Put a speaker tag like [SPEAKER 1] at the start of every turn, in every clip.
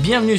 [SPEAKER 1] Bienvenue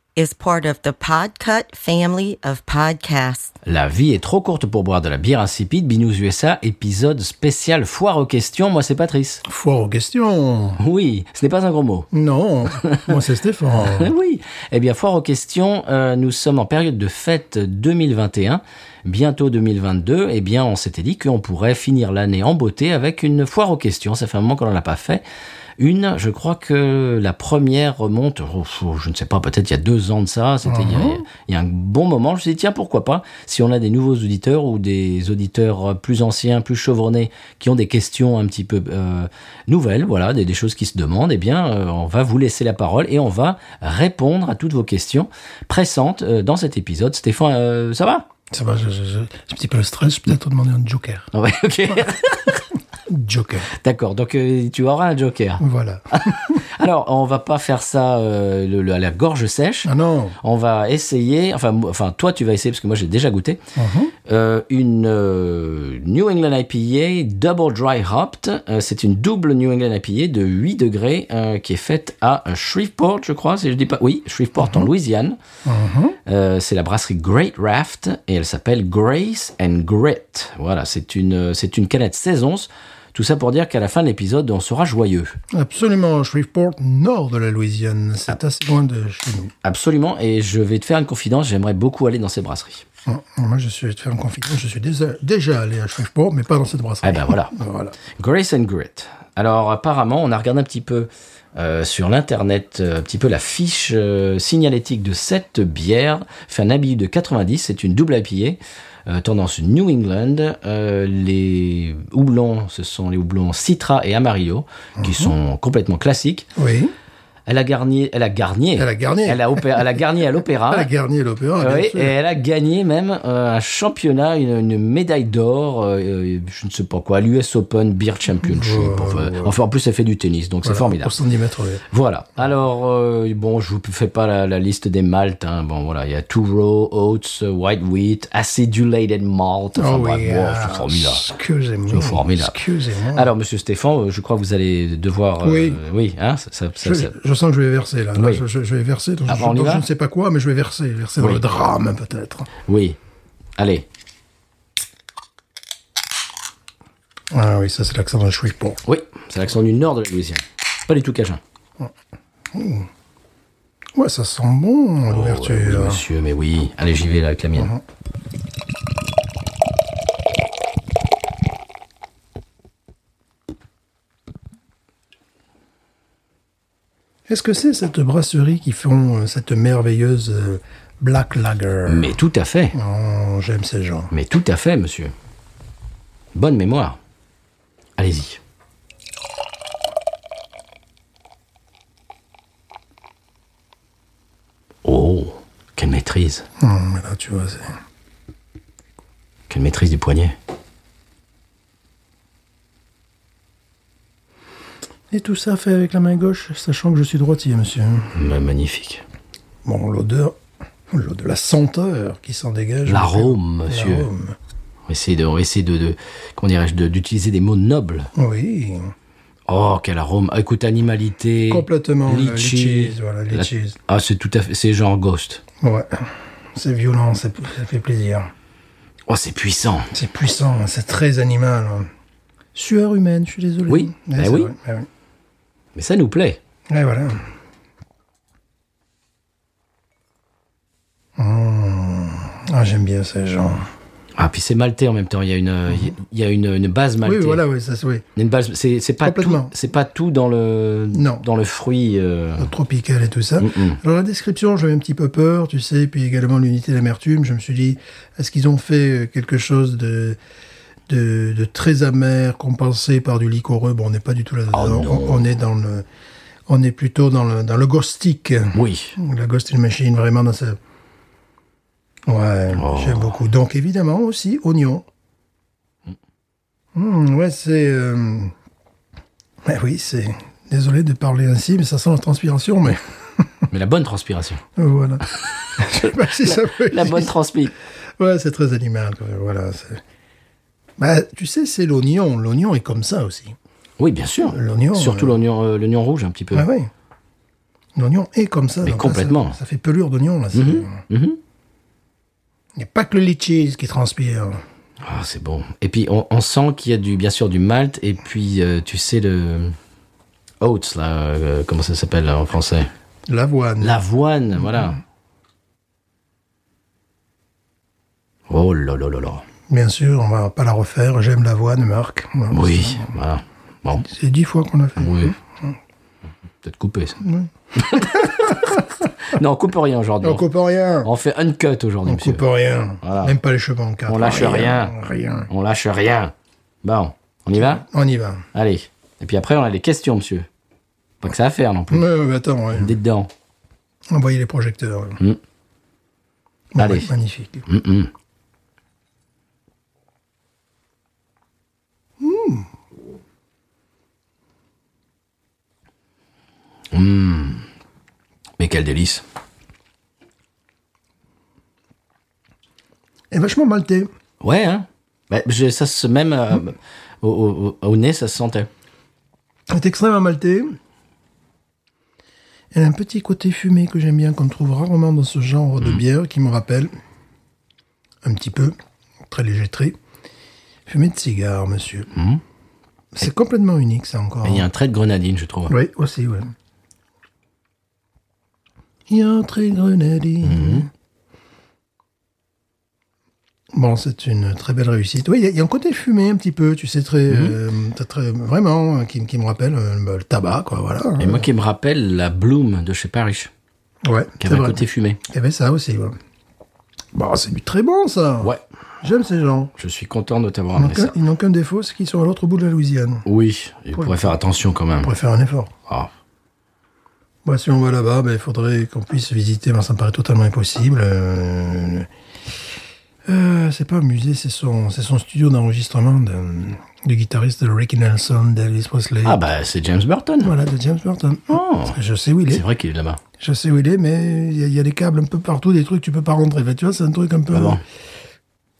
[SPEAKER 2] is part of the Podcut family of podcasts.
[SPEAKER 1] La vie est trop courte pour boire de la bière insipide. Binous USA, épisode spécial foire aux questions. Moi, c'est Patrice.
[SPEAKER 3] Foire aux questions.
[SPEAKER 1] Oui, ce n'est pas un gros mot.
[SPEAKER 3] Non. Moi, c'est
[SPEAKER 1] Eh
[SPEAKER 3] Stéphane.
[SPEAKER 1] oui. Eh bien, foire aux questions, euh, nous sommes en période de fête 2021, bientôt 2022. Eh bien, on s'était dit qu'on pourrait finir l'année en beauté avec une foire aux questions. Ça fait un moment qu'on n'en a pas fait. Une, je crois que la première remonte, oh, oh, je ne sais pas, peut-être il y a deux ans de ça. C'était il y a- il y, a un bon moment. Je me suis dit, tiens, pourquoi pas Si on a des nouveaux auditeurs ou des auditeurs plus anciens, plus chevronnés, qui ont des questions un petit peu euh, nouvelles, voilà, des, des choses qui se demandent, eh bien, euh, on va vous laisser la parole et on va répondre à toutes vos questions pressantes euh, dans cet épisode. Stéphane, euh, ça va
[SPEAKER 3] Ça va, je- je- je- j'ai un petit peu le stress. Je vais peut-être te demander un joker.
[SPEAKER 1] Ah ouais, ok.
[SPEAKER 3] Joker.
[SPEAKER 1] D'accord, donc euh, tu auras un joker.
[SPEAKER 3] Voilà.
[SPEAKER 1] Alors, on va pas faire ça euh, le- le- à la gorge sèche.
[SPEAKER 3] Ah non.
[SPEAKER 1] On va essayer, enfin, moi- enfin toi tu vas essayer parce que moi j'ai déjà goûté,
[SPEAKER 3] Mhm.
[SPEAKER 1] euh, une euh, New England IPA Double Dry Hopped. Euh, c'est une double New England IPA de 8 degrés euh, qui est faite à Shreveport, je crois, si je dis pas. Oui, Shreveport en Louisiane.
[SPEAKER 3] Mhm.
[SPEAKER 1] Euh, c'est la brasserie Great Raft et elle s'appelle Grace and Grit. Voilà, c'est une, euh, c'est une canette 16 onces. Tout ça pour dire qu'à la fin de l'épisode, on sera joyeux.
[SPEAKER 3] Absolument. Shreveport, nord de la Louisiane. C'est assez loin de chez nous.
[SPEAKER 1] Absolument, et je vais te faire une confidence, j'aimerais beaucoup aller dans ces brasseries.
[SPEAKER 3] Hum, Moi, je suis, je vais te faire une confidence. Je suis déjà, déjà allé à Shreveport, mais pas dans cette brasserie.
[SPEAKER 1] Eh ben voilà.
[SPEAKER 3] Voilà.
[SPEAKER 1] Grace and Grit. Alors apparemment, on a regardé un petit peu euh, sur l'internet, euh, un petit peu la fiche euh, signalétique de cette bière. Fait un habit de 90, c'est une double IPA, euh, tendance New England. Euh, les houblons, ce sont les houblons Citra et Amarillo, qui sont complètement classiques.
[SPEAKER 3] Oui.
[SPEAKER 1] Elle a garni, elle a garni,
[SPEAKER 3] Elle a garni.
[SPEAKER 1] elle a, opé- elle a garni à l'opéra.
[SPEAKER 3] À la Garnier, l'opéra. bien
[SPEAKER 1] Ah Oui,
[SPEAKER 3] sûr.
[SPEAKER 1] et elle a gagné même euh, un championnat, une, une médaille d'or, euh, je ne sais pas quoi, l'US Open Beer Championship. enfin, enfin, en plus, elle fait du tennis, donc c'est
[SPEAKER 3] Voilà,
[SPEAKER 1] formidable.
[SPEAKER 3] Pour 110 mètres. oui.
[SPEAKER 1] Voilà. Alors, euh, bon, je vous fais pas la, la liste des maltes. hein. Bon, voilà, il y a two row, oats, white wheat, acidulated malt. Enfin,
[SPEAKER 3] oh
[SPEAKER 1] bref,
[SPEAKER 3] oui.
[SPEAKER 1] bon,
[SPEAKER 3] ah,
[SPEAKER 1] c'est formidable.
[SPEAKER 3] Excusez-moi.
[SPEAKER 1] C'est formidable.
[SPEAKER 3] Excusez-moi.
[SPEAKER 1] Alors, monsieur Stéphane, euh, je crois que vous allez devoir. euh,
[SPEAKER 3] Oui.
[SPEAKER 1] Oui, hein, ça- ça- ça-
[SPEAKER 3] Je,
[SPEAKER 1] ça-
[SPEAKER 3] je sens que je vais verser là. Là,
[SPEAKER 1] Oui.
[SPEAKER 3] je, je- je vais verser. Donc,
[SPEAKER 1] Ah,
[SPEAKER 3] je,
[SPEAKER 1] on y
[SPEAKER 3] donc
[SPEAKER 1] va
[SPEAKER 3] je ne sais pas quoi, mais je vais verser. Verser
[SPEAKER 1] Oui.
[SPEAKER 3] dans le drame peut-être.
[SPEAKER 1] Oui. Allez.
[SPEAKER 3] Ah oui, ça c'est l'accent de Shreveport.
[SPEAKER 1] Oui, c'est l'accent du nord de la Louisiane. Pas du tout cajun.
[SPEAKER 3] Ouais, ça sent bon
[SPEAKER 1] Oh, Oui,
[SPEAKER 3] l'ouverture.
[SPEAKER 1] monsieur, mais oui. Allez, j'y vais là avec la mienne.
[SPEAKER 3] Est-ce que c'est cette brasserie qui font euh, cette merveilleuse euh, Black Lager
[SPEAKER 1] Mais tout à fait.
[SPEAKER 3] Oh, J'aime ces gens.
[SPEAKER 1] Mais tout à fait, monsieur. Bonne mémoire. Allez-y. Oh, quelle maîtrise.
[SPEAKER 3] Hum, mais là, tu vois, c'est-
[SPEAKER 1] Quelle maîtrise du poignet.
[SPEAKER 3] Et tout ça fait avec la main gauche, sachant que je suis droitier, monsieur.
[SPEAKER 1] Ma- Magnifique.
[SPEAKER 3] Bon, l'odeur, l'odeur- la senteur qui s'en dégage.
[SPEAKER 1] L'arôme, monsieur.
[SPEAKER 3] L'arôme.
[SPEAKER 1] On essaie de, on essaie de, de- comment dirais-je, de- d'utiliser des mots nobles.
[SPEAKER 3] Oui.
[SPEAKER 1] Oh, quel arôme. Ah, Écoute, animalité.
[SPEAKER 3] Complètement, le
[SPEAKER 1] litchi.
[SPEAKER 3] litchis, voilà,
[SPEAKER 1] La-
[SPEAKER 3] litchis.
[SPEAKER 1] Ah, c'est tout à fait, c'est genre ghost.
[SPEAKER 3] Ouais. C'est violent, c'est- ça fait plaisir.
[SPEAKER 1] Oh, c'est puissant.
[SPEAKER 3] C'est puissant, hein, c'est très animal. hein. Sueur humaine, je suis désolé.
[SPEAKER 1] Oui,
[SPEAKER 3] Ouais,
[SPEAKER 1] bah
[SPEAKER 3] c'est
[SPEAKER 1] oui.
[SPEAKER 3] vrai, ouais, ouais.
[SPEAKER 1] Mais ça nous plaît.
[SPEAKER 3] Ouais, voilà. Mmh. Ah, j'aime bien ces gens.
[SPEAKER 1] Ah, puis c'est maltais en même temps. Il y a une, euh, il y a une, une base maltais.
[SPEAKER 3] Mhm. Oui, voilà, oui, ça c'est oui.
[SPEAKER 1] Il y a Une base, c'est, c'est pas tout,
[SPEAKER 3] Complètement.
[SPEAKER 1] c'est pas tout dans le,
[SPEAKER 3] Non.
[SPEAKER 1] dans le fruit. euh,
[SPEAKER 3] Le tropical et tout ça.
[SPEAKER 1] mm.
[SPEAKER 3] Alors la description, j'avais un petit peu peur, tu sais, puis également l'unité d'amertume. Je me suis dit, est-ce qu'ils ont fait euh, quelque chose de de, de très amer, compensé par du liquoreux Bon, on n'est pas du tout là-dedans.
[SPEAKER 1] Oh, non.
[SPEAKER 3] on, on est dans le, on est plutôt dans le dans le gostique.
[SPEAKER 1] Oui.
[SPEAKER 3] La Ghost in the Machine,
[SPEAKER 1] Oh.
[SPEAKER 3] vraiment dans ce... Ouais, j'aime beaucoup. Donc évidemment aussi oignon. Hmm, ouais, c'est. euh, ouais, oui, c'est. Désolé de parler ainsi, mais ça sent la transpiration, mais
[SPEAKER 1] Mais la bonne transpiration.
[SPEAKER 3] voilà. Je sais pas si ça peut
[SPEAKER 1] La bonne transpi.
[SPEAKER 3] Ouais, c'est très animal. quoi, Voilà. c'est- Bah, tu sais, c'est l'oignon. L'oignon est comme ça aussi.
[SPEAKER 1] Oui, bien sûr.
[SPEAKER 3] L'oignon,
[SPEAKER 1] Surtout
[SPEAKER 3] euh, Ah
[SPEAKER 1] l'oignon euh, l'oignon rouge, un petit peu.
[SPEAKER 3] Ouais, ouais. L'oignon est comme ça.
[SPEAKER 1] Mais
[SPEAKER 3] donc là,
[SPEAKER 1] complètement.
[SPEAKER 3] ça, ça fait pelure d'oignon, là. c'est- Il
[SPEAKER 1] Mhm.
[SPEAKER 3] n'y a pas que le litchis qui transpire.
[SPEAKER 1] Ah, c'est bon. Et puis, on, on sent qu'il y a du, bien sûr du malt, et puis, euh, tu sais, le. Oats, là, euh, comment ça s'appelle là, en français
[SPEAKER 3] L'avoine.
[SPEAKER 1] L'avoine, voilà.
[SPEAKER 3] Mhm.
[SPEAKER 1] Oh là là là là.
[SPEAKER 3] Bien sûr, on va pas la refaire. J'aime l'avoine, Marc. Voilà,
[SPEAKER 1] Oui, voilà. Bon,
[SPEAKER 3] C'est c'est dix fois qu'on l'a fait.
[SPEAKER 1] oui. Mmh. Peut-être couper ça. non, on coupe rien aujourd'hui.
[SPEAKER 3] On coupe rien.
[SPEAKER 1] On fait un cut aujourd'hui,
[SPEAKER 3] On
[SPEAKER 1] monsieur.
[SPEAKER 3] coupe rien.
[SPEAKER 1] Oh, Voilà.
[SPEAKER 3] Même pas les cheveux en quatre.
[SPEAKER 1] On lâche rien.
[SPEAKER 3] Rien.
[SPEAKER 1] On lâche rien. Bon, on y va
[SPEAKER 3] On y va.
[SPEAKER 1] Allez. Et puis après, on a les questions, monsieur. Pas que ça à faire non plus.
[SPEAKER 3] Ouais, ouais, Euh, attends, ouais.
[SPEAKER 1] Mm. Des dedans.
[SPEAKER 3] envoyez les projecteurs.
[SPEAKER 1] Mm.
[SPEAKER 3] Bon,
[SPEAKER 1] Allez. Mm.
[SPEAKER 3] ouais, magnifique.
[SPEAKER 1] Mais quel délice.
[SPEAKER 3] Et vachement maltais.
[SPEAKER 1] Ouais, hein Bah, je- ça se même euh, au, au- au nez, ça se sentait.
[SPEAKER 3] C'est extrêmement maltais. Elle a un petit côté fumé que j'aime bien, qu'on trouve rarement dans ce genre
[SPEAKER 1] Mm.
[SPEAKER 3] de bière, qui me rappelle un petit peu, très léger trait, fumée de cigare, monsieur. C'est complètement unique, ça encore.
[SPEAKER 1] Mm. Et Il y a un trait de grenadine, je trouve.
[SPEAKER 3] Oui, aussi, oui. Il y a un très grenadine. Bon, c'est une très belle réussite. Oui, il y a- il y, a un côté fumé un petit peu, tu sais, très,
[SPEAKER 1] Mhm.
[SPEAKER 3] euh, très- très- vraiment, hein, qui, qui me rappelle euh, bah, le tabac, quoi, voilà.
[SPEAKER 1] Et moi qui me rappelle la Bloom de chez Parrish,
[SPEAKER 3] ouais,
[SPEAKER 1] qui
[SPEAKER 3] c'est
[SPEAKER 1] avait un
[SPEAKER 3] vrai.
[SPEAKER 1] côté fumé.
[SPEAKER 3] Il y avait ça aussi, ouais. Bon, c'est du très bon, ça.
[SPEAKER 1] Ouais,
[SPEAKER 3] J'aime ces gens.
[SPEAKER 1] je suis content de t'avoir
[SPEAKER 3] Ils n'ont
[SPEAKER 1] amené
[SPEAKER 3] qu'un-
[SPEAKER 1] ça.
[SPEAKER 3] Ils n'ont qu'un défaut, c'est qu'ils sont à l'autre bout de la Louisiane.
[SPEAKER 1] Oui, il pourrait faire attention quand même.
[SPEAKER 3] On pourrait faire un effort.
[SPEAKER 1] Ah.
[SPEAKER 3] Bah, si on va là-bas, ben, il faudrait qu'on puisse visiter, mais ça me paraît totalement impossible. Euh, euh, c'est pas un musée, c'est son, c'est son studio d'enregistrement de- du guitariste de Ricky Nelson, d'Elvis Presley.
[SPEAKER 1] Ah bah c'est James Burton.
[SPEAKER 3] Voilà, de James Burton.
[SPEAKER 1] Oh.
[SPEAKER 3] Parce que Je sais où il
[SPEAKER 1] C'est
[SPEAKER 3] est.
[SPEAKER 1] vrai qu'il est là-bas.
[SPEAKER 3] Je sais où il est, mais il y, a- il y a des câbles un peu partout, des trucs que tu peux pas rentrer. Bah, tu vois, c'est un truc un peu.
[SPEAKER 1] Ah bon.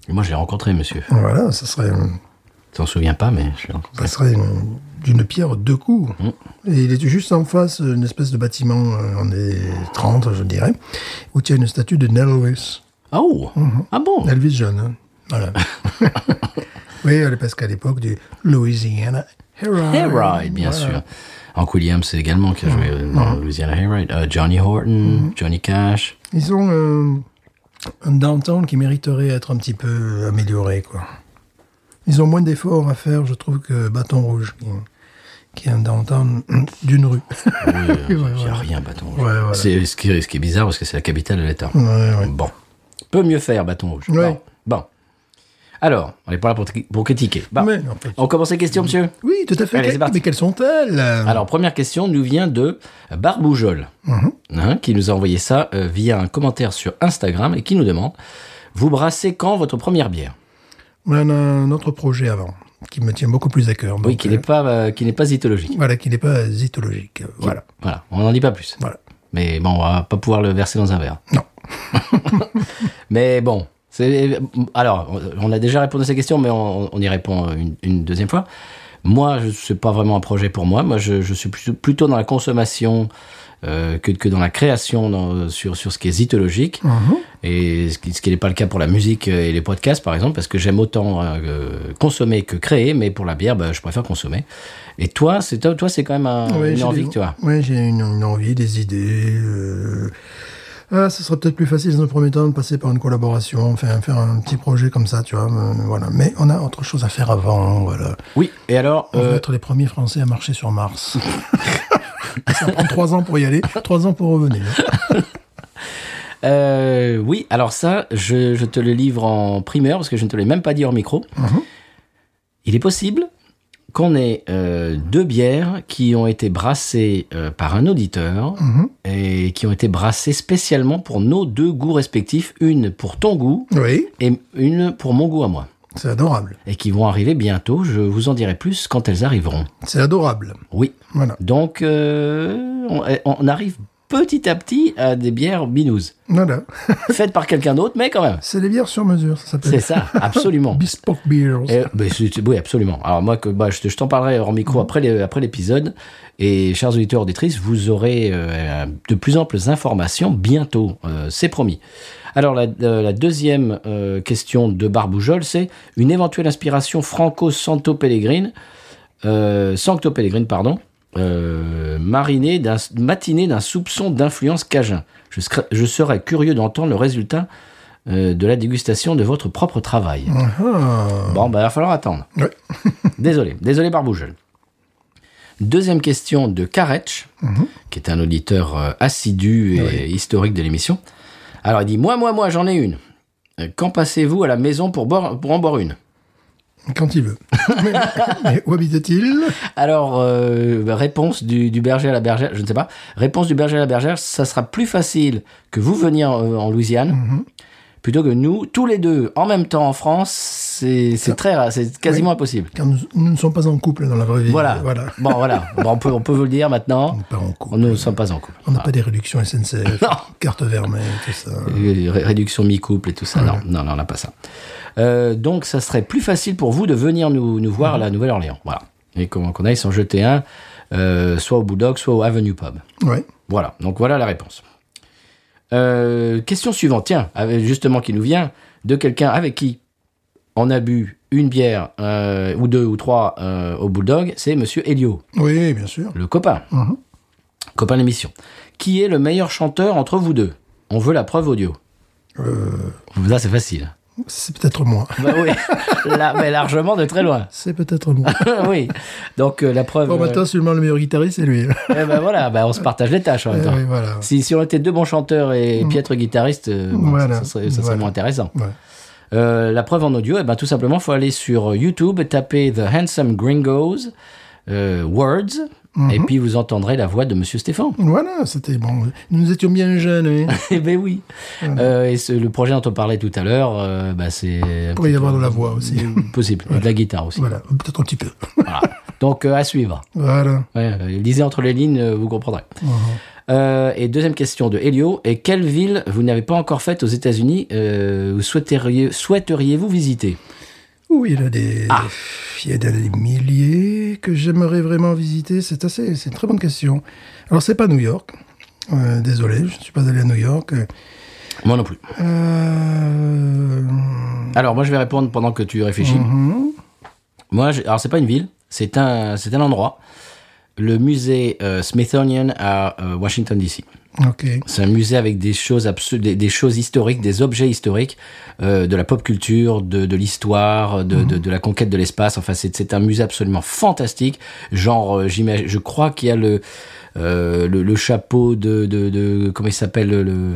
[SPEAKER 1] Et moi je l'ai rencontré, monsieur.
[SPEAKER 3] Voilà, ça serait,
[SPEAKER 1] Tu t'en souviens pas, mais je l'ai rencontré.
[SPEAKER 3] ça serait une- d'une pierre deux coups.
[SPEAKER 1] Mm.
[SPEAKER 3] Et il est juste en face, une espèce de bâtiment euh, en des 30, je dirais, où tu as une statue de Nelvis.
[SPEAKER 1] Oh
[SPEAKER 3] Mhm.
[SPEAKER 1] Ah bon
[SPEAKER 3] Elvis John, hein. voilà. oui, elle est parce qu'à l'époque du Louisiana Herald.
[SPEAKER 1] Hayride, bien sûr. Hank Williams c'est également qui a joué
[SPEAKER 3] Mhm.
[SPEAKER 1] euh, dans Louisiana Hayride. Euh, Johnny Horton, Johnny Cash.
[SPEAKER 3] Ils ont euh, un downtown qui mériterait être un petit peu euh, amélioré, quoi. Ils ont moins d'efforts à faire, je trouve, que Bâton Rouge, qui, qui est un downtown d'une rue.
[SPEAKER 1] Oui, euh, il
[SPEAKER 3] ouais,
[SPEAKER 1] n'y a
[SPEAKER 3] ouais.
[SPEAKER 1] rien, Bâton Rouge.
[SPEAKER 3] Ouais, voilà.
[SPEAKER 1] C'est ce qui, ce qui est bizarre parce que c'est la capitale de l'État.
[SPEAKER 3] Ouais, ouais.
[SPEAKER 1] Bon. Peut mieux faire, Bâton Rouge.
[SPEAKER 3] Ouais.
[SPEAKER 1] Bon. Bon. Alors, on n'est pas là pour, pour critiquer. Bon.
[SPEAKER 3] Bah, Mais non, peut-être.
[SPEAKER 1] Bah, On commence les questions, monsieur
[SPEAKER 3] Oui, tout à fait.
[SPEAKER 1] Allez, c'est parti.
[SPEAKER 3] Mais quelles sont-elles
[SPEAKER 1] Alors, première question nous vient de Barboujol, hein, qui nous a envoyé ça euh, via un commentaire sur Instagram et qui nous demande Vous brassez quand votre première bière
[SPEAKER 3] On en a un autre projet avant, qui me tient beaucoup plus à cœur.
[SPEAKER 1] Oui,
[SPEAKER 3] donc,
[SPEAKER 1] qui n'est
[SPEAKER 3] euh,
[SPEAKER 1] pas, euh, qui n'est pas zytologique.
[SPEAKER 3] Voilà, qui n'est pas zytologique. Voilà.
[SPEAKER 1] Voilà, on n'en dit pas plus.
[SPEAKER 3] Voilà.
[SPEAKER 1] Mais bon, on va pas pouvoir le verser dans un verre.
[SPEAKER 3] Non.
[SPEAKER 1] mais bon, c'est alors on on a déjà répondu à ces questions, mais on, on y répond euh, une, une deuxième fois. Moi, je c'est pas vraiment un projet pour moi. Moi, je, je suis plutôt, plutôt dans la consommation euh, que, que dans la création dans- sur sur ce qui est zytologique et ce qui, ce qui n'est pas le cas pour la musique et les podcasts par exemple, parce que j'aime autant euh, consommer que créer, mais pour la bière, bah, je préfère consommer. Et toi, c'est toi, toi, c'est quand même un,
[SPEAKER 3] Ouais,
[SPEAKER 1] une
[SPEAKER 3] j'ai
[SPEAKER 1] envie
[SPEAKER 3] des-
[SPEAKER 1] que tu as.
[SPEAKER 3] Ouais, j'ai une, une envie, des idées. euh. Ah, ce serait peut-être plus facile dans un premier temps de passer par une collaboration, faire, faire un petit projet comme ça, tu vois. euh, voilà. Mais on a autre chose à faire avant, voilà.
[SPEAKER 1] Oui. Et alors,
[SPEAKER 3] On
[SPEAKER 1] euh,
[SPEAKER 3] va être les premiers Français à marcher sur Mars. ça prend trois ans pour y aller, trois ans pour revenir.
[SPEAKER 1] Euh, oui, alors ça, je, je te le livre en primeur parce que je ne te l'ai même pas dit hors micro. Il est possible qu'on ait euh, deux bières qui ont été brassées euh, par un auditeur
[SPEAKER 3] Mhm.
[SPEAKER 1] et qui ont été brassées spécialement pour nos deux goûts respectifs, une pour ton goût
[SPEAKER 3] Oui,
[SPEAKER 1] et une pour mon goût à moi.
[SPEAKER 3] C'est adorable.
[SPEAKER 1] et qui vont arriver bientôt. Je vous en dirai plus quand elles arriveront.
[SPEAKER 3] C'est adorable.
[SPEAKER 1] Oui.
[SPEAKER 3] Voilà.
[SPEAKER 1] Donc, euh, on, on arrive petit à petit à des bières binous.
[SPEAKER 3] Voilà.
[SPEAKER 1] Faites par quelqu'un d'autre, mais quand même.
[SPEAKER 3] C'est des bières sur mesure, ça s'appelle.
[SPEAKER 1] C'est ça, absolument.
[SPEAKER 3] Bespoke Beers.
[SPEAKER 1] Et, ben, c'est- c'est- oui, absolument. Alors moi, que, bah, je, te- je t'en parlerai hors micro après, les- après l'épisode. Et chers auditeurs, auditrices, vous aurez euh, de plus amples informations bientôt, euh, c'est promis. Alors la, euh, la deuxième euh, question de Barboujol, c'est une éventuelle inspiration franco-santo pellegrine, euh, sancto pellegrine, pardon, euh, marinée d'un, matinée d'un soupçon d'influence cajun. Je, scr- je serais curieux d'entendre le résultat euh, de la dégustation de votre propre travail.
[SPEAKER 3] Ah.
[SPEAKER 1] Bon, ben, il va falloir attendre.
[SPEAKER 3] Ouais.
[SPEAKER 1] désolé, désolé Barbougel. Deuxième question de Karetch, qui est un auditeur euh, assidu et historique de l'émission. Alors, il dit Moi, moi, moi, j'en ai une. Euh, Quand passez-vous à la maison pour, boire- pour en boire une
[SPEAKER 3] Quand il veut. mais, mais où habite-t-il
[SPEAKER 1] Alors, euh, bah, réponse du, du berger à la bergère, je ne sais pas. Réponse du berger à la bergère ça sera plus facile que vous veniez en, en Louisiane. Plutôt que nous, tous les deux, en même temps en France, c'est c'est très rare, c'est quasiment impossible.
[SPEAKER 3] Quand nous, nous ne sommes pas en couple dans la vraie vie.
[SPEAKER 1] Voilà. Bon, voilà. Bon, on, peut, on peut vous le dire maintenant.
[SPEAKER 3] On n'est pas en couple.
[SPEAKER 1] On ne sommes pas en couple.
[SPEAKER 3] On n'a pas Mm. des réductions SNCF,
[SPEAKER 1] Non.
[SPEAKER 3] carte vermeille, tout ça.
[SPEAKER 1] Euh, ré- Réduction mi-couple et tout ça. Non, non, non, on n'a pas ça. Euh, donc, ça serait plus facile pour vous de venir nous, nous voir à
[SPEAKER 3] Mm-hmm.
[SPEAKER 1] la Nouvelle-Orléans. Voilà. Et qu'on qu'on aille s'en jeter un, euh, soit au Bulldog, soit au Avenue Pub.
[SPEAKER 3] Ouais.
[SPEAKER 1] Voilà. Donc, voilà la réponse. Euh, question suivante. Tiens, avec- justement, qui nous vient de quelqu'un avec qui on a bu une bière, euh, ou deux, ou trois euh, au Bulldog, c'est Monsieur Elio.
[SPEAKER 3] Oui, bien sûr.
[SPEAKER 1] le copain,
[SPEAKER 3] Mhm.
[SPEAKER 1] copain d'émission. Qui est le meilleur chanteur entre vous deux On veut la preuve audio.
[SPEAKER 3] Euh.
[SPEAKER 1] Là, c'est facile.
[SPEAKER 3] C'est peut-être moi.
[SPEAKER 1] Bah oui, Là, mais largement de très loin.
[SPEAKER 3] C'est peut-être moi.
[SPEAKER 1] oui. Donc euh, la preuve.
[SPEAKER 3] Bon, bah,
[SPEAKER 1] euh,
[SPEAKER 3] maintenant, seulement le meilleur guitariste, c'est lui.
[SPEAKER 1] eh ben voilà, bah, on se partage les tâches en même
[SPEAKER 3] Eh
[SPEAKER 1] temps.
[SPEAKER 3] oui, voilà.
[SPEAKER 1] Si, si on était deux bons chanteurs et piètre guitariste, euh, bon,
[SPEAKER 3] Voilà.
[SPEAKER 1] ça, serait, ça serait
[SPEAKER 3] Voilà.
[SPEAKER 1] moins intéressant.
[SPEAKER 3] Ouais.
[SPEAKER 1] Euh, la preuve en audio, eh ben, tout simplement, faut aller sur YouTube, taper The Handsome Gringos euh, Words,
[SPEAKER 3] Mm-hmm.
[SPEAKER 1] et puis vous entendrez la voix de Monsieur Stéphane.
[SPEAKER 3] Voilà, c'était bon. Nous étions bien jeunes. oui.
[SPEAKER 1] Eh ben oui.
[SPEAKER 3] Mm.
[SPEAKER 1] Euh, et ce- le projet dont on parlait tout à l'heure, euh, bah, c'est
[SPEAKER 3] Il pourrait y avoir de la voix aussi.
[SPEAKER 1] Mm, possible. Et de la guitare aussi.
[SPEAKER 3] Voilà, peut-être un petit peu.
[SPEAKER 1] Voilà. Donc euh, à suivre.
[SPEAKER 3] Voilà.
[SPEAKER 1] Ouais, euh, lisez entre les lignes, euh, vous comprendrez.
[SPEAKER 3] Uh-huh.
[SPEAKER 1] Euh, et deuxième question de Helio. Et quelle ville vous n'avez pas encore faite aux États-Unis euh, vous souhaiteriez, souhaiteriez-vous visiter
[SPEAKER 3] Ouh, il y en a des, il y en a des milliers que j'aimerais vraiment visiter. C'est assez, c'est une très bonne question. Alors, c'est pas New York. Euh, désolé, je ne suis pas allé à New York.
[SPEAKER 1] Moi non plus.
[SPEAKER 3] Euh,
[SPEAKER 1] Alors moi je vais répondre pendant que tu réfléchis.
[SPEAKER 3] mhm.
[SPEAKER 1] Moi, j'ai- alors c'est pas une ville, c'est un, c'est un endroit. Le musée euh, Smithsonian à euh, Washington D.C.
[SPEAKER 3] Ok.
[SPEAKER 1] C'est un musée avec des choses absu- des, des choses historiques, des objets historiques, euh, de la pop culture, de, de l'histoire, de, de, de la conquête de l'espace. Enfin, c'est c'est un musée absolument fantastique. Genre, euh, j'imagine, je crois qu'il y a le euh, le, le chapeau de, de, de comment il s'appelle le le,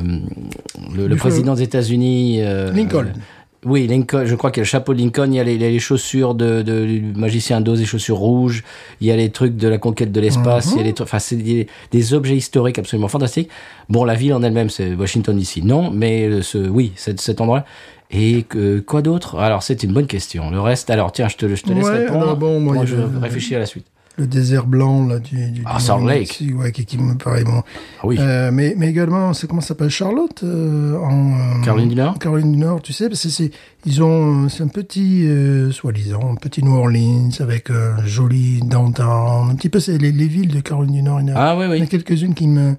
[SPEAKER 1] le- le
[SPEAKER 3] Du-
[SPEAKER 1] président des États-Unis euh,
[SPEAKER 3] Lincoln.
[SPEAKER 1] euh, oui, Lincoln, je crois qu'il y a le chapeau de Lincoln, il y a les, les- les chaussures de, de- du magicien d'Oz, les chaussures rouges, il y a les trucs de la conquête de l'espace, il y a les trucs, enfin, c'est des, des objets historiques absolument fantastiques. Bon, la ville en elle-même, c'est Washington DC, non, mais euh, ce, oui, cet, cet endroit-là. Et que, quoi d'autre Alors, c'est une bonne question. Le reste, alors, tiens, je te, je te laisse
[SPEAKER 3] Ouais,
[SPEAKER 1] répondre.
[SPEAKER 3] alors, bon, moi,
[SPEAKER 1] je
[SPEAKER 3] je- Euh,
[SPEAKER 1] réfléchis à la suite.
[SPEAKER 3] Le désert blanc là du, du
[SPEAKER 1] Ah,
[SPEAKER 3] du
[SPEAKER 1] Salt Lake.
[SPEAKER 3] Mexique, ouais, qui, qui me paraît bon.
[SPEAKER 1] Ah oui.
[SPEAKER 3] Euh, mais, mais également, c'est comment ça s'appelle Charlotte euh, en euh,
[SPEAKER 1] Caroline du Nord
[SPEAKER 3] Caroline du Nord, tu sais, parce que c'est ils ont euh, c'est un petit euh, soi-disant un petit New Orleans avec un joli downtown, un petit peu c'est les, les villes de Caroline du Nord. Il y en a,
[SPEAKER 1] Ah oui, oui.
[SPEAKER 3] il y en a quelques-unes qui me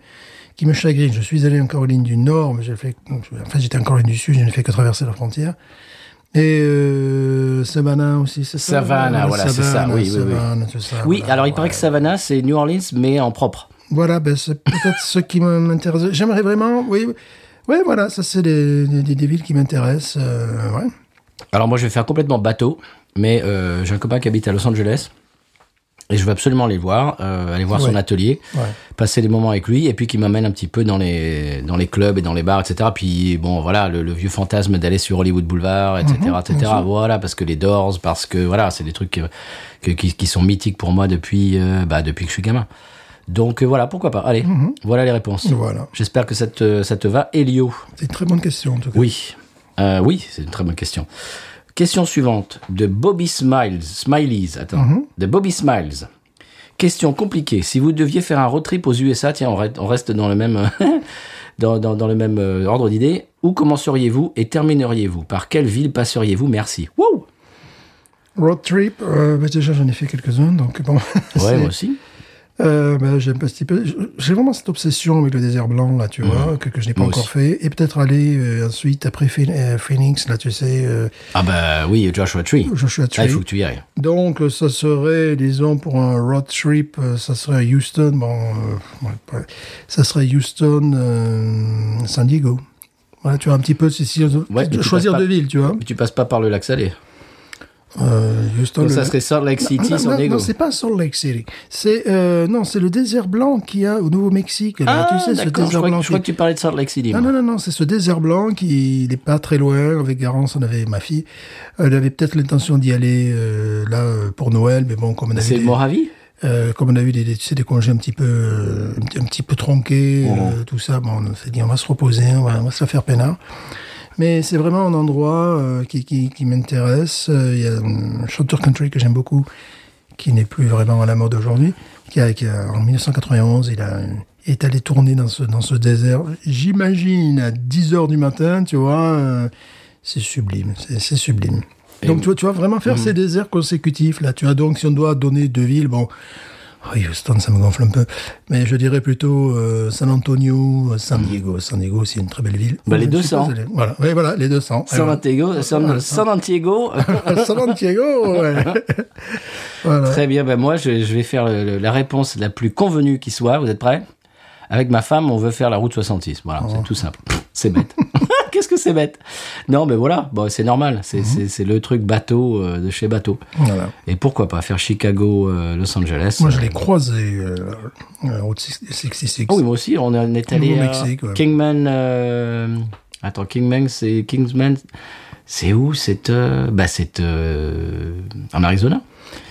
[SPEAKER 3] qui me chagrinent. Je suis allé en Caroline du Nord, mais j'ai fait enfin j'étais en Caroline du Sud, je n'ai fait que traverser la frontière. Et euh, Savannah aussi, c'est ça
[SPEAKER 1] Savannah, voilà, c'est ça, oui, oui, oui.
[SPEAKER 3] Savannah, tout ça,
[SPEAKER 1] Oui,
[SPEAKER 3] voilà,
[SPEAKER 1] alors il paraît
[SPEAKER 3] ouais.
[SPEAKER 1] que Savannah, c'est New Orleans, mais en propre.
[SPEAKER 3] Voilà, ben, c'est peut-être ce qui m'intéresse. J'aimerais vraiment, oui, oui, voilà, ça c'est des, des, des villes qui m'intéressent. euh, ouais.
[SPEAKER 1] Alors moi je vais faire complètement bateau, mais euh, j'ai un copain qui habite à Los Angeles et je veux absolument aller le voir, euh, aller voir son
[SPEAKER 3] Ouais.
[SPEAKER 1] atelier,
[SPEAKER 3] Ouais.
[SPEAKER 1] passer des moments avec lui et puis qui m'amène un petit peu dans les dans les clubs et dans les bars, etc. Puis bon voilà le, le vieux fantasme d'aller sur Hollywood Boulevard,
[SPEAKER 3] Mhm,
[SPEAKER 1] etc. etc. Voilà parce que les Doors, parce que voilà c'est des trucs que- que- qui, qui sont mythiques pour moi depuis euh, bah, depuis que je suis gamin. Donc euh, voilà pourquoi pas. Allez voilà les réponses.
[SPEAKER 3] Mhm. Voilà,
[SPEAKER 1] J'espère que ça te ça te va, Elio.
[SPEAKER 3] c'est une très bonne question en tout cas.
[SPEAKER 1] Oui. Euh, oui, c'est une très bonne question. Question suivante de Bobby Smiles. Smileys, attends.
[SPEAKER 3] Mm-hmm.
[SPEAKER 1] De Bobby Smiles. Question compliquée. Si vous deviez faire un road trip aux USA, tiens, on, re- on reste dans le même, dans, dans- dans le même euh, ordre d'idée. Où commenceriez-vous et termineriez-vous Par quelle ville passeriez-vous Merci. Wow
[SPEAKER 3] Road trip, euh, bah, déjà j'en ai fait quelques-uns, donc bon.
[SPEAKER 1] Ouais,
[SPEAKER 3] c'est-
[SPEAKER 1] moi aussi.
[SPEAKER 3] Euh, ben, j'aime pas ce type. J'ai vraiment cette obsession avec le désert blanc, là, tu vois, que, que je n'ai pas
[SPEAKER 1] Moi
[SPEAKER 3] encore
[SPEAKER 1] aussi.
[SPEAKER 3] fait. Et peut-être aller euh, ensuite, après Phoen- euh, Phoenix, là, tu sais, euh,
[SPEAKER 1] Ah bah oui, Joshua Tree.
[SPEAKER 3] Joshua
[SPEAKER 1] Ah,
[SPEAKER 3] Tree.
[SPEAKER 1] il faut que tu y ailles.
[SPEAKER 3] Donc, euh, ça serait, disons, pour un road trip, euh, ça serait à Houston, bon, euh, ouais, ouais. ça serait Houston, euh, San Diego. Voilà, tu vois, un petit peu, si, si-
[SPEAKER 1] mais tu
[SPEAKER 3] choisir
[SPEAKER 1] passes pas-
[SPEAKER 3] deux villes, tu vois.
[SPEAKER 1] Mais tu passes pas par le lac Salé.
[SPEAKER 3] Euh, Houston,
[SPEAKER 1] Donc
[SPEAKER 3] le-
[SPEAKER 1] ça serait Salt Lake City,
[SPEAKER 3] non,
[SPEAKER 1] San
[SPEAKER 3] non,
[SPEAKER 1] Diego.
[SPEAKER 3] non, c'est pas Salt Lake City. C'est euh, non, c'est le désert blanc qu'il y a au Nouveau-Mexique. là.
[SPEAKER 1] ah,
[SPEAKER 3] tu sais, ce
[SPEAKER 1] d'accord,
[SPEAKER 3] désert
[SPEAKER 1] je, crois que-
[SPEAKER 3] blanc.
[SPEAKER 1] je crois que
[SPEAKER 3] qui-
[SPEAKER 1] tu parlais de Salt Lake City.
[SPEAKER 3] Non,
[SPEAKER 1] moi.
[SPEAKER 3] non, non, non, c'est ce désert blanc qui n'est pas très loin. Avec Garance, on avait ma fille. Euh, Elle avait peut-être l'intention d'y aller euh, là euh, pour Noël, mais bon, comme on a
[SPEAKER 1] C'est
[SPEAKER 3] eu
[SPEAKER 1] le
[SPEAKER 3] des,
[SPEAKER 1] Mojave
[SPEAKER 3] euh, comme on a eu des, des- tu sais, des congés un petit peu, euh, un petit- un petit peu tronqués, euh, tout ça, bon, on s'est dit on va se reposer, on va, on va se la faire peinard. Mais c'est vraiment un endroit euh, qui, qui, qui m'intéresse. Euh, Il y a un chanteur country que j'aime beaucoup, qui n'est plus vraiment à la mode aujourd'hui, qui, a, qui a- en 1991, il a il est allé tourner dans ce, dans ce désert. J'imagine à 10 heures du matin, tu vois, euh, c'est sublime, c'est c'est sublime. donc tu vois, tu vas vraiment
[SPEAKER 1] Mm.
[SPEAKER 3] faire ces déserts consécutifs là. Tu as donc si on doit donner deux villes, bon, oh, Houston, ça me gonfle un peu, mais je dirais plutôt euh, San Antonio, euh, San Diego. San Diego, c'est une très belle ville.
[SPEAKER 1] Bah, les
[SPEAKER 3] Je
[SPEAKER 1] deux
[SPEAKER 3] sais pas,
[SPEAKER 1] cents.
[SPEAKER 3] c'est les- Voilà, Oui, voilà, les 200.
[SPEAKER 1] San
[SPEAKER 3] Ah,
[SPEAKER 1] Antonio, San, San Antonio.
[SPEAKER 3] San Antonio, ouais. voilà.
[SPEAKER 1] Très bien, ben moi je, je vais faire le- le- la réponse la plus convenue qui soit, vous êtes prêts Avec ma femme, on veut faire la route 66, voilà,
[SPEAKER 3] Oh.
[SPEAKER 1] c'est tout simple. C'est bête. Qu'est-ce que c'est bête Non, mais voilà, bon, c'est normal,
[SPEAKER 3] Mhm.
[SPEAKER 1] c'est c'est- c'est le truc bateau euh, de chez bateau.
[SPEAKER 3] Voilà.
[SPEAKER 1] Et pourquoi pas faire Chicago, euh, Los Angeles
[SPEAKER 3] Moi, je
[SPEAKER 1] euh,
[SPEAKER 3] l'ai croisé, euh, euh, Route 66.
[SPEAKER 1] Ah oui, moi aussi, on en est allé à
[SPEAKER 3] Nouveau-Mexique, ouais.
[SPEAKER 1] Kingman. euh, Attends, Kingman, c'est Kingsman. C'est où C'est euh, bah, c'est euh, en Arizona.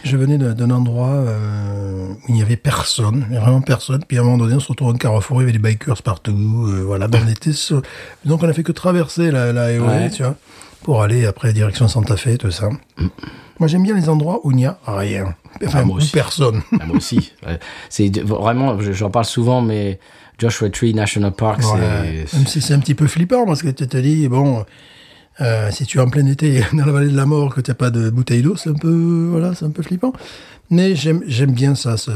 [SPEAKER 3] Je venais d'un d'un endroit euh, où il n'y avait personne, mais vraiment personne. Puis à un moment donné, on se retrouve en carrefour, il y avait des bikers partout. euh, voilà, Ben, on était sur- donc on a fait que traverser la, la highway,
[SPEAKER 1] Ouais. Mm.
[SPEAKER 3] tu vois, pour aller après direction Santa Fe, tout ça. Moi, j'aime bien les endroits où il n'y a rien, enfin
[SPEAKER 1] moi
[SPEAKER 3] où
[SPEAKER 1] aussi.
[SPEAKER 3] personne.
[SPEAKER 1] Ah, moi aussi. Euh, C'est de- vraiment, je- j'en parle souvent, mais Joshua Tree National Park,
[SPEAKER 3] Ouais,
[SPEAKER 1] c'est
[SPEAKER 3] Même si c'est un petit peu flippant, parce que tu te dis, bon, euh, si tu es en plein été dans la vallée de la mort, que tu n'as pas de bouteille d'eau, c'est un peu, voilà, c'est un peu flippant. Mais j'aime j'aime bien ça, ce,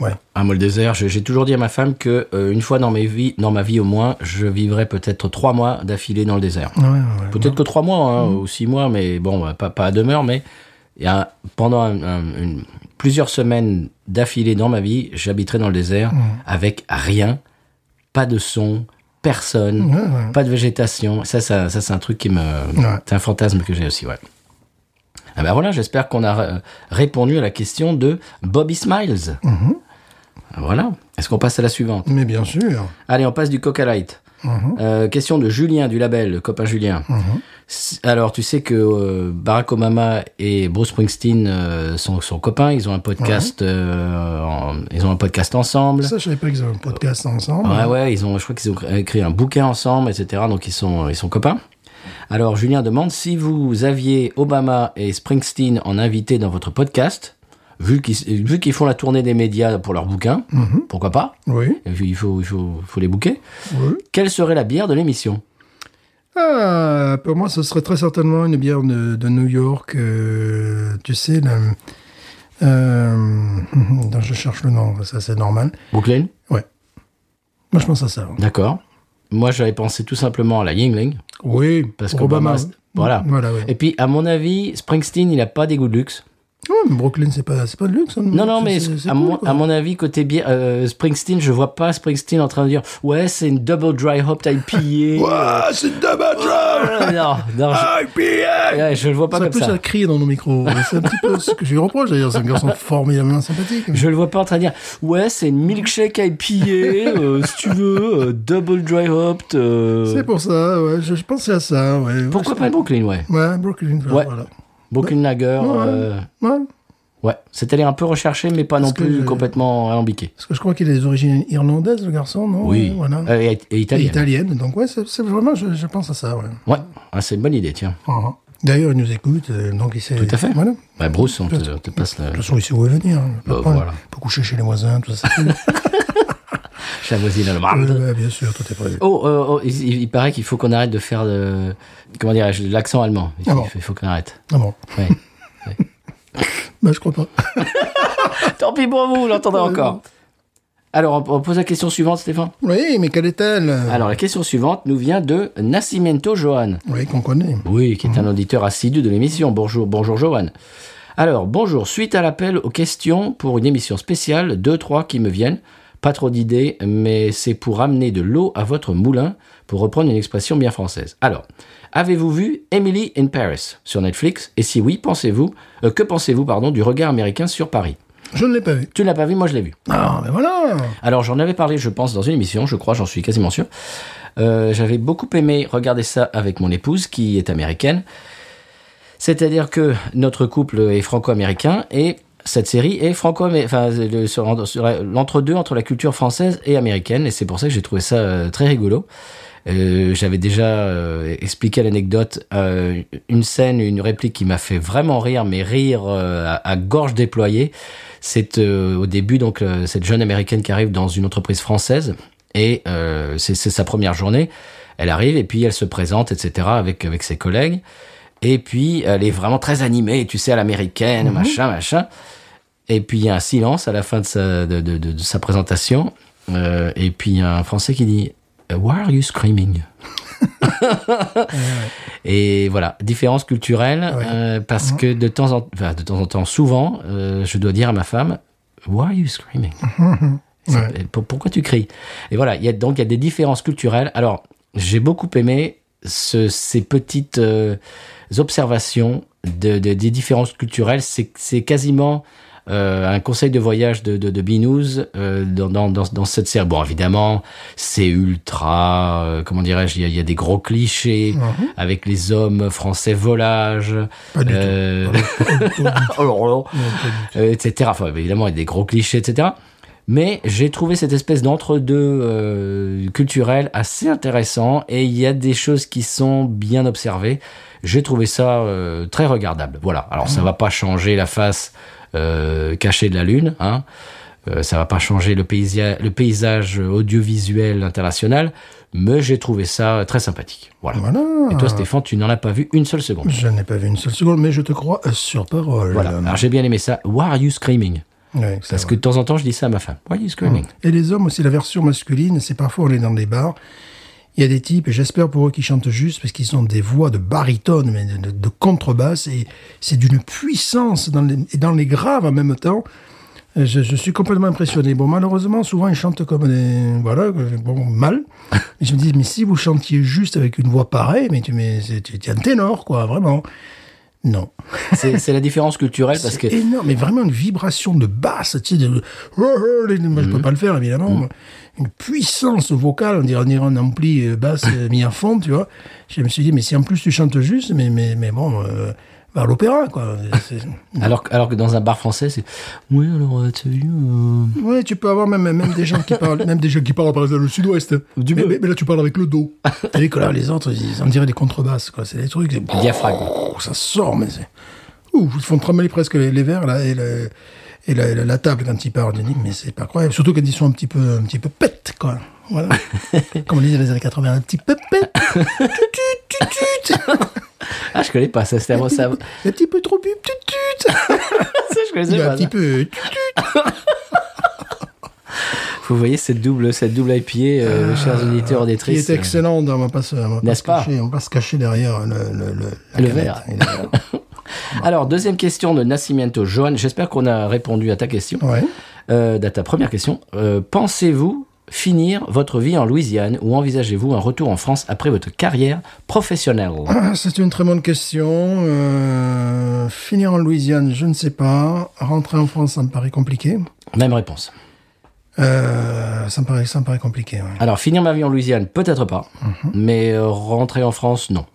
[SPEAKER 3] ouais.
[SPEAKER 1] un le désert. Je- J'ai toujours dit à ma femme que euh, une fois dans mes vies, dans ma vie au moins, je vivrais peut-être trois mois d'affilée dans le désert.
[SPEAKER 3] Ouais, ouais, ouais. Mm.
[SPEAKER 1] Peut-être que trois mois hein, ou six mois, mais bon, bah, pas, pas à demeure, mais il y a- pendant un- un- une- plusieurs semaines d'affilée dans ma vie, j'habiterai dans le désert
[SPEAKER 3] Mm.
[SPEAKER 1] avec rien, pas de son, personne,
[SPEAKER 3] Ouais, ouais.
[SPEAKER 1] pas de végétation. Ça, ça, ça, c'est un truc qui me.
[SPEAKER 3] Ouais.
[SPEAKER 1] C'est un fantasme que j'ai aussi, ouais. Ah ben voilà, j'espère qu'on a euh, répondu à la question de Bobby Smiles. Voilà. Est-ce qu'on passe à la suivante
[SPEAKER 3] Mais bien sûr.
[SPEAKER 1] Allez, on passe du Coca Light.
[SPEAKER 3] Mhm.
[SPEAKER 1] Euh, question de Julien du label, le copain Julien. S- Alors, tu sais que euh, Barack Obama et Bruce Springsteen euh, sont, sont copains. Ils ont un podcast. euh, en- ils ont un podcast ensemble.
[SPEAKER 3] Ça, je savais pas qu'ils avaient un podcast ensemble.
[SPEAKER 1] Ouais, ouais. Ils ont. Je crois qu'ils ont écrit un bouquin ensemble, etc. Donc ils sont ils sont copains. Alors Julien demande si vous aviez Obama et Springsteen en invité dans votre podcast. Vu qu'ils vu qu'ils font la tournée des médias pour leur bouquin, pourquoi pas
[SPEAKER 3] Oui,
[SPEAKER 1] Il faut il faut, faut les bouquer.
[SPEAKER 3] oui.
[SPEAKER 1] Quelle serait la bière de l'émission
[SPEAKER 3] Ah, pour moi, ce serait très certainement une bière de, de New York. euh, tu sais, la, euh, non, je cherche le nom, ça c'est normal.
[SPEAKER 1] Brooklyn
[SPEAKER 3] Ouais. Moi, je pense à ça.
[SPEAKER 1] D'accord. Moi, j'avais pensé tout simplement à la Yingling.
[SPEAKER 3] Oui,
[SPEAKER 1] Parce
[SPEAKER 3] pour
[SPEAKER 1] qu'Obama, c'est- voilà.
[SPEAKER 3] Voilà, oui.
[SPEAKER 1] Et puis, à mon avis, Springsteen, il n'a pas des goûts de luxe.
[SPEAKER 3] Ouais, mais Brooklyn, c'est pas, c'est pas de luxe.
[SPEAKER 1] Non, non, mais
[SPEAKER 3] c'est- c'est
[SPEAKER 1] à,
[SPEAKER 3] cool,
[SPEAKER 1] mon,
[SPEAKER 3] quoi.
[SPEAKER 1] à mon avis, côté bière, euh, Springsteen, je vois pas Springsteen en train de dire Ouais, c'est une double dry hop IPA.
[SPEAKER 3] Ah, c'est double drum!
[SPEAKER 1] Euh, non, non,
[SPEAKER 3] IPA!
[SPEAKER 1] je, ouais, je le vois pas
[SPEAKER 3] Ah. Ça
[SPEAKER 1] comme
[SPEAKER 3] plus
[SPEAKER 1] ça.
[SPEAKER 3] à crier dans nos micros. C'est un petit peu ce que je lui reproche d'ailleurs. C'est un garçon formidablement sympathique.
[SPEAKER 1] Je le vois pas en train de dire Ouais, c'est une milkshake IPA, euh, si tu veux, euh, double dry hop.
[SPEAKER 3] C'est pour ça, ouais, je, je pensais à ça, ouais.
[SPEAKER 1] Pourquoi pas Brooklyn, ouais.
[SPEAKER 3] Ouais, Brooklyn, voilà,
[SPEAKER 1] Ouais.
[SPEAKER 3] voilà.
[SPEAKER 1] Brooklyn Lager.
[SPEAKER 3] Ouais.
[SPEAKER 1] euh,
[SPEAKER 3] Ouais,
[SPEAKER 1] ouais, c'était un peu recherché, mais pas non
[SPEAKER 3] que-
[SPEAKER 1] plus complètement alambiqué.
[SPEAKER 3] parce que je crois qu'il a des origines irlandaises, le garçon, non
[SPEAKER 1] Oui,
[SPEAKER 3] Ouais, Voilà.
[SPEAKER 1] Euh, et, et
[SPEAKER 3] Et
[SPEAKER 1] italien.
[SPEAKER 3] italienne, donc ouais, c'est c'est vraiment, je, je pense à ça, ouais.
[SPEAKER 1] Ouais, Ah, c'est une bonne idée, tiens.
[SPEAKER 3] Ah, ah. D'ailleurs, il nous écoute, euh, donc il sait.
[SPEAKER 1] Tout à fait.
[SPEAKER 3] Voilà.
[SPEAKER 1] Bah, Bruce, on te, te passe
[SPEAKER 3] De
[SPEAKER 1] la,
[SPEAKER 3] toute façon, il sait où il veut venir. hein.
[SPEAKER 1] Bah,
[SPEAKER 3] Après,
[SPEAKER 1] voilà.
[SPEAKER 3] Il peut coucher chez les voisins, tout ça.
[SPEAKER 1] la voisine allemande.
[SPEAKER 3] Euh, ouais, bien sûr, tout est prévu.
[SPEAKER 1] Oh, euh, oh, il, il- il paraît qu'il faut qu'on arrête de faire de, comment dirais-je, de l'accent allemand. Il,
[SPEAKER 3] Ah
[SPEAKER 1] faut-
[SPEAKER 3] bon.
[SPEAKER 1] il faut- il faut qu'on arrête.
[SPEAKER 3] Ah bon
[SPEAKER 1] Ouais.
[SPEAKER 3] Bah, je crois pas.
[SPEAKER 1] Ah, Tant pis pour vous, vous l'entendrez encore. Alors, on, on pose la question suivante, Stéphane.
[SPEAKER 3] Oui, mais quelle est-elle
[SPEAKER 1] Alors, la question suivante nous vient de Nascimento Johan.
[SPEAKER 3] Oui, qu'on connaît.
[SPEAKER 1] Oui, qui est un auditeur assidu de l'émission. Bonjour, bonjour Johan. Alors, bonjour. Suite à l'appel aux questions pour une émission spéciale, deux, trois qui me viennent. Pas trop d'idées, mais c'est pour amener de l'eau à votre moulin, pour reprendre une expression bien française. Alors, avez-vous vu Emily in Paris sur Netflix Et si oui, pensez-vous, euh, que pensez-vous, pardon, du regard américain sur Paris
[SPEAKER 3] Je ne l'ai pas vu.
[SPEAKER 1] Tu ne l'as pas vu, moi je l'ai vu.
[SPEAKER 3] Ah, ben voilà
[SPEAKER 1] Alors j'en avais parlé, je pense, dans une émission, je crois, j'en suis quasiment sûr. Euh, J'avais beaucoup aimé regarder ça avec mon épouse, qui est américaine. C'est-à-dire que notre couple est franco-américain et cette série est franco enfin, le- sur- sur la- l'entre-deux entre la culture française et américaine. Et c'est pour ça que j'ai trouvé ça euh, très rigolo. Euh, J'avais déjà euh, expliqué l'anecdote, euh, une scène, une réplique qui m'a fait vraiment rire, mais rire euh, à, à gorge déployée. C'est euh, au début donc euh, cette jeune américaine qui arrive dans une entreprise française et euh, c'est c'est sa première journée. Elle arrive et puis elle se présente, etc. avec avec ses collègues. Et puis, elle est vraiment très animée, tu sais, à l'américaine, machin, machin. Et puis, il y a un silence à la fin de sa, de, de- de- de sa présentation. Euh, et puis, il y a un Français qui dit « Why are you screaming ?» Et voilà, différence culturelle,
[SPEAKER 3] Ah Ouais. Mmh.
[SPEAKER 1] euh, parce que de temps en temps, de temps en temps, souvent, euh, je dois dire à ma femme « Why are you screaming ?» C'est-
[SPEAKER 3] Mmh. Ouais.
[SPEAKER 1] Pour- Pourquoi tu cries Et voilà, il y a, donc il y a des différences culturelles. Alors, j'ai beaucoup aimé ce- ces petites euh, observations de, de- des différences culturelles. C'est c'est quasiment euh, un conseil de voyage de, de, de Binous euh, dans, dans, dans, dans cette série. Bon, évidemment, c'est ultra, euh, comment dirais-je, il y a- il y, a des gros clichés avec les hommes français volages.
[SPEAKER 3] Pas du tout. Oh
[SPEAKER 1] euh,
[SPEAKER 3] Non, pas du
[SPEAKER 1] euh, etc. Enfin, évidemment, il y a des gros clichés, etc. Mais j'ai trouvé cette espèce d'entre-deux euh, culturel assez intéressant et il y a des choses qui sont bien observées. J'ai trouvé ça euh, très regardable. Voilà. Alors, ça va pas changer la face euh, cachée de la Lune, hein. Euh, ça va pas changer le, paysia- le paysage euh, audiovisuel international, mais j'ai trouvé ça euh, très sympathique. Voilà.
[SPEAKER 3] tout. Voilà.
[SPEAKER 1] Et toi, Stéphane, tu n'en as pas vu une seule seconde.
[SPEAKER 3] Ah. Je n'ai pas vu une seule seconde, mais je te crois euh, sur parole.
[SPEAKER 1] Voilà. Alors, j'ai bien aimé ça. Why are you screaming?
[SPEAKER 3] Ouais, c'est
[SPEAKER 1] Parce que de temps en temps, je dis ça à ma femme. Why are you screaming?
[SPEAKER 3] Mmh. Et les hommes aussi, la version masculine, c'est parfois on est dans des bars, il y a des types, et j'espère pour eux qu'ils chantent juste, parce qu'ils ont des voix de baryton, mais de, de- de contrebasse, et c'est d'une puissance dans les, et dans les graves en même temps. Euh, Je, je suis complètement impressionné. Bon, malheureusement, souvent ils chantent comme des. Voilà, euh, bon, mal. Et je me dis, mais si vous chantiez juste avec une voix pareille, mais tu mais c'est- tu- tu es un ténor, quoi, vraiment. Non.
[SPEAKER 1] C'est c'est la différence culturelle parce que
[SPEAKER 3] Ah. C'est énorme, mais vraiment une vibration de basse, tu sais, de- oh, moi
[SPEAKER 1] Mhm.
[SPEAKER 3] je peux pas le faire évidemment, une puissance vocale, on dirait, on dirait un ampli euh, basse euh, mis à fond, tu vois. Je me suis dit, mais si en plus tu chantes juste, mais, mais, mais bon, euh, va à l'opéra, quoi. C'est- c'est-
[SPEAKER 1] alors, que- alors que dans un bar français, c'est oui alors euh, t'as vu euh,
[SPEAKER 3] Ouais, tu peux avoir même, même des gens qui parlent, même des gens qui parlent par exemple le sud-ouest.
[SPEAKER 1] Du
[SPEAKER 3] mais,
[SPEAKER 1] peu.
[SPEAKER 3] mais- mais là, tu parles avec le dos. T'as vu que là, les autres, ils, on dirait des contrebasses, quoi. C'est des trucs. c'est-
[SPEAKER 1] le diaphragme.
[SPEAKER 3] Oh, ça sort, mais c'est. Ouh, ils font trembler presque les, les verres, là, et, le- et la, la- la table quand ils parlent. Je dis, mais c'est pas croyable. Surtout quand ils sont un petit peu, un petit peu pète, quoi. Voilà. Comme on disait dans les années 80, un petit peu pète. Tu, tu, tu, tu, tu.
[SPEAKER 1] Ah je connais pas ça, c'est avant ça.
[SPEAKER 3] Un petit peu trop bu. Tu, tu, tu.
[SPEAKER 1] Ça, je connaissais
[SPEAKER 3] Il a
[SPEAKER 1] pas.
[SPEAKER 3] un petit
[SPEAKER 1] ça.
[SPEAKER 3] peu. tu,
[SPEAKER 1] Vous voyez cette double cette double IPA, euh, chers auditeurs
[SPEAKER 3] Qui
[SPEAKER 1] auditrices.
[SPEAKER 3] Ah, est excellent, on va pas se, on va
[SPEAKER 1] euh, N'est-ce
[SPEAKER 3] se
[SPEAKER 1] pas
[SPEAKER 3] cacher, on va pas se cacher derrière le, le, le, la
[SPEAKER 1] Le
[SPEAKER 3] canette,
[SPEAKER 1] verre.
[SPEAKER 3] hein, il
[SPEAKER 1] Alors deuxième question de Nascimento Johan. J'espère qu'on a répondu à ta question,
[SPEAKER 3] est- ouais.
[SPEAKER 1] euh, à ta première question. Euh, Pensez-vous finir votre vie en Louisiane ou envisagez-vous un retour en France après votre carrière professionnelle
[SPEAKER 3] Ah, C'est une très bonne question. Euh, finir en Louisiane, je ne sais pas. Rentrer en France, ça me paraît compliqué.
[SPEAKER 1] Même réponse.
[SPEAKER 3] Euh, ça, me paraît, ça me paraît compliqué, ouais.
[SPEAKER 1] Alors, finir ma vie en Louisiane, peut-être pas.
[SPEAKER 3] Mhm.
[SPEAKER 1] Mais euh, rentrer en France, non.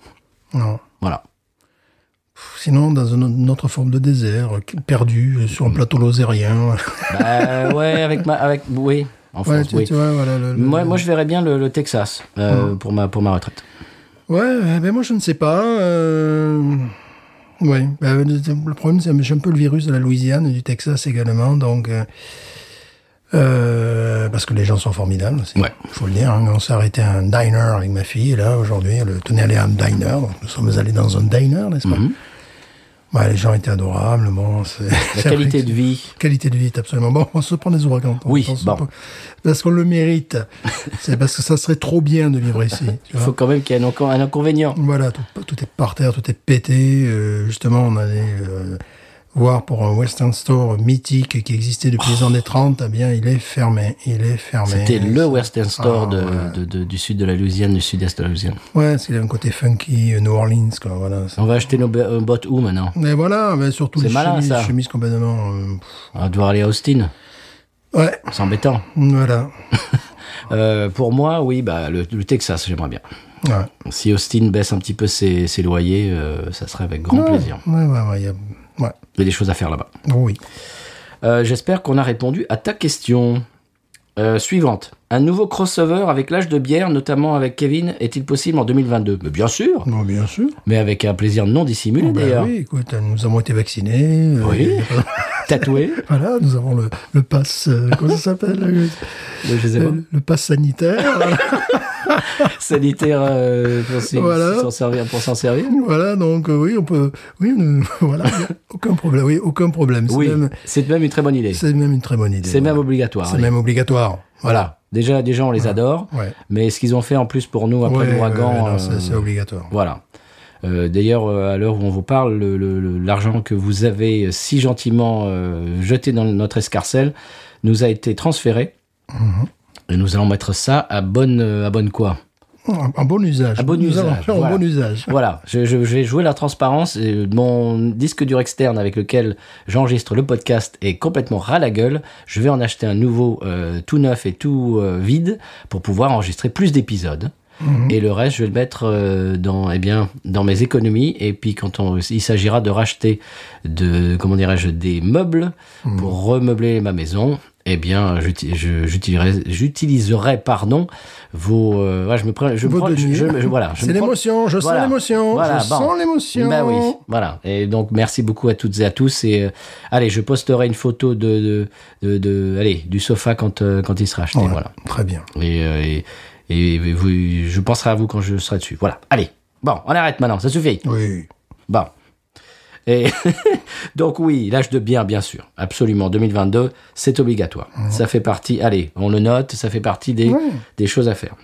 [SPEAKER 1] Ah.
[SPEAKER 3] Non.
[SPEAKER 1] Voilà.
[SPEAKER 3] Pff, Sinon, dans une autre- une autre forme de désert, euh, perdu euh, sur un plateau lozérien.
[SPEAKER 1] Bah, ouais, avec ma. Avec, oui, en
[SPEAKER 3] Ouais,
[SPEAKER 1] France,
[SPEAKER 3] tu,
[SPEAKER 1] oui.
[SPEAKER 3] tu vois, voilà. le- Mhm. le-
[SPEAKER 1] Moi, moi, je verrais bien le, le Texas euh, pour, ma, pour ma retraite.
[SPEAKER 3] Ouais, euh, ben moi je ne sais pas. euh, Ouais, ben, le problème c'est j'ai un peu le virus de la Louisiane et du Texas également, donc euh, euh, parce que les gens sont formidables. Il
[SPEAKER 1] Ouais.
[SPEAKER 3] faut le dire. hein. On s'est arrêté à un diner avec ma fille et là aujourd'hui elle tenait à aller à un diner. Donc, nous sommes allés dans un diner, n'est-ce pas Ouais, les gens étaient adorables. Bon, c'est
[SPEAKER 1] Mm-hmm. La
[SPEAKER 3] c'est vrai
[SPEAKER 1] qualité
[SPEAKER 3] que-
[SPEAKER 1] de vie.
[SPEAKER 3] Qualité de vie, est absolument. Bon, on se prend des ouragans. hein.
[SPEAKER 1] Oui,
[SPEAKER 3] On se
[SPEAKER 1] bon.
[SPEAKER 3] prend- Parce qu'on le mérite. C'est parce que ça serait trop bien de vivre ici. tu
[SPEAKER 1] Il
[SPEAKER 3] vois.
[SPEAKER 1] faut quand même qu'il y ait un, inco- un inconvénient.
[SPEAKER 3] Voilà, tout, tout est par terre, tout est pété. Euh, justement, on allait euh, voir pour un Western Store mythique qui existait depuis les années 30. Eh bien, il est fermé. Il est fermé.
[SPEAKER 1] C'était le Western Store
[SPEAKER 3] Ah,
[SPEAKER 1] de-
[SPEAKER 3] ouais.
[SPEAKER 1] de- de- du sud de la Louisiane, du sud-est de la Louisiane.
[SPEAKER 3] Ouais, parce qu'il a un côté funky, euh, New Orleans, quoi. Voilà.
[SPEAKER 1] On va acheter nos be- euh, bottes où maintenant
[SPEAKER 3] Mais voilà, mais surtout
[SPEAKER 1] C'est
[SPEAKER 3] les
[SPEAKER 1] malin,
[SPEAKER 3] chemises,
[SPEAKER 1] ça.
[SPEAKER 3] les chemises complètement. euh, pff.
[SPEAKER 1] On va devoir aller à Austin.
[SPEAKER 3] ouais,
[SPEAKER 1] C'est embêtant.
[SPEAKER 3] voilà.
[SPEAKER 1] Euh, pour moi, oui, bah, le, le Texas, j'aimerais bien.
[SPEAKER 3] Ouais.
[SPEAKER 1] Si Austin baisse un petit peu ses, ses loyers, euh, ça serait avec grand plaisir.
[SPEAKER 3] Ouais, ouais, ouais. il y a- ouais.
[SPEAKER 1] Il y a des choses à faire là-bas.
[SPEAKER 3] Bon, oui.
[SPEAKER 1] Euh, J'espère qu'on a répondu à ta question. Euh, suivante. Un nouveau crossover avec l'âge de bière, notamment avec Kevin, est-il possible en 2022 Mais Bien sûr
[SPEAKER 3] Bon, Bah, bien sûr.
[SPEAKER 1] Mais avec un plaisir non dissimulé
[SPEAKER 3] Ben
[SPEAKER 1] d'ailleurs.
[SPEAKER 3] oui, écoute, nous avons été vaccinés. euh,
[SPEAKER 1] Oui. Tatoué.
[SPEAKER 3] Voilà, nous avons le, le pass, euh, comment ça s'appelle euh,
[SPEAKER 1] Je sais pas.
[SPEAKER 3] le, le pass sanitaire. voilà.
[SPEAKER 1] Sanitaire euh, pour s'y-
[SPEAKER 3] Voilà.
[SPEAKER 1] s'en servir. Pour s'en servir.
[SPEAKER 3] Voilà, donc euh, oui, on peut, oui, nous- voilà, y a aucun problème, oui, aucun problème. C'est
[SPEAKER 1] Oui,
[SPEAKER 3] même,
[SPEAKER 1] c'est même une très bonne idée.
[SPEAKER 3] c'est même une très bonne idée.
[SPEAKER 1] C'est même
[SPEAKER 3] voilà.
[SPEAKER 1] obligatoire.
[SPEAKER 3] C'est
[SPEAKER 1] allez.
[SPEAKER 3] même obligatoire. Voilà.
[SPEAKER 1] Déjà, déjà, on les adore.
[SPEAKER 3] Ouais.
[SPEAKER 1] Mais ce qu'ils ont fait en plus pour nous après
[SPEAKER 3] Ouais,
[SPEAKER 1] l'ouragan,
[SPEAKER 3] ouais, ouais, non,
[SPEAKER 1] euh,
[SPEAKER 3] c'est- c'est obligatoire.
[SPEAKER 1] voilà. Euh, D'ailleurs, euh, à l'heure où on vous parle, le- le- le- l'argent que vous avez si gentiment euh, jeté dans notre escarcelle nous a été transféré.
[SPEAKER 3] Mhm.
[SPEAKER 1] Et nous allons mettre ça à bonne, euh, à bonne quoi
[SPEAKER 3] Un, un bon usage.
[SPEAKER 1] Un bon
[SPEAKER 3] Nous allons
[SPEAKER 1] usage,
[SPEAKER 3] faire
[SPEAKER 1] voilà.
[SPEAKER 3] Un bon usage.
[SPEAKER 1] Voilà, je, je- j'ai joué la transparence. et Mon disque dur externe avec lequel j'enregistre le podcast est complètement ras la gueule. Je vais en acheter un nouveau euh, tout neuf et tout euh, vide pour pouvoir enregistrer plus d'épisodes.
[SPEAKER 3] Mhm.
[SPEAKER 1] Et le reste, je vais le mettre euh, dans, eh bien, dans mes économies. Et puis, quand on, il s'agira de racheter de, comment dirais-je, des meubles
[SPEAKER 3] Mhm.
[SPEAKER 1] pour remeubler ma maison, eh bien, j'uti- je- j'utiliserai, j'utiliserai, pardon, vos, euh, voilà, je me prends, je me
[SPEAKER 3] Vos
[SPEAKER 1] prends-
[SPEAKER 3] deniers.
[SPEAKER 1] je- je- voilà, je
[SPEAKER 3] C'est
[SPEAKER 1] me prends-
[SPEAKER 3] l'émotion, je
[SPEAKER 1] Voilà.
[SPEAKER 3] sens l'émotion,
[SPEAKER 1] Voilà,
[SPEAKER 3] je
[SPEAKER 1] bon.
[SPEAKER 3] sens l'émotion.
[SPEAKER 1] bah oui, voilà. Et donc merci beaucoup à toutes et à tous. Et euh, allez, je posterai une photo de de, de, de- allez du sofa quand euh, quand il sera acheté.
[SPEAKER 3] Ouais,
[SPEAKER 1] Voilà.
[SPEAKER 3] Très bien.
[SPEAKER 1] Et, euh, et et vous, je penserai à vous quand je serai dessus. Voilà. Allez. Bon, on arrête maintenant. Ça suffit.
[SPEAKER 3] Oui.
[SPEAKER 1] Bon. Et donc oui, l'âge de bien, bien sûr, absolument. 2022, c'est obligatoire. Ça fait partie. Allez, on le note. Ça fait partie des des choses à faire.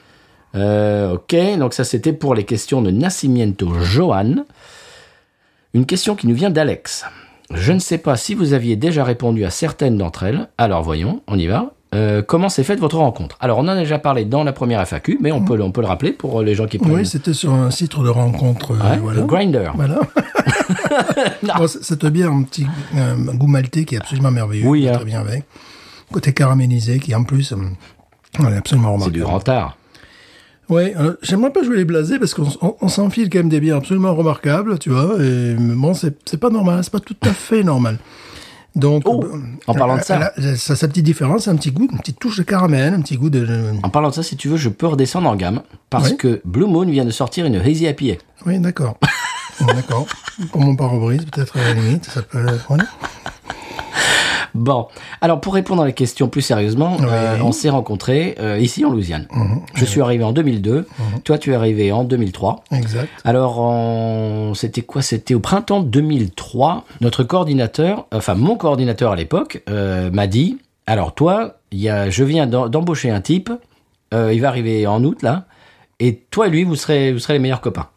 [SPEAKER 1] Euh, ok, donc ça c'était pour les questions de Nascimento Johan. Une question qui nous vient d'Alex. Je ne sais pas si vous aviez déjà répondu à certaines d'entre elles. Alors voyons, on y va. Euh, comment s'est faite votre rencontre Alors on en a déjà parlé dans la première FAQ, mais on, peut, le- on peut le rappeler pour les gens qui prennent
[SPEAKER 3] Oui, c'était sur un site de rencontre. euh,
[SPEAKER 1] Ouais, Hein
[SPEAKER 3] voilà.
[SPEAKER 1] le Grinder.
[SPEAKER 3] Voilà. Bon, c- cette bière a un petit euh, goût maltais qui est absolument merveilleux.
[SPEAKER 1] Oui,
[SPEAKER 3] qui va
[SPEAKER 1] hein.
[SPEAKER 3] Très bien avec. Côté caramélisé qui, en plus, hum, elle est absolument
[SPEAKER 1] C'est du
[SPEAKER 3] remarquable.
[SPEAKER 1] rentard.
[SPEAKER 3] Ouais, euh, j'aimerais pas jouer les blasés parce qu'on s- on- on s'enfile quand même des bières absolument remarquables, tu vois. Et bon, c'est c'est pas normal, c'est pas tout à fait normal. Donc, euh,
[SPEAKER 1] Oh, en parlant de ça.
[SPEAKER 3] elle a- sa, sa petite différence, un petit goût, une petite touche de caramel, un petit goût de.
[SPEAKER 1] En parlant de ça, si tu veux, je peux redescendre en gamme parce
[SPEAKER 3] Oui.
[SPEAKER 1] que Blue Moon vient de sortir une Hazy IPA.
[SPEAKER 3] Oui, d'accord. Bon, d'accord. Pour mon pare-brise, peut-être à la limite, ça peut. Voilà.
[SPEAKER 1] Bon, alors pour répondre à la question plus sérieusement, euh, on s'est rencontrés euh, ici en Louisiane. Je suis arrivé en 2002, toi tu es arrivé en 2003.
[SPEAKER 3] Exact.
[SPEAKER 1] Alors, en- c'était quoi C'était au printemps 2003. Notre coordinateur, enfin mon coordinateur à l'époque, euh, m'a dit Alors, toi, il y a, je viens d'em- d'embaucher un type, euh, il va arriver en août là, et toi et lui, vous serez, vous serez les meilleurs copains.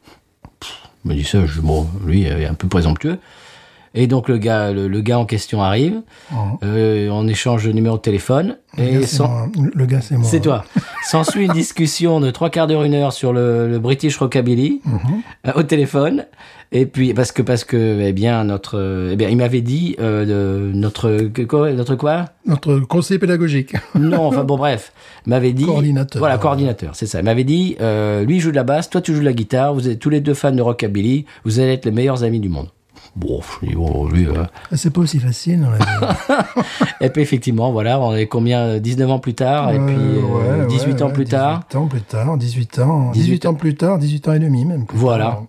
[SPEAKER 1] Pff, Il m'a dit ça, je, bon, lui, il est un peu présomptueux. Et donc, le gars, le, le gars en question arrive, euh, on échange le numéro de téléphone,
[SPEAKER 3] Le
[SPEAKER 1] et
[SPEAKER 3] gars, c'est
[SPEAKER 1] sans-
[SPEAKER 3] moi. Le gars, c'est moi.
[SPEAKER 1] c'est toi. S'ensuit une discussion de trois quarts d'heure, une heure sur le, le British Rockabilly
[SPEAKER 3] Mhm.
[SPEAKER 1] euh, au téléphone. Et puis, parce que, parce que, eh bien, notre, euh, eh bien, il m'avait dit, euh, de- notre, que- quoi, notre quoi?
[SPEAKER 3] Notre conseiller pédagogique.
[SPEAKER 1] Non, enfin bon, bref. Il m'avait dit.
[SPEAKER 3] Coordinateur.
[SPEAKER 1] Voilà, coordinateur, c'est ça. Il m'avait dit, euh, lui joue de la basse, toi tu joues de la guitare, vous êtes tous les deux fans de Rockabilly, vous allez être les meilleurs amis du monde. Bon, je dis, bon, lui, euh,
[SPEAKER 3] Ah, C'est pas aussi facile dans la vie.
[SPEAKER 1] Et puis effectivement, voilà, on est combien 19 ans plus tard, et
[SPEAKER 3] Ouais,
[SPEAKER 1] puis euh,
[SPEAKER 3] ouais,
[SPEAKER 1] 18
[SPEAKER 3] ouais,
[SPEAKER 1] ans
[SPEAKER 3] ouais,
[SPEAKER 1] plus tard.
[SPEAKER 3] 18 ans plus tard, 18 ans.
[SPEAKER 1] 18
[SPEAKER 3] 18, ans plus tard, 18 ans et demi même. plus
[SPEAKER 1] Voilà.
[SPEAKER 3] tard.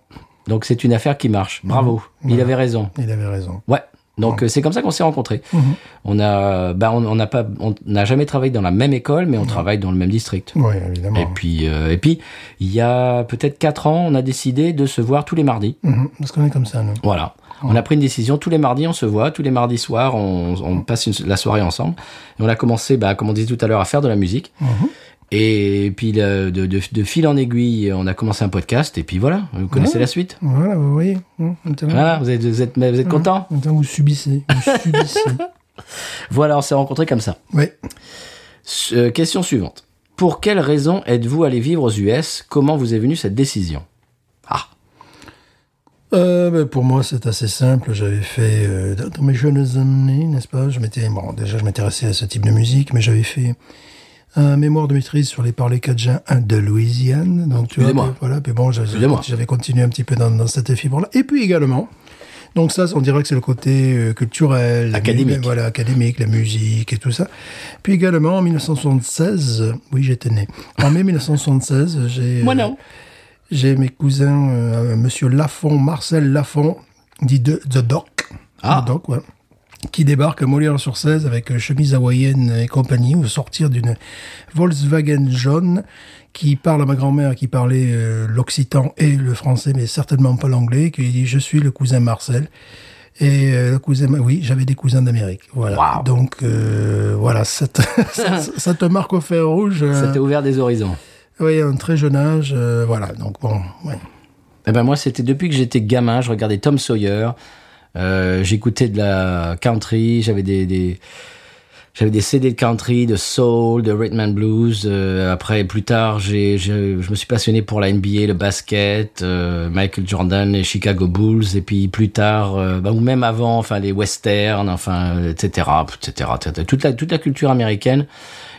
[SPEAKER 1] Donc c'est une affaire qui marche. Bravo. Il
[SPEAKER 3] Mhm. Voilà.
[SPEAKER 1] avait raison.
[SPEAKER 3] Il avait raison.
[SPEAKER 1] Ouais. Donc euh, c'est comme ça qu'on s'est rencontrés.
[SPEAKER 3] Mhm.
[SPEAKER 1] On a, bah, on on n'a pas, on n'a jamais travaillé dans la même école,
[SPEAKER 3] Mhm.
[SPEAKER 1] mais on travaille dans le même district.
[SPEAKER 3] Oui,
[SPEAKER 1] Et
[SPEAKER 3] évidemment.
[SPEAKER 1] puis, euh, et puis, il y a peut-être quatre ans, on a décidé de se voir tous les mardis.
[SPEAKER 3] Mhm, Parce qu'on est comme ça, nous.
[SPEAKER 1] Voilà. On a pris une décision. Tous les mardis, on se voit. Tous les mardis soirs, on, on passe une- la soirée ensemble. Et on a commencé, bah, comme on disait tout à l'heure, à faire de la musique.
[SPEAKER 3] Mhm.
[SPEAKER 1] Et puis, le- de, de- de fil en aiguille, on a commencé un podcast. Et puis voilà, vous connaissez la suite.
[SPEAKER 3] Voilà, vous voyez. hein, maintenant,
[SPEAKER 1] Voilà, vous êtes, vous êtes, vous
[SPEAKER 3] Mhm.
[SPEAKER 1] êtes content
[SPEAKER 3] maintenant, vous subissez. Vous subissez.
[SPEAKER 1] Voilà, on s'est rencontrés comme ça.
[SPEAKER 3] Oui.
[SPEAKER 1] S- euh, question suivante. Pour quelle raison êtes-vous allé vivre aux US Comment vous est venue cette décision Ah,
[SPEAKER 3] Euh, ben, pour moi, c'est assez simple. J'avais fait, euh, dans dans mes jeunes années, n'est-ce pas, je m'étais, bon, déjà, je m'intéressais à ce type de musique, mais j'avais fait un mémoire de maîtrise sur les parlers cajuns hein, de Louisiane. Donc, tu vois,
[SPEAKER 1] Excusez-moi.
[SPEAKER 3] ben, voilà, puis bon, j'avais
[SPEAKER 1] Excusez-moi.
[SPEAKER 3] j'avais continué un petit peu dans, dans cette fibre-là. Et puis également, donc ça, on dirait que c'est le côté euh, culturel, la
[SPEAKER 1] Académique.
[SPEAKER 3] mu- voilà, académique, la musique et tout ça. Puis également, en 1976, euh, oui, j'étais né. En mai 1976, j'ai.
[SPEAKER 1] moi
[SPEAKER 3] euh,
[SPEAKER 1] non.
[SPEAKER 3] j'ai mes cousins, euh, Monsieur Lafont, Marcel Lafont, dit de, The Doc.
[SPEAKER 1] Ah.
[SPEAKER 3] The Doc, ouais. Qui débarque à Molière-sur-Cèze avec euh, chemise hawaïenne et compagnie, au sortir d'une Volkswagen jaune, qui parle à ma grand-mère, qui parlait euh, l'occitan et le français, mais certainement pas l'anglais, qui dit Je suis le cousin Marcel. Et euh, le cousin, oui, j'avais des cousins d'Amérique. Voilà.
[SPEAKER 1] Wow.
[SPEAKER 3] Donc, euh, voilà, ça te, ça- ça te marque au fer rouge. euh,
[SPEAKER 1] Ça t'a ouvert des horizons.
[SPEAKER 3] oui, à un très jeune âge, euh, voilà. Donc, bon, ouais.
[SPEAKER 1] Eh ben moi, c'était depuis que j'étais gamin, je regardais Tom Sawyer, euh, j'écoutais de la country, j'avais des, des- j'avais des CD de country, de soul, de rhythm and blues. euh, après, plus tard, j'ai, je, je me suis passionné pour la NBA, le basket, euh, Michael Jordan, les Chicago Bulls, et puis plus tard, euh, bah, ou même avant, enfin les westerns, enfin euh, etc., etc., etc. Toute la toute la culture américaine.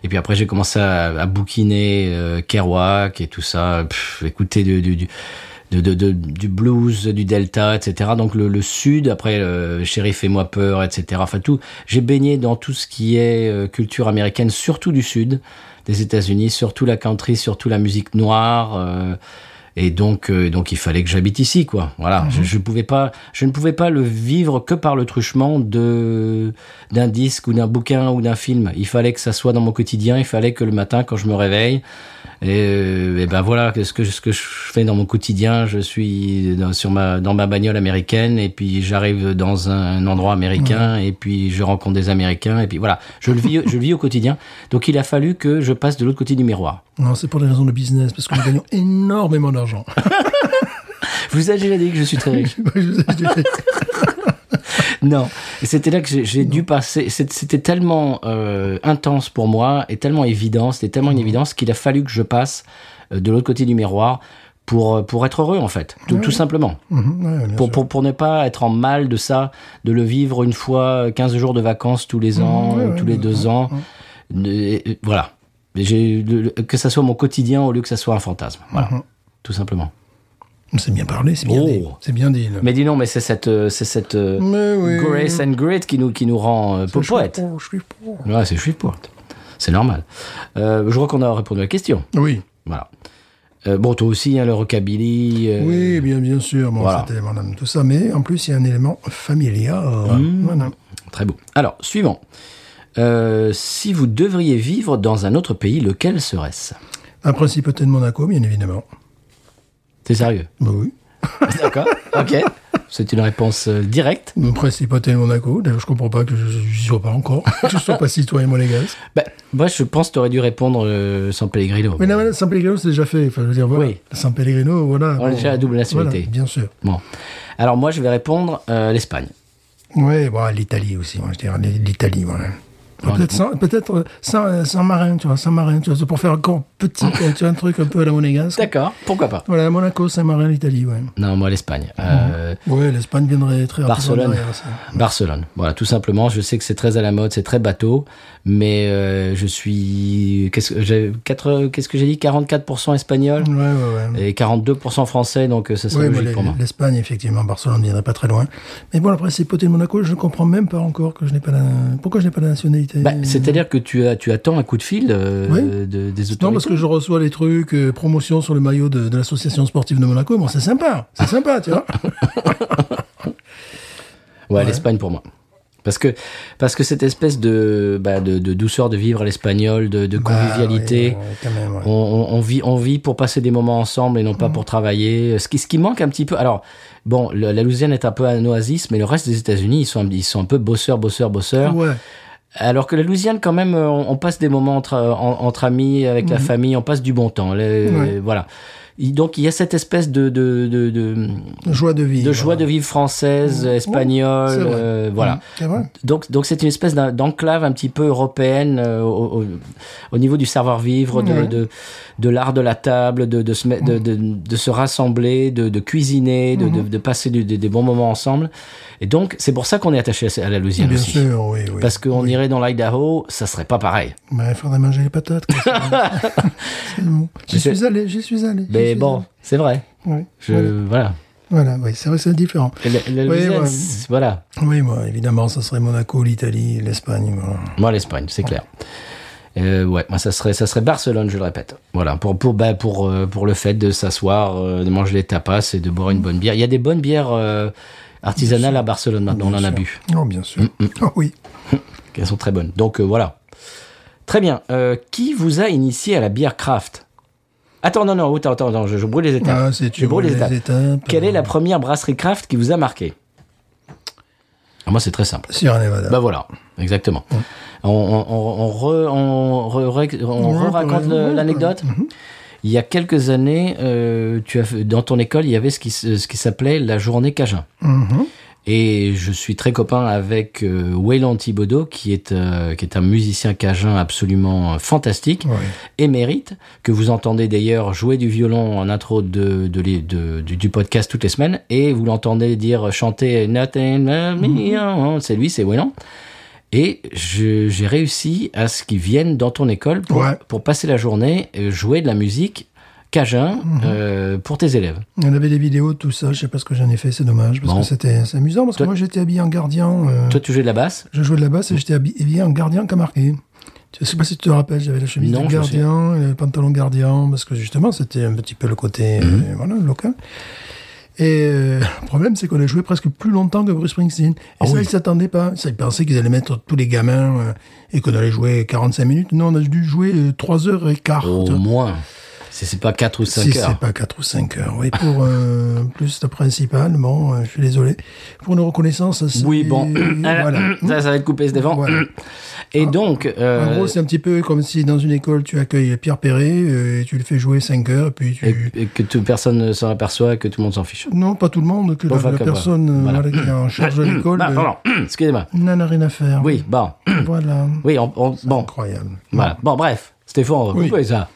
[SPEAKER 1] Et puis après, j'ai commencé à, à bouquiner euh, Kerouac et tout ça, pff, écouter du, du, du, de, de- de- du blues, du delta, etc. Donc le, le sud, après euh, Chéri fais-moi peur, etc. Enfin tout, j'ai baigné dans tout ce qui est euh, culture américaine, surtout du sud des États-Unis, surtout la country, surtout la musique noire. euh, et donc, euh, donc il fallait que j'habite ici, quoi. Voilà, je, je pouvais pas, je ne pouvais pas le vivre que par le truchement de d'un disque ou d'un bouquin ou d'un film. Il fallait que ça soit dans mon quotidien. Il fallait que le matin, quand je me réveille, et, euh, et ben voilà, que ce que ce que je fais dans mon quotidien, je suis dans, sur ma dans ma bagnole américaine, et puis j'arrive dans un, un endroit américain, et puis je rencontre des Américains, et puis voilà, je le vis, je le vis au quotidien. Donc il a fallu que je passe de l'autre côté du miroir.
[SPEAKER 3] Non, c'est pour des raisons de business, parce que nous gagnons énormément d'argent.
[SPEAKER 1] Je vous ai déjà dit que je suis très riche. Non, Et c'était là que j'ai- j'ai dû passer. c'est- C'était tellement euh, intense pour moi et tellement évident, c'était tellement une évidence qu'il a fallu que je passe euh, de l'autre côté du miroir pour euh, pour être heureux en fait, tout, tout simplement.
[SPEAKER 3] Mhm, ouais, bien
[SPEAKER 1] Pour,
[SPEAKER 3] sûr.
[SPEAKER 1] pour, pour ne pas être en mal de ça, de le vivre une fois euh, 15 jours de vacances tous les ans,
[SPEAKER 3] ouais,
[SPEAKER 1] ou
[SPEAKER 3] ouais,
[SPEAKER 1] tous les
[SPEAKER 3] ouais,
[SPEAKER 1] deux
[SPEAKER 3] ouais,
[SPEAKER 1] ans. Et- et- voilà. J'ai- le- le- que ça soit mon quotidien au lieu que ça soit un fantasme. Voilà. Tout simplement.
[SPEAKER 3] Mhm. C'est bien parlé, c'est bien
[SPEAKER 1] Oh.
[SPEAKER 3] dit. C'est bien dit, là.
[SPEAKER 1] Mais dis non, mais c'est cette, euh, c'est cette euh,
[SPEAKER 3] Mais oui.
[SPEAKER 1] grace and grit qui nous, qui nous rend euh,
[SPEAKER 3] Je suis
[SPEAKER 1] poète.
[SPEAKER 3] pour, je suis pour.
[SPEAKER 1] Ouais, c'est Shreveport. C'est normal. Euh, je crois qu'on a répondu à la question.
[SPEAKER 3] Oui,
[SPEAKER 1] Voilà. Euh, bon, toi aussi, hein, le rockabilly. euh,
[SPEAKER 3] oui, bien, bien sûr. Bon,
[SPEAKER 1] voilà.
[SPEAKER 3] cet élément d'âme, tout ça. Mais en plus, il y a un élement familial.
[SPEAKER 1] Hmm.
[SPEAKER 3] Voilà.
[SPEAKER 1] Très beau. Alors, suivant. Euh, si vous devriez vivre dans un autre pays, lequel serait-ce
[SPEAKER 3] La principauté de Monaco, bien évidemment.
[SPEAKER 1] T'es sérieux
[SPEAKER 3] Bah oui.
[SPEAKER 1] D'accord. Ok. C'est une réponse euh, directe.
[SPEAKER 3] La principauté de Monaco. D'ailleurs, je comprends pas que je ne sois pas encore. que je ne sois pas citoyen monégasque.
[SPEAKER 1] Ben, moi, je pense que t'aurais dû répondre euh, sans Pellegrino.
[SPEAKER 3] Mais la San Pellegrino, c'est déjà fait. Enfin, je veux dire, voilà.
[SPEAKER 1] Oui.
[SPEAKER 3] San Pellegrino, voilà.
[SPEAKER 1] On a déjà la double nationalité.
[SPEAKER 3] Voilà, bien sûr.
[SPEAKER 1] Bon. Alors, moi, je vais répondre euh, l'Espagne.
[SPEAKER 3] bah, Ouais, bon, l'Italie aussi, moi, je dirais l'Italie, voilà.
[SPEAKER 1] Enfin,
[SPEAKER 3] Peut-être sans, peut-être euh, sans, sans marin, tu vois, sans marin, tu vois, c'est pour faire encore petit, tu vois, un truc un peu à la monégasque.
[SPEAKER 1] D'accord, pourquoi pas.
[SPEAKER 3] Voilà, Monaco, Saint-Marin, l'Italie, ouais.
[SPEAKER 1] Non, moi l'Espagne. Euh,
[SPEAKER 3] Ouais, l'Espagne viendrait très rapidement
[SPEAKER 1] Barcelone.
[SPEAKER 3] derrière ça.
[SPEAKER 1] Barcelone. Voilà, tout simplement. Je sais que c'est très à la mode, c'est très bateau, mais euh, je suis. Qu'est-ce que j'ai quatre- Qu'est-ce que j'ai dit 44% espagnol
[SPEAKER 3] Ouais, ouais, ouais.
[SPEAKER 1] et 42% français, donc euh, ça serait
[SPEAKER 3] Mhm. Oui,
[SPEAKER 1] logique
[SPEAKER 3] mais
[SPEAKER 1] pour moi.
[SPEAKER 3] l'Espagne, effectivement, Barcelone ne viendrait pas très loin. Mais bon, après, c'est poté de Monaco, je ne comprends même pas encore que je n'ai pas la... pourquoi je n'ai pas la nationalité.
[SPEAKER 1] Bah, C'est-à-dire que tu, as, tu attends un coup de fil euh,
[SPEAKER 3] Hmm. Oui.
[SPEAKER 1] de- des autorités.
[SPEAKER 3] Non, parce que je reçois les trucs, euh, promotion sur le maillot de, de l'association sportive de Monaco. Bon, c'est sympa, c'est sympa, tu vois.
[SPEAKER 1] Ouais, l'Espagne pour moi. Parce que, parce que cette espèce de, bah, de, de douceur de vivre à l'espagnol, de, de convivialité.
[SPEAKER 3] Bah, oui, ouais, quand même, ouais. Hmm.
[SPEAKER 1] On, on- on vit, on vit pour passer des moments ensemble et non pas pour travailler. Ce qui, ce qui manque un petit peu. Alors, bon, le- la Louisiane est un peu un oasis, mais le reste des États-Unis, ils sont, un- ils sont un peu bosseurs, bosseurs, bosseurs.
[SPEAKER 3] Ouais.
[SPEAKER 1] Alors que la Louisiane, quand même, euh, on, on passe des moments entre, euh, en- entre amis, avec la famille, on passe du bon temps. Le-
[SPEAKER 3] Hmm. Ouais.
[SPEAKER 1] Voilà. Il- Donc, il y a cette espèce de, de, de, de,
[SPEAKER 3] Joie de vivre.
[SPEAKER 1] de joie de vivre française, espagnole,
[SPEAKER 3] c'est vrai. Mm.
[SPEAKER 1] euh, voilà.
[SPEAKER 3] Mmh. C'est vrai.
[SPEAKER 1] Donc, donc c'est une espèce d'en- d'enclave un petit peu européenne euh, au, au- au niveau du savoir-vivre, de,
[SPEAKER 3] Ouais.
[SPEAKER 1] de, de l'art de la table, de, de, se, met- de, de- de se rassembler, de, de cuisiner, de,
[SPEAKER 3] Mm-hmm.
[SPEAKER 1] de, de passer du- des- des bons moments ensemble. Et donc, c'est pour ça qu'on est attaché à, ce- à la Louisiane
[SPEAKER 3] Bien
[SPEAKER 1] aussi.
[SPEAKER 3] sûr, oui, oui.
[SPEAKER 1] Parce qu'on irait dans l'Idaho, ça serait pas pareil.
[SPEAKER 3] Mais il faudrait manger les patates. quoi. c'est bon. J'y
[SPEAKER 1] c'est-
[SPEAKER 3] suis allé, j'y suis allé. j'y
[SPEAKER 1] Mais
[SPEAKER 3] suis
[SPEAKER 1] bon,
[SPEAKER 3] allé.
[SPEAKER 1] c'est vrai.
[SPEAKER 3] Ouais.
[SPEAKER 1] Je,
[SPEAKER 3] Voilà.
[SPEAKER 1] Voilà.
[SPEAKER 3] Voilà, oui, c'est vrai, c'est différent.
[SPEAKER 1] Et La, la
[SPEAKER 3] Oui,
[SPEAKER 1] Louisiane,
[SPEAKER 3] ouais.
[SPEAKER 1] c'est- voilà.
[SPEAKER 3] Oui, moi, évidemment, ça serait Monaco, l'Italie, l'Espagne. voilà.
[SPEAKER 1] Moi, l'Espagne, c'est clair. Euh, ouais, moi, ça serait, ça serait Barcelone, je le répète. Voilà, pour, pour, bah, pour, euh, pour le fait de s'asseoir, euh, de manger les tapas et de boire une bonne bière. Il y a des bonnes bières euh, artisanales à Barcelone maintenant, on en a
[SPEAKER 3] sûr.
[SPEAKER 1] bu. Mm,
[SPEAKER 3] Oh, bien sûr. Oh, oui.
[SPEAKER 1] Elles sont très bonnes. Donc euh, voilà. Très bien. Euh, qui vous a initié à la bière craft Attends, non, non, attends, attends, attends, je, je brûle les étapes.
[SPEAKER 3] Ah, c'est
[SPEAKER 1] je
[SPEAKER 3] tu
[SPEAKER 1] brûle les
[SPEAKER 3] les
[SPEAKER 1] étapes.
[SPEAKER 3] étapes. hein. euh.
[SPEAKER 1] Quelle est la première brasserie craft qui vous a marqué Ah, Moi, c'est très simple.
[SPEAKER 3] Sierra Nevada.
[SPEAKER 1] Bah voilà, exactement. On, on, on, on re- on re- on
[SPEAKER 3] Ouais,
[SPEAKER 1] raconte
[SPEAKER 3] ouais, ouais, Mhm.
[SPEAKER 1] l'anecdote. Il y a quelques années, euh, tu as, fait- dans ton école, il y avait ce qui, se- ce qui s'appelait la journée Cajun.
[SPEAKER 3] Mhm.
[SPEAKER 1] Et je suis très copain avec euh, Wayland Thibodeau, qui est, euh, qui est un musicien cajun absolument euh, fantastique,
[SPEAKER 3] Ouais.
[SPEAKER 1] émérite, que vous entendez d'ailleurs jouer du violon en intro de, de, les- de- du, du podcast toutes les semaines, et vous l'entendez dire chanter Nothing but
[SPEAKER 3] Mhm.
[SPEAKER 1] me, oh, c'est lui, c'est Wayland. Et je- j'ai réussi à ce qu'ils viennent dans ton école pour,
[SPEAKER 3] Ouais.
[SPEAKER 1] pour passer la journée, euh, jouer de la musique cajun
[SPEAKER 3] Mhm.
[SPEAKER 1] euh, pour tes élèves.
[SPEAKER 3] On avait des vidéos de tout ça, je sais pas ce que j'en ai fait, c'est dommage, parce
[SPEAKER 1] Bon.
[SPEAKER 3] que c'était c'est amusant, parce que
[SPEAKER 1] Toi-
[SPEAKER 3] moi j'étais habillé en gardien, euh,
[SPEAKER 1] Toi, tu jouais de la basse
[SPEAKER 3] je jouais de la basse et j'étais habi- habillé en gardien Camargue. Je sais pas si tu te rappelles, j'avais la chemise
[SPEAKER 1] Non,
[SPEAKER 3] de
[SPEAKER 1] je me souviens.
[SPEAKER 3] gardien, et le pantalon gardien, parce que justement c'était un petit peu le côté
[SPEAKER 1] Mhm.
[SPEAKER 3] euh, voilà, local. Et euh, le problème, c'est qu'on a joué presque plus longtemps que Bruce Springsteen. Et
[SPEAKER 1] Ah
[SPEAKER 3] ça, ils s'attendaient pas. Ça, ils pensaient qu'ils allaient mettre tous les gamins euh, et qu'on allait jouer 45 minutes. Non, on a dû jouer 3 heures et quart.
[SPEAKER 1] Au moins. Si c'est pas 4 ou 5
[SPEAKER 3] Oh, Si
[SPEAKER 1] heures.
[SPEAKER 3] c'est pas 4 ou 5 heures. Oui, pour euh, plus la principale, bon, euh, je suis désolé. Pour une reconnaissance, c'est-
[SPEAKER 1] Oui, bon.
[SPEAKER 3] voilà.
[SPEAKER 1] Ça, ça va être coupé ce devant.
[SPEAKER 3] Voilà. Ah,
[SPEAKER 1] Et donc, euh,
[SPEAKER 3] En gros, c'est un petit peu comme si dans une école, tu accueilles Pierre Perret, euh, et tu le fais jouer 5 heures, et puis tu...
[SPEAKER 1] et- et que tout, personne ne s'en aperçoit, que tout le monde s'en fiche.
[SPEAKER 3] Non, pas tout le monde, que la,
[SPEAKER 1] Enfin,
[SPEAKER 3] la
[SPEAKER 1] que-
[SPEAKER 3] personne euh,
[SPEAKER 1] voilà.
[SPEAKER 3] voilà, qui est en charge de l'école
[SPEAKER 1] Ah,
[SPEAKER 3] euh,
[SPEAKER 1] pardon, excusez-moi.
[SPEAKER 3] n'en a rien à faire.
[SPEAKER 1] Oui, bon.
[SPEAKER 3] Voilà.
[SPEAKER 1] Oui, on- on- bon.
[SPEAKER 3] Incroyable.
[SPEAKER 1] Voilà. Bon, bref. Stéphane, on va
[SPEAKER 3] Oui.
[SPEAKER 1] couper ça.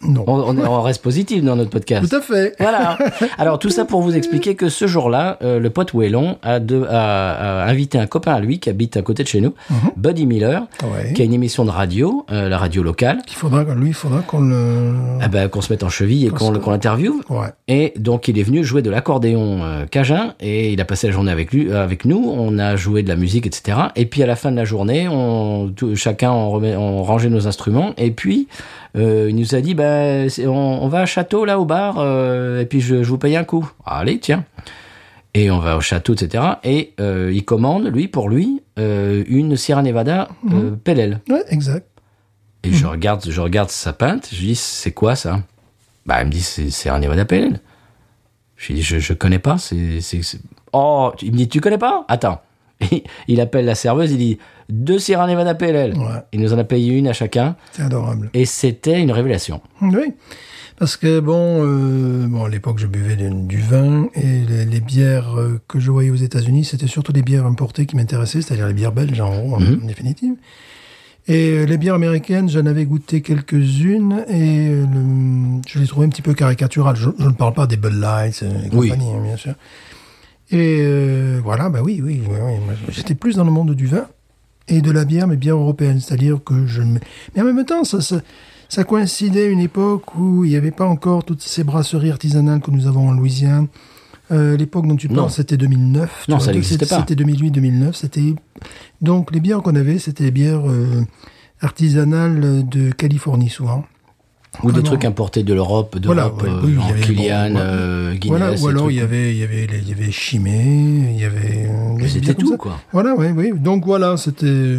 [SPEAKER 3] Non.
[SPEAKER 1] On, on est- on reste positif dans notre podcast.
[SPEAKER 3] Tout à fait.
[SPEAKER 1] Voilà. Alors tout ça pour vous expliquer que ce jour-là, euh, le pote Wellon a, de- a- a invité un copain à lui qui habite à côté de chez nous, Buddy Miller,
[SPEAKER 3] Mhm. Ouais.
[SPEAKER 1] qui a une émission de radio, euh, la radio locale.
[SPEAKER 3] Il faudra, lui, il faudra qu'on le...
[SPEAKER 1] Ah ben, qu'on se mette en cheville et qu'on
[SPEAKER 3] se-
[SPEAKER 1] qu'on l'interviewe.
[SPEAKER 3] Ouais.
[SPEAKER 1] Et donc il est venu jouer de l'accordéon euh, cajun et il a passé la journée avec lui, euh, avec nous. On a joué de la musique, etc. Et puis à la fin de la journée, on, tout- chacun on, remet, on rangeait nos instruments. Et puis euh, il nous a dit, bah, c'est- on, on va à château là au bar. euh, et puis je, je vous paye un coup. Allez, tiens. Et on va au château, etc. Et euh, il commande lui pour lui euh, une Sierra Nevada euh, Pellel.
[SPEAKER 3] Ouais, exact.
[SPEAKER 1] Et je regarde, je regarde sa pinte, je dis, c'est quoi ça Bah, elle me dit, c'est c'est un Nevada Pale. Je lui dis, je, je connais pas, c'est. c'est- c'est- Oh Il me dit, tu connais pas Attends. Et il appelle la serveuse, il dit, deux Sierra Nevada PLL.
[SPEAKER 3] Ouais.
[SPEAKER 1] Il nous en a payé une à chacun,
[SPEAKER 3] C'est adorable.
[SPEAKER 1] et c'était une révélation.
[SPEAKER 3] Oui, parce que bon, euh, bon à l'époque je buvais du, du vin et les, les bières euh, que je voyais aux États-Unis, c'était surtout les bières importées qui m'intéressaient, c'est-à-dire les bières belges en gros, en, en définitive. Et euh, les bières américaines, j'en avais goûté quelques-unes et euh, le- je les trouvais un petit peu caricaturales. Je, je ne parle pas des Bud Lights euh, et
[SPEAKER 1] Oui.
[SPEAKER 3] compagnie, hein, bien sûr. Et euh, voilà, bah oui, oui, oui, oui. Moi, J'étais plus dans le monde du vin et de la bière, mais bière européenne. C'est-à-dire que je. ne- Mais en même temps, ça, ça, ça coïncidait à une époque où il n'y avait pas encore toutes ces brasseries artisanales que nous avons en Louisiane. Euh, L'époque dont tu
[SPEAKER 1] Non.
[SPEAKER 3] parles, c'était 2009. tu
[SPEAKER 1] Non,
[SPEAKER 3] vois,
[SPEAKER 1] ça
[SPEAKER 3] donc
[SPEAKER 1] n'existait
[SPEAKER 3] c'était-
[SPEAKER 1] pas.
[SPEAKER 3] C'était 2008-2009. C'était donc les bières qu'on avait, c'était les bières euh, artisanales de Californie souvent.
[SPEAKER 1] Ou des
[SPEAKER 3] Vraiment.
[SPEAKER 1] trucs importés de l'Europe,
[SPEAKER 3] Voilà,
[SPEAKER 1] d'Europe,
[SPEAKER 3] ouais,
[SPEAKER 1] euh,
[SPEAKER 3] oui, il y
[SPEAKER 1] genre
[SPEAKER 3] avait-
[SPEAKER 1] Kilian,
[SPEAKER 3] bon,
[SPEAKER 1] euh, Guinness.
[SPEAKER 3] voilà, ou
[SPEAKER 1] des
[SPEAKER 3] alors
[SPEAKER 1] trucs-
[SPEAKER 3] il y avait, il y avait, les- il y avait Chimay, il y avait. euh, des
[SPEAKER 1] c'était
[SPEAKER 3] bières comme
[SPEAKER 1] tout,
[SPEAKER 3] ça.
[SPEAKER 1] quoi.
[SPEAKER 3] Voilà, oui, oui. Donc voilà, c'était.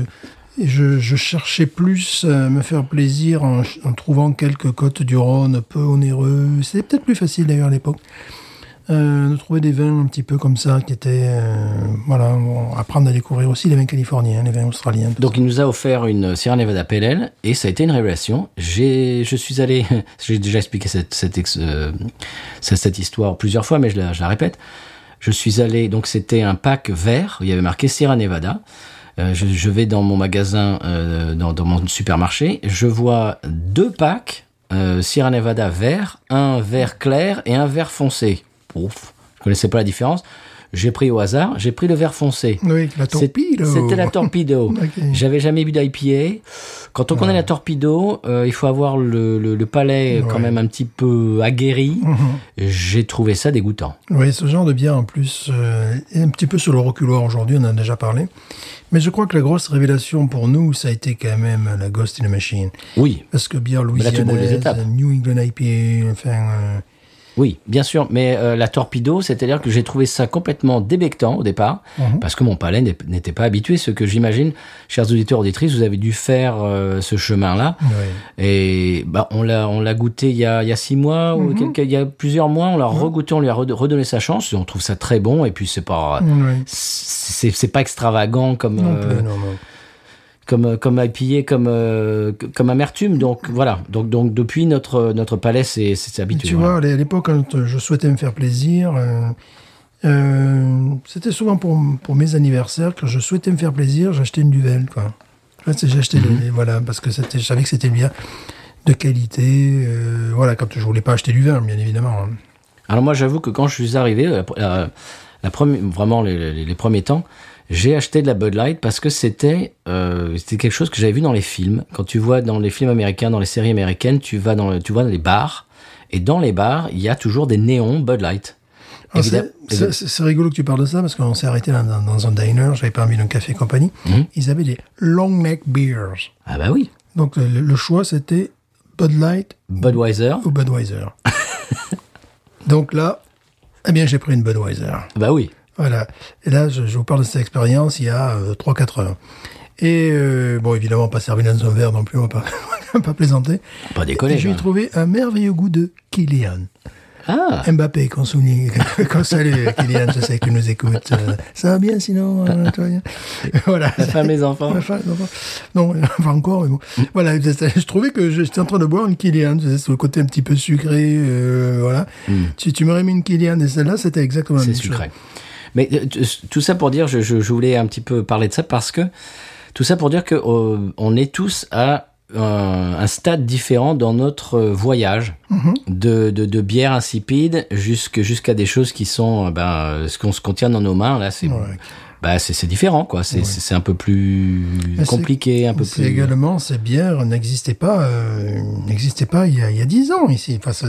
[SPEAKER 3] et Je, je cherchais plus à me faire plaisir en, ch- en trouvant quelques côtes du Rhône peu onéreux. C'était peut-être plus facile d'ailleurs à l'époque. Euh, de trouver des vins un petit peu comme ça qui étaient euh, voilà bon, apprendre à découvrir aussi les vins californiens les vins australiens tout
[SPEAKER 1] Donc il nous a offert une Sierra Nevada Pale Ale, et ça a été une révélation. J'ai, je suis allé, j'ai déjà expliqué cette, cette, ex- euh, cette, cette histoire plusieurs fois, mais je la, je la répète. Je suis allé, donc c'était un pack vert, il y avait marqué Sierra Nevada. Euh, je, je vais dans mon magasin, euh, dans, dans mon supermarché, je vois deux packs euh, Sierra Nevada vert, un vert clair et un vert foncé. Ouf, je connaissais pas la différence. J'ai pris au hasard, j'ai pris le vert foncé.
[SPEAKER 3] ça. oui la
[SPEAKER 1] C'est-
[SPEAKER 3] torpille oh. Ah,
[SPEAKER 1] C'était la torpedo.
[SPEAKER 3] Ok.
[SPEAKER 1] J'avais jamais bu d'IPA. Quand on connaît la torpedo, euh, il faut avoir le, le- le palais euh, quand
[SPEAKER 3] Ouais.
[SPEAKER 1] même un petit peu aguerri. J'ai trouvé ça dégoûtant.
[SPEAKER 3] Oui, ce genre de bière en plus euh, est un petit peu sur le reculoir aujourd'hui, on en a déjà parlé. Mais je crois que la grosse révélation pour nous, ça a été quand même la Ghost in the Machine.
[SPEAKER 1] Oui,
[SPEAKER 3] Parce que bière
[SPEAKER 1] Mais là, tu brûles les
[SPEAKER 3] louisianaise,
[SPEAKER 1] étapes.
[SPEAKER 3] New England IPA, enfin... euh,
[SPEAKER 1] oui, bien sûr. Mais euh, la torpedo, c'est-à-dire que j'ai trouvé ça complètement débectant au départ, parce que mon palais n'est- n'était pas habitué. Ce que j'imagine, chers auditeurs auditrices, vous avez dû faire euh, ce chemin-là.
[SPEAKER 3] ouais.
[SPEAKER 1] Et bah, on l'a on l'a goûté il y a, il y a six mois ou quelques- il y a plusieurs mois. On l'a regoûté, on lui a rede- redonné sa chance. On trouve ça très bon. Et puis c'est pas
[SPEAKER 3] Ouais.
[SPEAKER 1] c'est c'est pas extravagant comme
[SPEAKER 3] Non
[SPEAKER 1] euh,
[SPEAKER 3] plus, non, non.
[SPEAKER 1] comme comme IPA, comme euh, comme amertume. Donc voilà. Donc donc depuis notre notre palais s'est s'est
[SPEAKER 3] Mais
[SPEAKER 1] habitué.
[SPEAKER 3] tu
[SPEAKER 1] voilà.
[SPEAKER 3] vois, à l'époque, quand je souhaitais me faire plaisir, euh, euh, c'était souvent pour, pour mes anniversaires, quand je souhaitais me faire plaisir, j'achetais une duvel, quoi. Là, c'est- J'achetais
[SPEAKER 1] Mhm.
[SPEAKER 3] des- des- voilà, parce que c'était- je savais que c'était bien de qualité. euh, voilà, quand je voulais pas acheter du vin, bien évidemment. hein.
[SPEAKER 1] Alors moi j'avoue que quand je suis arrivé, la, la- la première, vraiment les, les- les premiers temps, j'ai acheté de la Bud Light parce que c'était euh, c'était quelque chose que j'avais vu dans les films. Quand tu vois dans les films américains, dans les séries américaines, tu vas dans le- tu vois dans les bars et dans les bars il y a toujours des néons Bud Light.
[SPEAKER 3] Alors,
[SPEAKER 1] Évidemment-
[SPEAKER 3] Ah, c'est- C'est c'est- c'est rigolo que tu parles de ça parce qu'on s'est arrêté dans, dans- dans un diner, j'avais pas envie d'un café et compagnie.
[SPEAKER 1] Mhm.
[SPEAKER 3] Ils avaient des long neck beers.
[SPEAKER 1] Ah bah oui,
[SPEAKER 3] Donc le, le choix c'était Bud Light
[SPEAKER 1] Budweiser.
[SPEAKER 3] ou Budweiser. Donc là, eh bien j'ai pris une Budweiser.
[SPEAKER 1] Bah oui.
[SPEAKER 3] Voilà. Et là, je, je vous parle de cette expérience il y a euh, 3-4 heures. Et euh, bon, évidemment, pas servi dans un verre non plus, on va pas, on va pas plaisanter.
[SPEAKER 1] Pas déconner,
[SPEAKER 3] Et je lui ai
[SPEAKER 1] quand
[SPEAKER 3] trouvé un merveilleux goût de Kylian.
[SPEAKER 1] Ah.
[SPEAKER 3] Mbappé, qu'on souligne, qu'on salue, Kylian, je sais que tu nous écoutes. Euh, ça va bien sinon, euh, toi, bien Voilà.
[SPEAKER 1] La femme, les enfants.
[SPEAKER 3] La femme, les enfants. Non, pas encore, mais bon.
[SPEAKER 1] Mm.
[SPEAKER 3] Voilà, je trouvais que je- j'étais en train de boire une Kylian, tu sais, sur le côté un petit peu sucré, euh, voilà. Tu, tu m'aurais mis une Kylian et celle-là, c'était exactement la
[SPEAKER 1] Mm. C'est
[SPEAKER 3] même
[SPEAKER 1] sucré. Mais euh, t- tout ça pour dire, je, je- je voulais un petit peu parler de ça parce que tout ça pour dire que euh, on est tous à un, un stade différent dans notre euh, voyage
[SPEAKER 3] Mm-hmm.
[SPEAKER 1] de, de, de bière insipide jusque- jusqu'à des choses qui sont euh, ben, euh, ce qu'on se contient dans nos mains là c'est
[SPEAKER 3] Ouais.
[SPEAKER 1] bah, c'est c'est différent quoi c'est c'est- c'est un peu plus
[SPEAKER 3] Mais c'est-
[SPEAKER 1] compliqué un peu
[SPEAKER 3] C'est
[SPEAKER 1] plus
[SPEAKER 3] également, ces bières n'existaient pas, euh, n'existaient pas il y a, il y a 10 ans ici. Enfin, ça-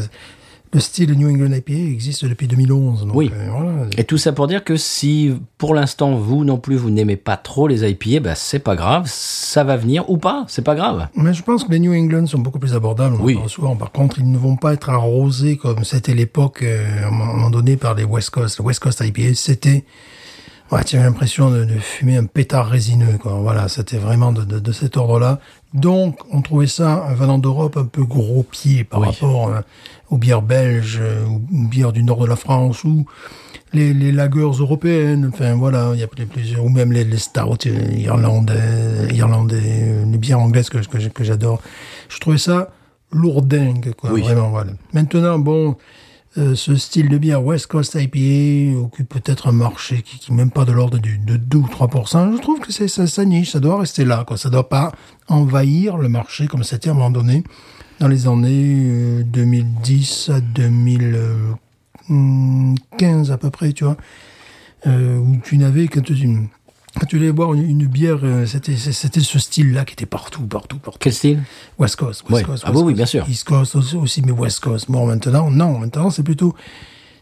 [SPEAKER 3] le style New England IPA existe depuis 2011. Donc,
[SPEAKER 1] Oui.
[SPEAKER 3] euh, voilà.
[SPEAKER 1] Et tout ça pour dire que si pour l'instant vous non plus vous n'aimez pas trop les IPA, bah c'est pas grave, ça va venir ou pas, c'est pas grave.
[SPEAKER 3] Mais je pense que les New England sont beaucoup plus abordables. on en
[SPEAKER 1] Oui.
[SPEAKER 3] parle Souvent. Par contre, ils ne vont pas être arrosés comme c'était l'époque, euh, à un moment donné, par les West Coast. Le West Coast IPA, c'était... Ouais, tu avais l'impression de, de fumer un pétard résineux. Quoi. Voilà, c'était vraiment de, de- de cet ordre-là. Donc, on trouvait ça, euh, venant d'Europe, un peu gros pied par
[SPEAKER 1] Oui.
[SPEAKER 3] rapport euh, aux bières belges, euh, ou aux bières du nord de la France, ou les, les lagers européennes. Enfin, voilà, il y a pl- plusieurs, ou même les, les stouts euh, irlandais, irlandais, euh, les bières anglaises que, que, que j'adore. Je trouvais ça lourdingue, quoi,
[SPEAKER 1] Oui.
[SPEAKER 3] vraiment, voilà. Maintenant, bon, euh, ce style de bière West Coast IPA occupe peut-être un marché qui, qui est même pas de l'ordre du- de 2 ou 3%. Je trouve que c'est ça, ça niche, ça doit rester là. Quoi. Ça doit pas envahir le marché comme c'était à un moment donné dans les années euh, 2010 à 2015 à peu près, tu vois. Euh, où tu n'avais quand tu... Quand tu allais boire une, une bière, euh, c'était c'était ce style-là qui était partout, partout, partout.
[SPEAKER 1] Quel style
[SPEAKER 3] West Coast. West
[SPEAKER 1] Ouais.
[SPEAKER 3] Coast,
[SPEAKER 1] Ah
[SPEAKER 3] West
[SPEAKER 1] oui, oui,
[SPEAKER 3] Coast.
[SPEAKER 1] bien sûr.
[SPEAKER 3] East Coast aussi, aussi, mais West Coast. Bon, maintenant, non, maintenant, c'est plutôt,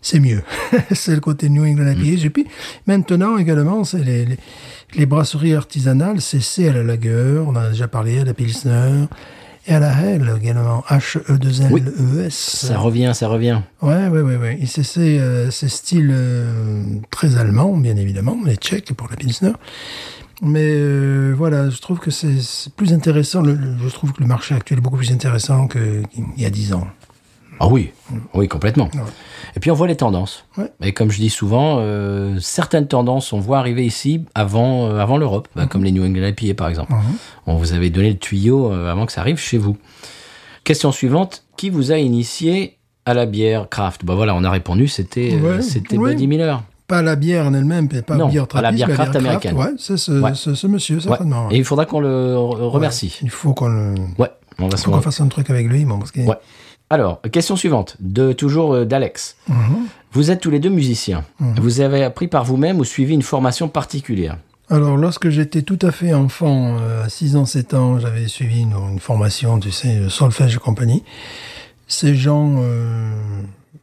[SPEAKER 3] c'est mieux. c'est le côté New England
[SPEAKER 1] Mm.
[SPEAKER 3] IPA. Et puis, maintenant également, c'est les, les, les brasseries artisanales, c'est C à la Lager, on en a déjà parlé, à la Pilsner, et à la Hell également, E
[SPEAKER 1] Oui.
[SPEAKER 3] H-E-2-L-E-S.
[SPEAKER 1] Ça revient, ça revient.
[SPEAKER 3] Ouais, ouais, ouais, ouais. Et c'est c'est, euh, c'est style euh, très allemand, bien évidemment, mais tchèque pour la Pilsner. Mais euh, voilà, je trouve que c'est c'est plus intéressant. le- le- je trouve que le marché actuel est beaucoup plus intéressant que- qu'il y a 10 ans.
[SPEAKER 1] Ah oui, oui, complètement. Et puis on voit les tendances.
[SPEAKER 3] Ouais.
[SPEAKER 1] Et comme je dis souvent, euh, certaines tendances, on voit arriver ici avant, euh, avant l'Europe,
[SPEAKER 3] Mhm.
[SPEAKER 1] bah, comme les New England IPA par exemple. On vous avait donné le tuyau euh, avant que ça arrive chez vous. Question suivante, qui vous a initié à la bière craft Bah voilà, on a répondu, c'était euh,
[SPEAKER 3] Ouais,
[SPEAKER 1] c'était
[SPEAKER 3] ouais.
[SPEAKER 1] Buddy Miller.
[SPEAKER 3] Pas la bière en elle-même, mais pas
[SPEAKER 1] Non,
[SPEAKER 3] bière
[SPEAKER 1] pas la
[SPEAKER 3] trappiste,
[SPEAKER 1] bière
[SPEAKER 3] mais
[SPEAKER 1] craft américaine.
[SPEAKER 3] Ouais, c'est ce,
[SPEAKER 1] Ouais.
[SPEAKER 3] ce- ce monsieur,
[SPEAKER 1] Ouais.
[SPEAKER 3] certainement.
[SPEAKER 1] Et
[SPEAKER 3] ouais.
[SPEAKER 1] il faudra qu'on le re- remercie.
[SPEAKER 3] Il faut qu'on le-
[SPEAKER 1] Ouais, on va
[SPEAKER 3] faut
[SPEAKER 1] se
[SPEAKER 3] qu'on fasse un truc avec lui. Bon, parce que-
[SPEAKER 1] Ouais. Alors, question suivante, de toujours euh, d'Alex.
[SPEAKER 3] Mhm.
[SPEAKER 1] Vous êtes tous les deux musiciens. Vous avez appris par vous-même ou suivi une formation particulière.
[SPEAKER 3] Alors, lorsque j'étais tout à fait enfant, euh, à 6 ans, 7 ans, j'avais suivi une, une formation, tu sais, de solfège et compagnie. Ces gens, euh,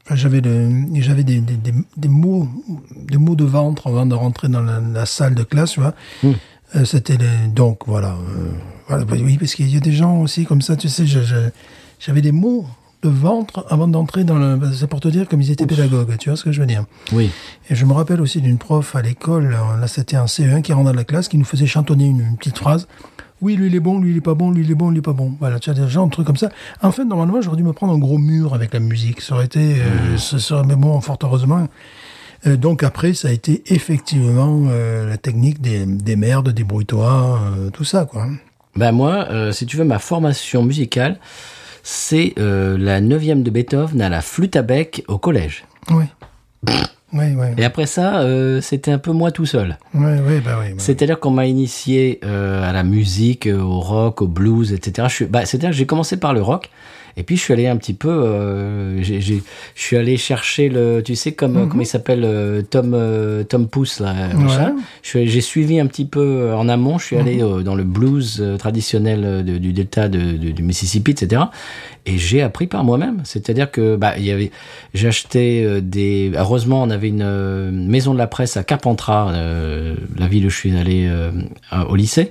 [SPEAKER 3] enfin, j'avais le- j'avais des, des, des, des mots, des mots de ventre avant de rentrer dans la, la salle de classe, tu vois. Euh, C'était les- donc voilà, euh, voilà, bah oui, parce qu'il y a des gens aussi comme ça, tu sais, je- je- j'avais des mots de ventre avant d'entrer dans le, c'est pour te dire comme ils étaient pédagogues, tu vois ce que je veux dire.
[SPEAKER 1] Oui.
[SPEAKER 3] Et je me rappelle aussi d'une prof à l'école, euh, là c'était un CE1 qui rentre dans la classe, qui nous faisait chantonner une, une petite phrase. Oui, lui il est bon, lui il est pas bon, lui il est bon, lui il est pas bon. Voilà, tu as des gens, un truc comme ça. En fait, normalement, j'aurais dû me prendre un gros mur avec la musique. Ça aurait été,
[SPEAKER 1] Mmh.
[SPEAKER 3] euh, ce serait, mais bon, fort heureusement. Euh, donc après, ça a été effectivement euh, la technique des, des merdes, des bruitois, euh, tout ça, quoi.
[SPEAKER 1] Ben moi, euh, si tu veux, ma formation musicale, c'est euh, la neuvième de Beethoven à la flûte à bec au collège.
[SPEAKER 3] Oui. Oui, oui.
[SPEAKER 1] Et après ça, euh, c'était un peu moi tout seul.
[SPEAKER 3] Oui, oui, bah oui. bah.
[SPEAKER 1] C'est-à-dire qu'on m'a initié euh, à la musique, euh, au rock, au blues, etc. Je suis- bah, c'est-à-dire que j'ai commencé par le rock, et puis je suis allé un petit peu, euh, j'ai- j'ai- je suis allé chercher le, tu sais comme euh, comment il s'appelle euh, Tom euh, Tom Pouce là, machin. Je suis allé- J'ai suivi un petit peu euh, en amont. Je suis allé euh, dans le blues euh, traditionnel euh, de- du delta de- de- du Mississippi, etc. Et j'ai appris par moi-même. C'est-à-dire que bah il y avait, j'ai acheté euh, des. Heureusement, on avait une euh, maison de la presse à Carpentras, euh, la ville où je suis allé euh, à- au lycée.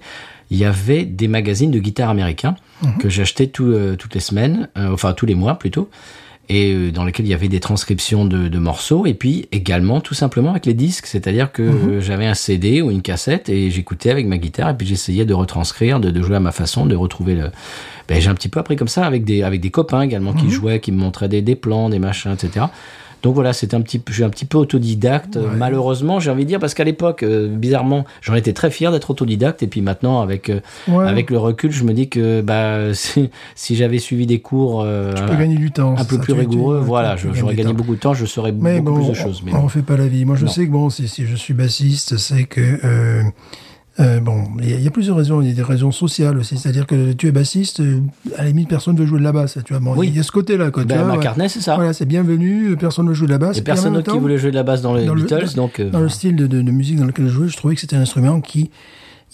[SPEAKER 1] Il y avait des magazines de guitare américains que j'achetais tout, euh, toutes les semaines, euh, enfin tous les mois plutôt, et euh, dans lesquels il y avait des transcriptions de, de morceaux, et puis également tout simplement avec les disques, c'est-à-dire que euh, j'avais un CD ou une cassette et j'écoutais avec ma guitare, et puis j'essayais de retranscrire, de, de jouer à ma façon, de retrouver le. Ben, j'ai un petit peu appris comme ça avec des avec des copains également qui jouaient, qui me montraient des, des plans, des machins, etc. Donc voilà, c'est un petit, peu- je suis un petit peu autodidacte, euh, malheureusement, j'ai envie de dire, parce qu'à l'époque, euh, bizarrement, j'en étais très fier d'être autodidacte, et puis maintenant, avec euh,
[SPEAKER 3] Ouais.
[SPEAKER 1] avec le recul, je me dis que bah, si, si j'avais suivi des cours euh,
[SPEAKER 3] Tu peux gagner du temps.
[SPEAKER 1] un
[SPEAKER 3] c'est
[SPEAKER 1] peu
[SPEAKER 3] ça,
[SPEAKER 1] plus
[SPEAKER 3] tu- tu-
[SPEAKER 1] rigoureux,
[SPEAKER 3] tu-
[SPEAKER 1] voilà,
[SPEAKER 3] tu
[SPEAKER 1] je-
[SPEAKER 3] gagnes
[SPEAKER 1] j'aurais
[SPEAKER 3] du
[SPEAKER 1] gagné
[SPEAKER 3] temps.
[SPEAKER 1] beaucoup de temps, je saurais
[SPEAKER 3] Mais
[SPEAKER 1] beaucoup
[SPEAKER 3] bon,
[SPEAKER 1] plus de choses. Mais
[SPEAKER 3] on
[SPEAKER 1] bon.
[SPEAKER 3] ne fait pas la vie. Moi, je
[SPEAKER 1] Non.
[SPEAKER 3] sais que bon, si, si je suis bassiste, c'est que euh, euh, bon, il y, a- il y a plusieurs raisons. Il y a des raisons sociales aussi, c'est-à-dire que tu es bassiste, euh, à la limite, personne veut jouer de la basse. Tu vois, bon, il
[SPEAKER 1] Oui.
[SPEAKER 3] y a ce côté-là, quoi. tu
[SPEAKER 1] Ben,
[SPEAKER 3] vois, ouais.
[SPEAKER 1] McCartney, c'est ça.
[SPEAKER 3] Voilà, c'est bienvenu. euh, Personne ne veut jouer de la basse.
[SPEAKER 1] Et
[SPEAKER 3] puis, en
[SPEAKER 1] personne
[SPEAKER 3] même
[SPEAKER 1] d'autre qui
[SPEAKER 3] temps,
[SPEAKER 1] voulait jouer de la basse dans les
[SPEAKER 3] dans le-
[SPEAKER 1] Beatles, donc euh,
[SPEAKER 3] dans le style de, de- de musique dans lequel je jouais, je trouvais que c'était un instrument qui,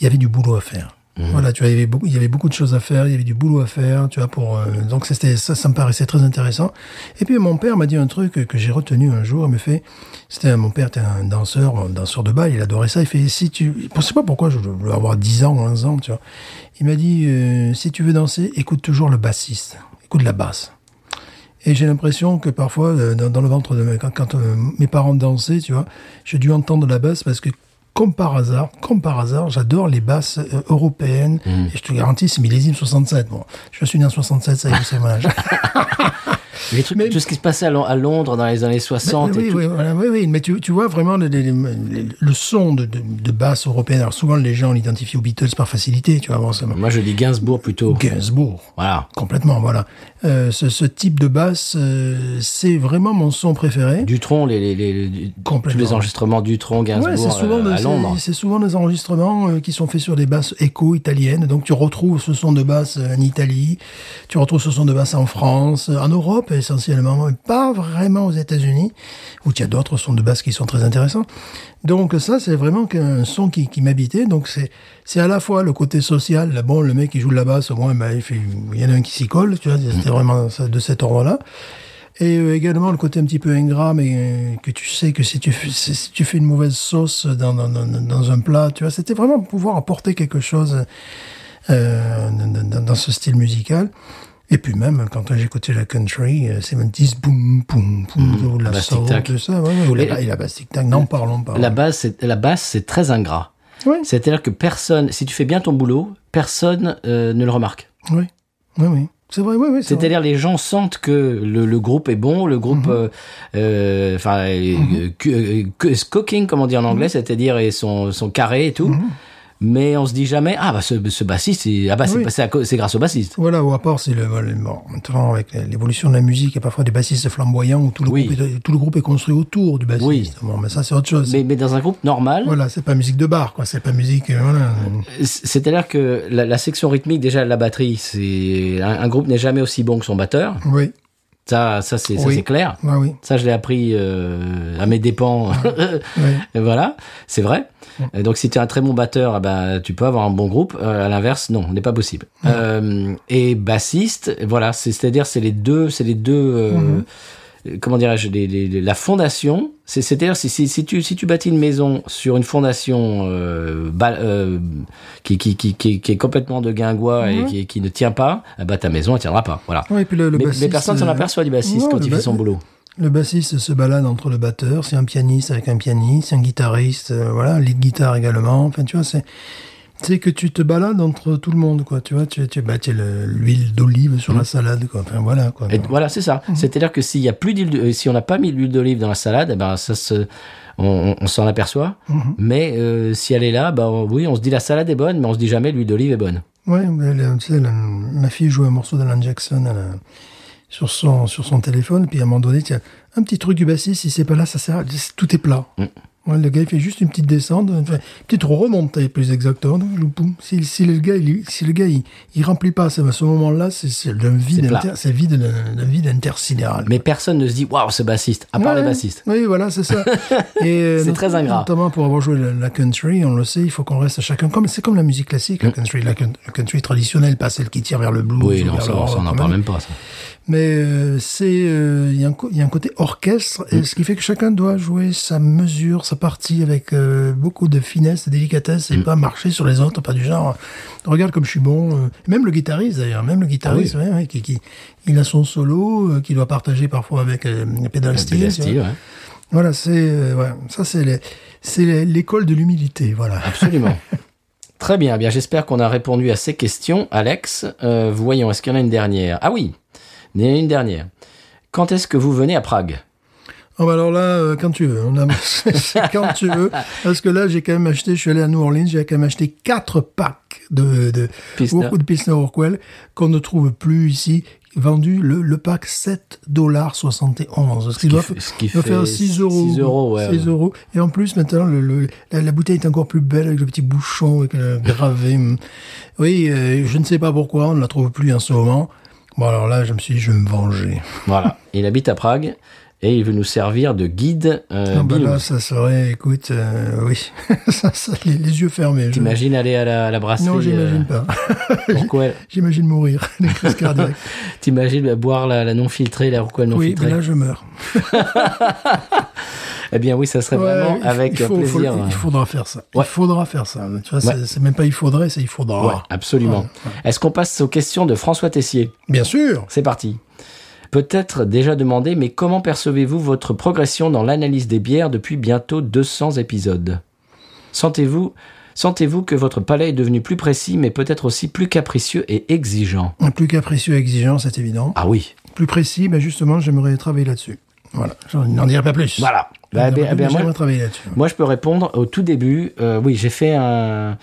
[SPEAKER 3] il y avait du boulot à faire. Voilà, tu vois, il y avait beaucoup, il y avait beaucoup de choses à faire, il y avait du boulot à faire, tu vois, pour, euh, donc c'était, ça, ça me paraissait très intéressant. Et puis, mon père m'a dit un truc que- que j'ai retenu un jour, il me fait, c'était, mon père était un danseur, un danseur de bal, il adorait ça, il fait, si tu, je sais pas pourquoi, je voulais avoir 10 ans, 11 ans, tu vois. Il m'a dit, euh, si tu veux danser, écoute toujours le bassiste, écoute la basse. Et j'ai l'impression que parfois, euh, dans, dans le ventre de ma- quand, quand, euh, mes parents dansaient, tu vois, j'ai dû entendre la basse parce que, comme par hasard, comme par hasard, j'adore les basses euh, européennes.
[SPEAKER 1] Mm.
[SPEAKER 3] Et je te garantis, c'est millésime 67. Bon, je suis né en 67, ça y est, c'est mon âge.
[SPEAKER 1] Les trucs,
[SPEAKER 3] Mais-
[SPEAKER 1] Tout ce qui se passait à, Lon- à Londres dans les années 60
[SPEAKER 3] Mais- mais
[SPEAKER 1] et
[SPEAKER 3] oui,
[SPEAKER 1] tout.
[SPEAKER 3] oui, voilà, oui, oui, mais tu, tu vois vraiment le, le- le- le son de, de- de basse européenne. Alors souvent, les gens l'identifient aux Beatles par facilité, tu vois, bon, ça m'a-
[SPEAKER 1] Moi, je dis Gainsbourg plutôt.
[SPEAKER 3] Gainsbourg.
[SPEAKER 1] Voilà.
[SPEAKER 3] Complètement, voilà. Euh, ce, ce type de basse, euh, c'est vraiment mon son préféré.
[SPEAKER 1] Dutron, les, les, les- les- tous
[SPEAKER 3] Complètement.
[SPEAKER 1] les enregistrements Dutron, Gainsbourg
[SPEAKER 3] Ouais, c'est souvent,
[SPEAKER 1] euh, à
[SPEAKER 3] des-
[SPEAKER 1] Londres.
[SPEAKER 3] c'est- c'est souvent des enregistrements euh, qui sont faits sur des basses écho italiennes. Donc tu retrouves ce son de basse euh, en Italie, tu retrouves ce son de basse en France, euh, en Europe essentiellement, mais pas vraiment aux États-Unis, où il y a d'autres sons de basse qui sont très intéressants. Donc ça, c'est vraiment un son qui, qui m'habitait. Donc c'est c'est à la fois le côté social. là, Bon, le mec qui joue de la basse, au moins, ben, il, fait- il y en a un qui s'y colle. Tu vois,
[SPEAKER 1] Mm.
[SPEAKER 3] c'était vraiment ça- de cet ordre-là. Et euh, également le côté un petit peu ingrat, mais euh, que tu sais que si tu, fais- si si tu fais une mauvaise sauce dans, dans, dans, dans un plat, tu vois, c'était vraiment pouvoir apporter quelque chose euh, dans, dans- dans ce style musical. Et puis même, quand j'écoutais la country, euh, c'est même 10 boum, boum, boum, ou la
[SPEAKER 1] basse
[SPEAKER 3] sauce,
[SPEAKER 1] Mm. Ah bah, tic-tac.
[SPEAKER 3] tout ça, ouais, ouais, ou la,
[SPEAKER 1] Et-
[SPEAKER 3] et la basse tic-tac, n'en parlons pas.
[SPEAKER 1] La basse, c'est, la basse, c'est très ingrat.
[SPEAKER 3] Oui,
[SPEAKER 1] C'est-à-dire que personne, si tu fais bien ton boulot, personne euh, ne le remarque.
[SPEAKER 3] oui, oui, oui. C'est vrai, oui, oui. c'est vrai.
[SPEAKER 1] C'est-à-dire les gens sentent que le, le groupe est bon, le groupe,
[SPEAKER 3] Mhm.
[SPEAKER 1] euh, euh, enfin, euh, cu- euh, cu- cooking comme on dit en anglais,
[SPEAKER 3] Mhm.
[SPEAKER 1] c'est-à-dire et son, son carré et tout. Mais on se dit jamais ah bah ce, ce bassiste, il- ah bah c'est
[SPEAKER 3] Oui.
[SPEAKER 1] passé à co- c'est grâce au bassiste.
[SPEAKER 3] Voilà, ou à part, c'est le, le- bon, maintenant, avec l'évolution de la musique, il y a parfois des bassistes flamboyants où tout le,
[SPEAKER 1] Oui.
[SPEAKER 3] groupe, est, tout le groupe est construit autour du bassiste.
[SPEAKER 1] Oui.
[SPEAKER 3] Bon, mais ça, c'est autre chose.
[SPEAKER 1] Mais, mais dans un groupe normal,
[SPEAKER 3] Voilà, c'est pas musique de bar, quoi. C'est pas musique, euh, voilà.
[SPEAKER 1] c- c'est-à-dire que la, la section rythmique déjà la batterie, c'est un, un groupe n'est jamais aussi bon que son batteur.
[SPEAKER 3] Oui,
[SPEAKER 1] Ça ça c'est ça,
[SPEAKER 3] Oui.
[SPEAKER 1] c'est clair.
[SPEAKER 3] ouais, oui,
[SPEAKER 1] Ça, je l'ai appris euh, à mes dépens.
[SPEAKER 3] oui.
[SPEAKER 1] voilà, c'est vrai.
[SPEAKER 3] Mm.
[SPEAKER 1] Euh, Donc, si tu es un très bon batteur, eh ben, tu peux avoir un bon groupe. Euh, à l'inverse, non, n'est pas possible.
[SPEAKER 3] Mm.
[SPEAKER 1] Euh, et bassiste, voilà, c'est- c'est-à-dire, c'est les deux, c'est les deux. euh, euh,
[SPEAKER 3] Mm-hmm.
[SPEAKER 1] Comment dirais-je les- les- les- La fondation, C'est- c'est-à-dire si, si, si tu si tu bâtis une maison sur une fondation euh, ba- euh, qui, qui, qui, qui, qui est complètement de guingois et qui, qui ne tient pas, eh ben, ta maison ne tiendra pas. Voilà.
[SPEAKER 3] Ouais, et puis le, Mm-hmm. le
[SPEAKER 1] mais, mais
[SPEAKER 3] bassiste.
[SPEAKER 1] personne s'en
[SPEAKER 3] euh,
[SPEAKER 1] aperçoit du bassiste
[SPEAKER 3] non,
[SPEAKER 1] quand
[SPEAKER 3] le
[SPEAKER 1] il fait
[SPEAKER 3] ba-
[SPEAKER 1] son boulot.
[SPEAKER 3] Le bassiste se balade entre le batteur, c'est un pianiste avec un pianiste, un guitariste, euh, voilà, lead guitare également. Enfin, tu vois, c'est. C'est que tu te balades entre tout le monde, quoi. Tu vois, tu, tu bah, tu as le- l'huile d'olive sur la salade, quoi. Enfin, voilà, quoi.
[SPEAKER 1] Mm. Et voilà, c'est ça.
[SPEAKER 3] Mhm.
[SPEAKER 1] C'est-à-dire que s'il y a plus d'huile, de- euh, si on n'a pas mis l'huile d'olive dans la salade, eh ben ça se, on, on- on s'en aperçoit.
[SPEAKER 3] Mhm.
[SPEAKER 1] Mais euh, si elle est là, bah on- oui, on se dit la salade est bonne, mais on se dit jamais l'huile d'olive est bonne.
[SPEAKER 3] Ouais, mais elle, tu sais, elle, ma fille joue un morceau d'Alan Jackson elle, euh, sur, son, sur son téléphone, puis à un moment donné, tiens, un petit truc du bassiste, si c'est pas là, ça sert, à- tout est plat.
[SPEAKER 1] Mm.
[SPEAKER 3] Ouais, le gars, il fait juste une petite descente, enfin, une petite remontée, plus exactement. Donc, loup, poum. Si, si le gars, il, si le gars, il, il remplit pas à ce, à ce moment-là, c'est c'est d'un
[SPEAKER 1] C'est
[SPEAKER 3] vide,
[SPEAKER 1] plat.
[SPEAKER 3] inter- c'est vide, d'un- d'un vide intersidéral.
[SPEAKER 1] Mais personne ne se dit waouh, ce bassiste, à part
[SPEAKER 3] Ouais,
[SPEAKER 1] le bassiste.
[SPEAKER 3] Oui, voilà, c'est ça. Et euh,
[SPEAKER 1] C'est
[SPEAKER 3] not-
[SPEAKER 1] très ingrat.
[SPEAKER 3] Notamment pour avoir joué la, la country, on le sait, il faut qu'on reste chacun. Comme c'est comme la musique classique, la country, la, cun- la country traditionnelle, pas celle qui tire vers le blues.
[SPEAKER 1] Mm. Oui,
[SPEAKER 3] ou
[SPEAKER 1] non,
[SPEAKER 3] vers
[SPEAKER 1] ça,
[SPEAKER 3] le rock,
[SPEAKER 1] ça, on n'en
[SPEAKER 3] quand
[SPEAKER 1] parle
[SPEAKER 3] même.
[SPEAKER 1] même pas. ça.
[SPEAKER 3] Mais euh, c'est euh, il y, a un co- il y a un côté orchestre,
[SPEAKER 1] Mm.
[SPEAKER 3] et ce qui fait que chacun doit jouer sa mesure, sa partie avec euh, beaucoup de finesse, de délicatesse, et
[SPEAKER 1] Mm.
[SPEAKER 3] pas marcher sur les autres, pas du genre. Regarde comme je suis bon. euh. Même le guitariste d'ailleurs, même le guitariste,
[SPEAKER 1] Ah
[SPEAKER 3] ouais, ouais, qui, qui il a son solo euh, qu'il doit partager parfois avec euh, pedal steel.
[SPEAKER 1] Style,
[SPEAKER 3] tu vois.
[SPEAKER 1] style, ouais.
[SPEAKER 3] Voilà, c'est euh, ouais, ça c'est les- c'est les- l'école de l'humilité, voilà.
[SPEAKER 1] Absolument. Très bien. Eh Bien, j'espère qu'on a répondu à ces questions, Alex. Euh, voyons, est-ce qu'il y en a une dernière Ah oui, il y en a une dernière. Quand est-ce que vous venez à Prague
[SPEAKER 3] Oh, bah alors là, euh, quand tu veux, on a c'est quand tu veux, parce que là j'ai quand même acheté, je suis allé à New Orleans, j'ai quand même acheté quatre packs de de
[SPEAKER 1] Pilsner.
[SPEAKER 3] Wor- de Pilsner Urquell qu'on ne trouve plus ici, vendu le, le pack 7 dollars 71, ce qui
[SPEAKER 1] qui
[SPEAKER 3] doit,
[SPEAKER 1] fait-
[SPEAKER 3] fa-
[SPEAKER 1] ce qui
[SPEAKER 3] doit
[SPEAKER 1] fait
[SPEAKER 3] faire 6 euros,
[SPEAKER 1] 6 euros, ouais,
[SPEAKER 3] 6
[SPEAKER 1] ouais.
[SPEAKER 3] euros. Et en plus maintenant le, le- la, la bouteille est encore plus belle avec le petit bouchon avec le gravé. Oui, euh, je ne sais pas pourquoi on ne la trouve plus en ce moment. Bon alors là, je me suis dit je vais me venger.
[SPEAKER 1] Voilà. Il habite à Prague et il veut nous servir de guide. Euh,
[SPEAKER 3] Ah, bah
[SPEAKER 1] Bilou.
[SPEAKER 3] là, ça serait, écoute, euh, oui, ça, ça, les, les yeux fermés. je-
[SPEAKER 1] T'imagines aller à la, à la brasserie
[SPEAKER 3] Non, j'imagine
[SPEAKER 1] euh,
[SPEAKER 3] pas.
[SPEAKER 1] pourquoi elle-
[SPEAKER 3] j'imagine mourir, les crises cardiaques.
[SPEAKER 1] T'imagines bah, boire la, la non filtrée, la pourquoi non
[SPEAKER 3] oui, mais
[SPEAKER 1] filtrée
[SPEAKER 3] là, je meurs.
[SPEAKER 1] Eh bien oui, ça serait
[SPEAKER 3] Ouais,
[SPEAKER 1] vraiment
[SPEAKER 3] il-
[SPEAKER 1] avec
[SPEAKER 3] il faut-
[SPEAKER 1] plaisir. hein.
[SPEAKER 3] faut- il faudra faire ça.
[SPEAKER 1] Ouais.
[SPEAKER 3] Il faudra faire ça. Tu vois,
[SPEAKER 1] Ouais.
[SPEAKER 3] c'est- c'est même pas il faudrait, c'est il faudra.
[SPEAKER 1] Ouais, absolument. Est-ce qu'on passe aux questions de François Tessier
[SPEAKER 3] Bien sûr.
[SPEAKER 1] C'est parti. Peut-être déjà demandé, mais comment percevez-vous votre progression dans l'analyse des bières depuis bientôt 200 épisodes Sentez-vous sentez-vous que votre palais est devenu plus précis, mais peut-être aussi plus capricieux et exigeant
[SPEAKER 3] Plus capricieux et exigeant, c'est évident.
[SPEAKER 1] Ah oui,
[SPEAKER 3] plus précis, ben justement, j'aimerais travailler là-dessus. Voilà, je n'en dirai pas plus.
[SPEAKER 1] Voilà.
[SPEAKER 3] Je n'en
[SPEAKER 1] Bah, ben-
[SPEAKER 3] dirai pas
[SPEAKER 1] ben,
[SPEAKER 3] plus, mais
[SPEAKER 1] moi-
[SPEAKER 3] j'aimerais travailler là-dessus.
[SPEAKER 1] Moi, je peux répondre au tout début. euh, oui, j'ai fait un.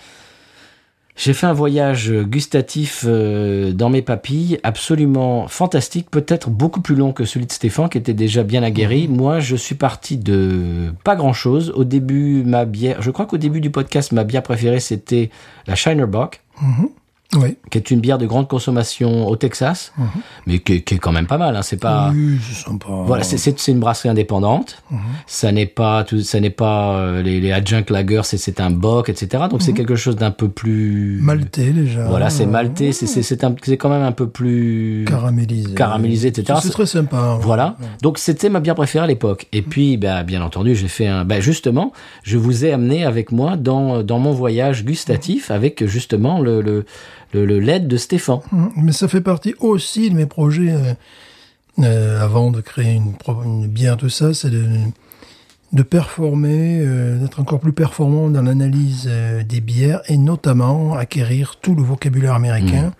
[SPEAKER 1] J'ai fait un voyage gustatif euh, dans mes papilles absolument fantastique, peut-être beaucoup plus long que celui de Stéphane qui était déjà bien aguerri. Moi, je suis parti de pas grand-chose. Au début, ma bière, je crois qu'au début du podcast, ma bière préférée c'était la Shinerbock,
[SPEAKER 3] Oui.
[SPEAKER 1] qui est une bière de grande consommation au Texas, mais qui, qui est quand même pas mal. Hein. C'est pas
[SPEAKER 3] Oui, c'est sympa.
[SPEAKER 1] voilà, c'est- c'est c'est une brasserie indépendante.
[SPEAKER 3] Mhm.
[SPEAKER 1] Ça n'est pas tout, ça n'est pas euh, les, les adjunct lager, c'est c'est un bock, etc. Donc c'est quelque chose d'un peu plus
[SPEAKER 3] Mhm. Maltais, déjà.
[SPEAKER 1] Voilà, c'est
[SPEAKER 3] Euh,
[SPEAKER 1] maltais, c'est- c'est c'est un- c'est quand même un peu plus
[SPEAKER 3] Caramélisé.
[SPEAKER 1] caramélisé, etc.
[SPEAKER 3] C'est très sympa. ouais. Mhm.
[SPEAKER 1] Voilà. Donc c'était ma bière préférée à l'époque. Et puis, bah, bien entendu, j'ai fait un. Bah, justement, je vous ai amené avec moi dans, dans mon voyage gustatif avec justement le le le, le LED de Stéphane.
[SPEAKER 3] Mhm. Mais ça fait partie aussi de mes projets euh, euh, avant de créer une, pro- une bière, tout ça, c'est de, de performer, euh, d'être encore plus performant dans l'analyse euh, des bières et notamment acquérir tout le vocabulaire américain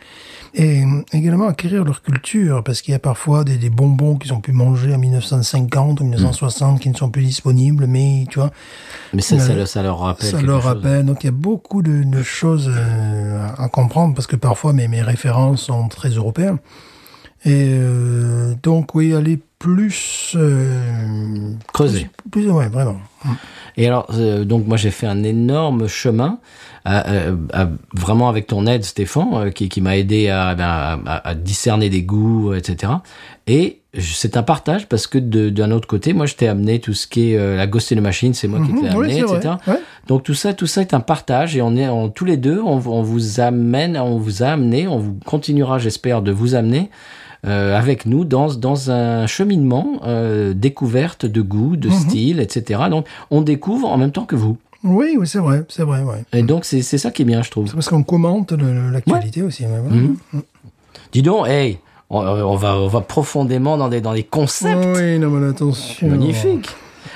[SPEAKER 3] et euh, également acquérir leur culture parce qu'il y a parfois des, des bonbons qu'ils ont pu manger en 1950 ou 1960 qui ne sont plus disponibles, mais tu vois,
[SPEAKER 1] Mais ça,
[SPEAKER 3] Mais
[SPEAKER 1] ça, le- ça leur rappelle.
[SPEAKER 3] ça
[SPEAKER 1] quelque
[SPEAKER 3] leur
[SPEAKER 1] chose.
[SPEAKER 3] rappelle. Donc il y a beaucoup de, de choses euh, à- à comprendre parce que parfois mes, mes références sont très européennes. Et euh, donc oui, aller plus, euh,
[SPEAKER 1] Creuser.
[SPEAKER 3] plus ouais, vraiment.
[SPEAKER 1] Et alors, euh, donc moi j'ai fait un énorme chemin, à- à- à- vraiment avec ton aide, Stéphane, euh, qui, qui m'a aidé à, ben, à- à- à discerner des goûts, euh, etc. Et je- c'est un partage parce que de- d'un autre côté, moi je t'ai amené tout ce qui est euh, la Ghost in the Machine, c'est moi qui te l'ai
[SPEAKER 3] Mhm, oui,
[SPEAKER 1] amené,
[SPEAKER 3] c'est vrai.
[SPEAKER 1] etc.
[SPEAKER 3] Ouais.
[SPEAKER 1] Donc tout ça, tout ça est un partage et on est on- tous les deux, on, on vous amène, on vous a amené, on vous continuera, j'espère, de vous amener euh, avec nous dans dans un cheminement euh, découverte de goût,
[SPEAKER 3] Mhm.
[SPEAKER 1] de style, etc. Donc on découvre en même temps que vous.
[SPEAKER 3] Oui, oui, c'est vrai, c'est vrai. Ouais.
[SPEAKER 1] Et donc c'est c'est ça qui est bien, je trouve.
[SPEAKER 3] C'est parce qu'on commente le- le- l'actualité aussi. ouais, voilà.
[SPEAKER 1] Mhm. Dis donc, hey, on, euh, on va on va profondément dans des dans des concepts
[SPEAKER 3] Ah Oui, non mais attention.
[SPEAKER 1] magnifiques.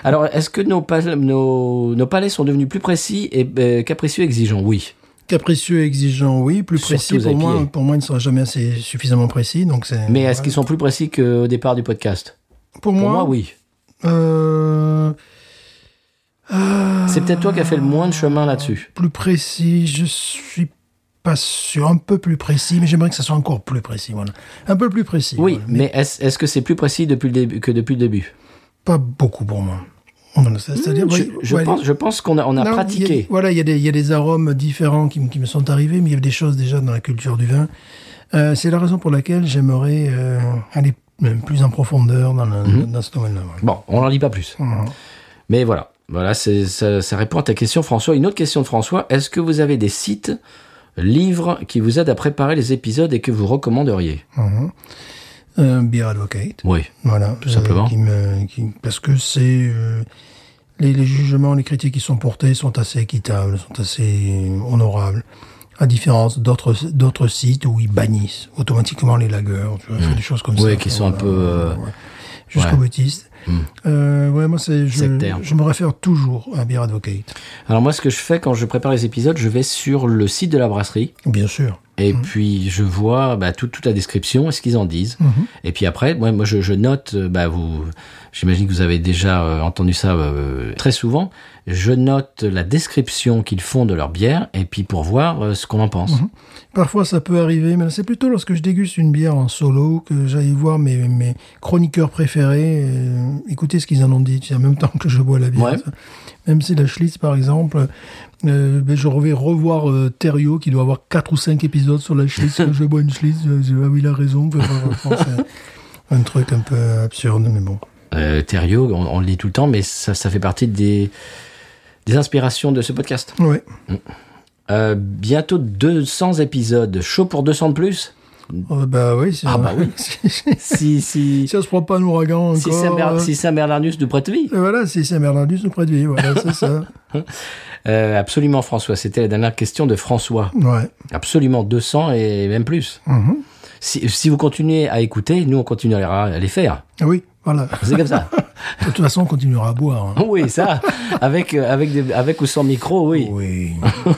[SPEAKER 1] Alors, est-ce que nos, pal- nos, nos palais sont devenus plus précis et euh, capricieux, exigeants Oui.
[SPEAKER 3] Capricieux, et exigeant, oui. Plus
[SPEAKER 1] Surtout
[SPEAKER 3] précis pour
[SPEAKER 1] aux IPA.
[SPEAKER 3] moi. Pour moi, il ne sera jamais assez suffisamment précis. Donc c'est.
[SPEAKER 1] Mais est-ce
[SPEAKER 3] voilà.
[SPEAKER 1] qu'ils sont plus précis qu'au départ du podcast
[SPEAKER 3] pour
[SPEAKER 1] Pour
[SPEAKER 3] moi,
[SPEAKER 1] moi, oui.
[SPEAKER 3] euh, euh,
[SPEAKER 1] C'est peut-être toi qui as fait le moins de chemin là-dessus.
[SPEAKER 3] plus précis, je suis pas sûr, un peu plus précis, mais j'aimerais que ça soit encore plus précis, voilà. Un peu plus précis.
[SPEAKER 1] Oui,
[SPEAKER 3] voilà, mais,
[SPEAKER 1] mais est-ce est-ce que c'est plus précis depuis le début, que depuis le début
[SPEAKER 3] pas beaucoup pour moi. Voilà, c'est- C'est-à-dire,
[SPEAKER 1] je,
[SPEAKER 3] oui,
[SPEAKER 1] Hmm, je
[SPEAKER 3] ouais,
[SPEAKER 1] pense, je pense qu'on a, on a
[SPEAKER 3] non, il y a-
[SPEAKER 1] pratiqué.
[SPEAKER 3] voilà, il y, a des- il y a des arômes différents qui, me- qui me sont arrivés, mais il y a des choses déjà dans la culture du vin. Euh, c'est la raison pour laquelle j'aimerais euh, aller même plus en profondeur dans, le-
[SPEAKER 1] Mhm.
[SPEAKER 3] dans ce domaine-là. voilà.
[SPEAKER 1] Bon, on n'en dit pas plus.
[SPEAKER 3] Mhm.
[SPEAKER 1] Mais voilà, voilà c'est- ça, ça répond à ta question, François. Une autre question de François est-ce que vous avez des sites, livres qui vous aident à préparer les épisodes et que vous recommanderiez
[SPEAKER 3] Mhm. Euh, Beer Advocate.
[SPEAKER 1] Oui.
[SPEAKER 3] Voilà, tout
[SPEAKER 1] simplement.
[SPEAKER 3] Qui me, qui- parce que c'est euh, les, les jugements, les critiques qui sont portés sont assez équitables, sont assez euh, honorables, à différence d'autres d'autres sites où ils bannissent automatiquement les lagueurs, tu vois, font des choses comme ça.
[SPEAKER 1] Oui, Hmm. qui sont un peu, euh,
[SPEAKER 3] ouais. jusqu'au
[SPEAKER 1] ouais. Hmm.
[SPEAKER 3] boutiste. Euh, ouais, moi c'est je,
[SPEAKER 1] Sectaire.
[SPEAKER 3] je me réfère toujours à Beer Advocate,
[SPEAKER 1] Alors, moi, ce que je fais quand je prépare les épisodes, je vais sur le site de la brasserie.
[SPEAKER 3] bien sûr.
[SPEAKER 1] Et puis je vois bah, tout- toute la description et ce qu'ils en disent. Et puis après, moi, moi je, je note, euh, bah, vous, j'imagine que vous avez déjà euh, entendu ça euh, très souvent. Je note la description qu'ils font de leur bière et puis pour voir euh, ce qu'on en pense.
[SPEAKER 3] Parfois, ça peut arriver, mais c'est plutôt lorsque je déguste une bière en solo que j'aille voir mes, mes chroniqueurs préférés, euh, écouter ce qu'ils en ont dit, tu sais, en même temps que je bois la bière.
[SPEAKER 1] Ouais.
[SPEAKER 3] ça. Même si la Schlitz, par exemple, euh, ben, je vais revoir euh, Thériault, qui doit avoir 4 ou 5 épisodes sur la Schlitz, que je bois une Schlitz, je, je- ah oui, il a raison, enfin, franchement, c'est un truc un peu absurde, mais bon.
[SPEAKER 1] Euh, Thériault, on, on le dit tout le temps, mais ça, ça fait partie des, des inspirations de ce podcast.
[SPEAKER 3] Ouais.
[SPEAKER 1] Euh, bientôt 200 épisodes, chaud pour 200 de plus.
[SPEAKER 3] Euh, bah oui, c'est
[SPEAKER 1] Ah, bah oui.
[SPEAKER 3] si
[SPEAKER 1] Si, si,
[SPEAKER 3] on se prend pas un ouragan encore.
[SPEAKER 1] si Saint
[SPEAKER 3] euh,
[SPEAKER 1] Bernardus nous prête vie.
[SPEAKER 3] et Voilà, si c'est Merlandus nous près de lui, voilà, c'est ça.
[SPEAKER 1] Euh, absolument, François. C'était la dernière question de François.
[SPEAKER 3] Ouais.
[SPEAKER 1] Absolument, 200 et même plus.
[SPEAKER 3] Mhm.
[SPEAKER 1] Si, si vous continuez à écouter, nous, on continuera à les faire.
[SPEAKER 3] Ah Oui, voilà.
[SPEAKER 1] C'est comme ça.
[SPEAKER 3] De toute façon, on continuera à boire. hein.
[SPEAKER 1] oui, ça. Avec, euh, avec, des- avec ou sans micro, oui.
[SPEAKER 3] Oui.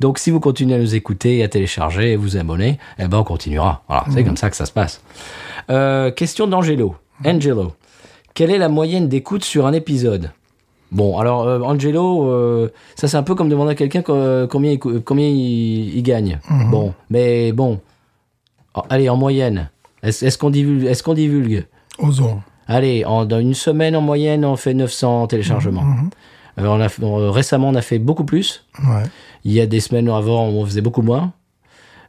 [SPEAKER 1] Donc si vous continuez à nous écouter, à télécharger et vous abonner, eh ben on continuera. Voilà, c'est comme ça que ça se passe. Euh, question d'Angelo. Angelo, quelle est la moyenne d'écoute sur un épisode Bon, alors euh, Angelo, euh, ça c'est un peu comme demander à quelqu'un co- euh, combien, il cou- euh, combien il, il gagne. Bon, mais bon, Oh, allez en moyenne. Est-ce est-ce qu'on divulgue, est qu'on divulgue
[SPEAKER 3] Osons.
[SPEAKER 1] Allez, en, dans une semaine en moyenne, on fait 900 téléchargements. Euh, on a fait- on- récemment, on a fait beaucoup plus.
[SPEAKER 3] Ouais.
[SPEAKER 1] Il y a des semaines avant, on faisait beaucoup moins.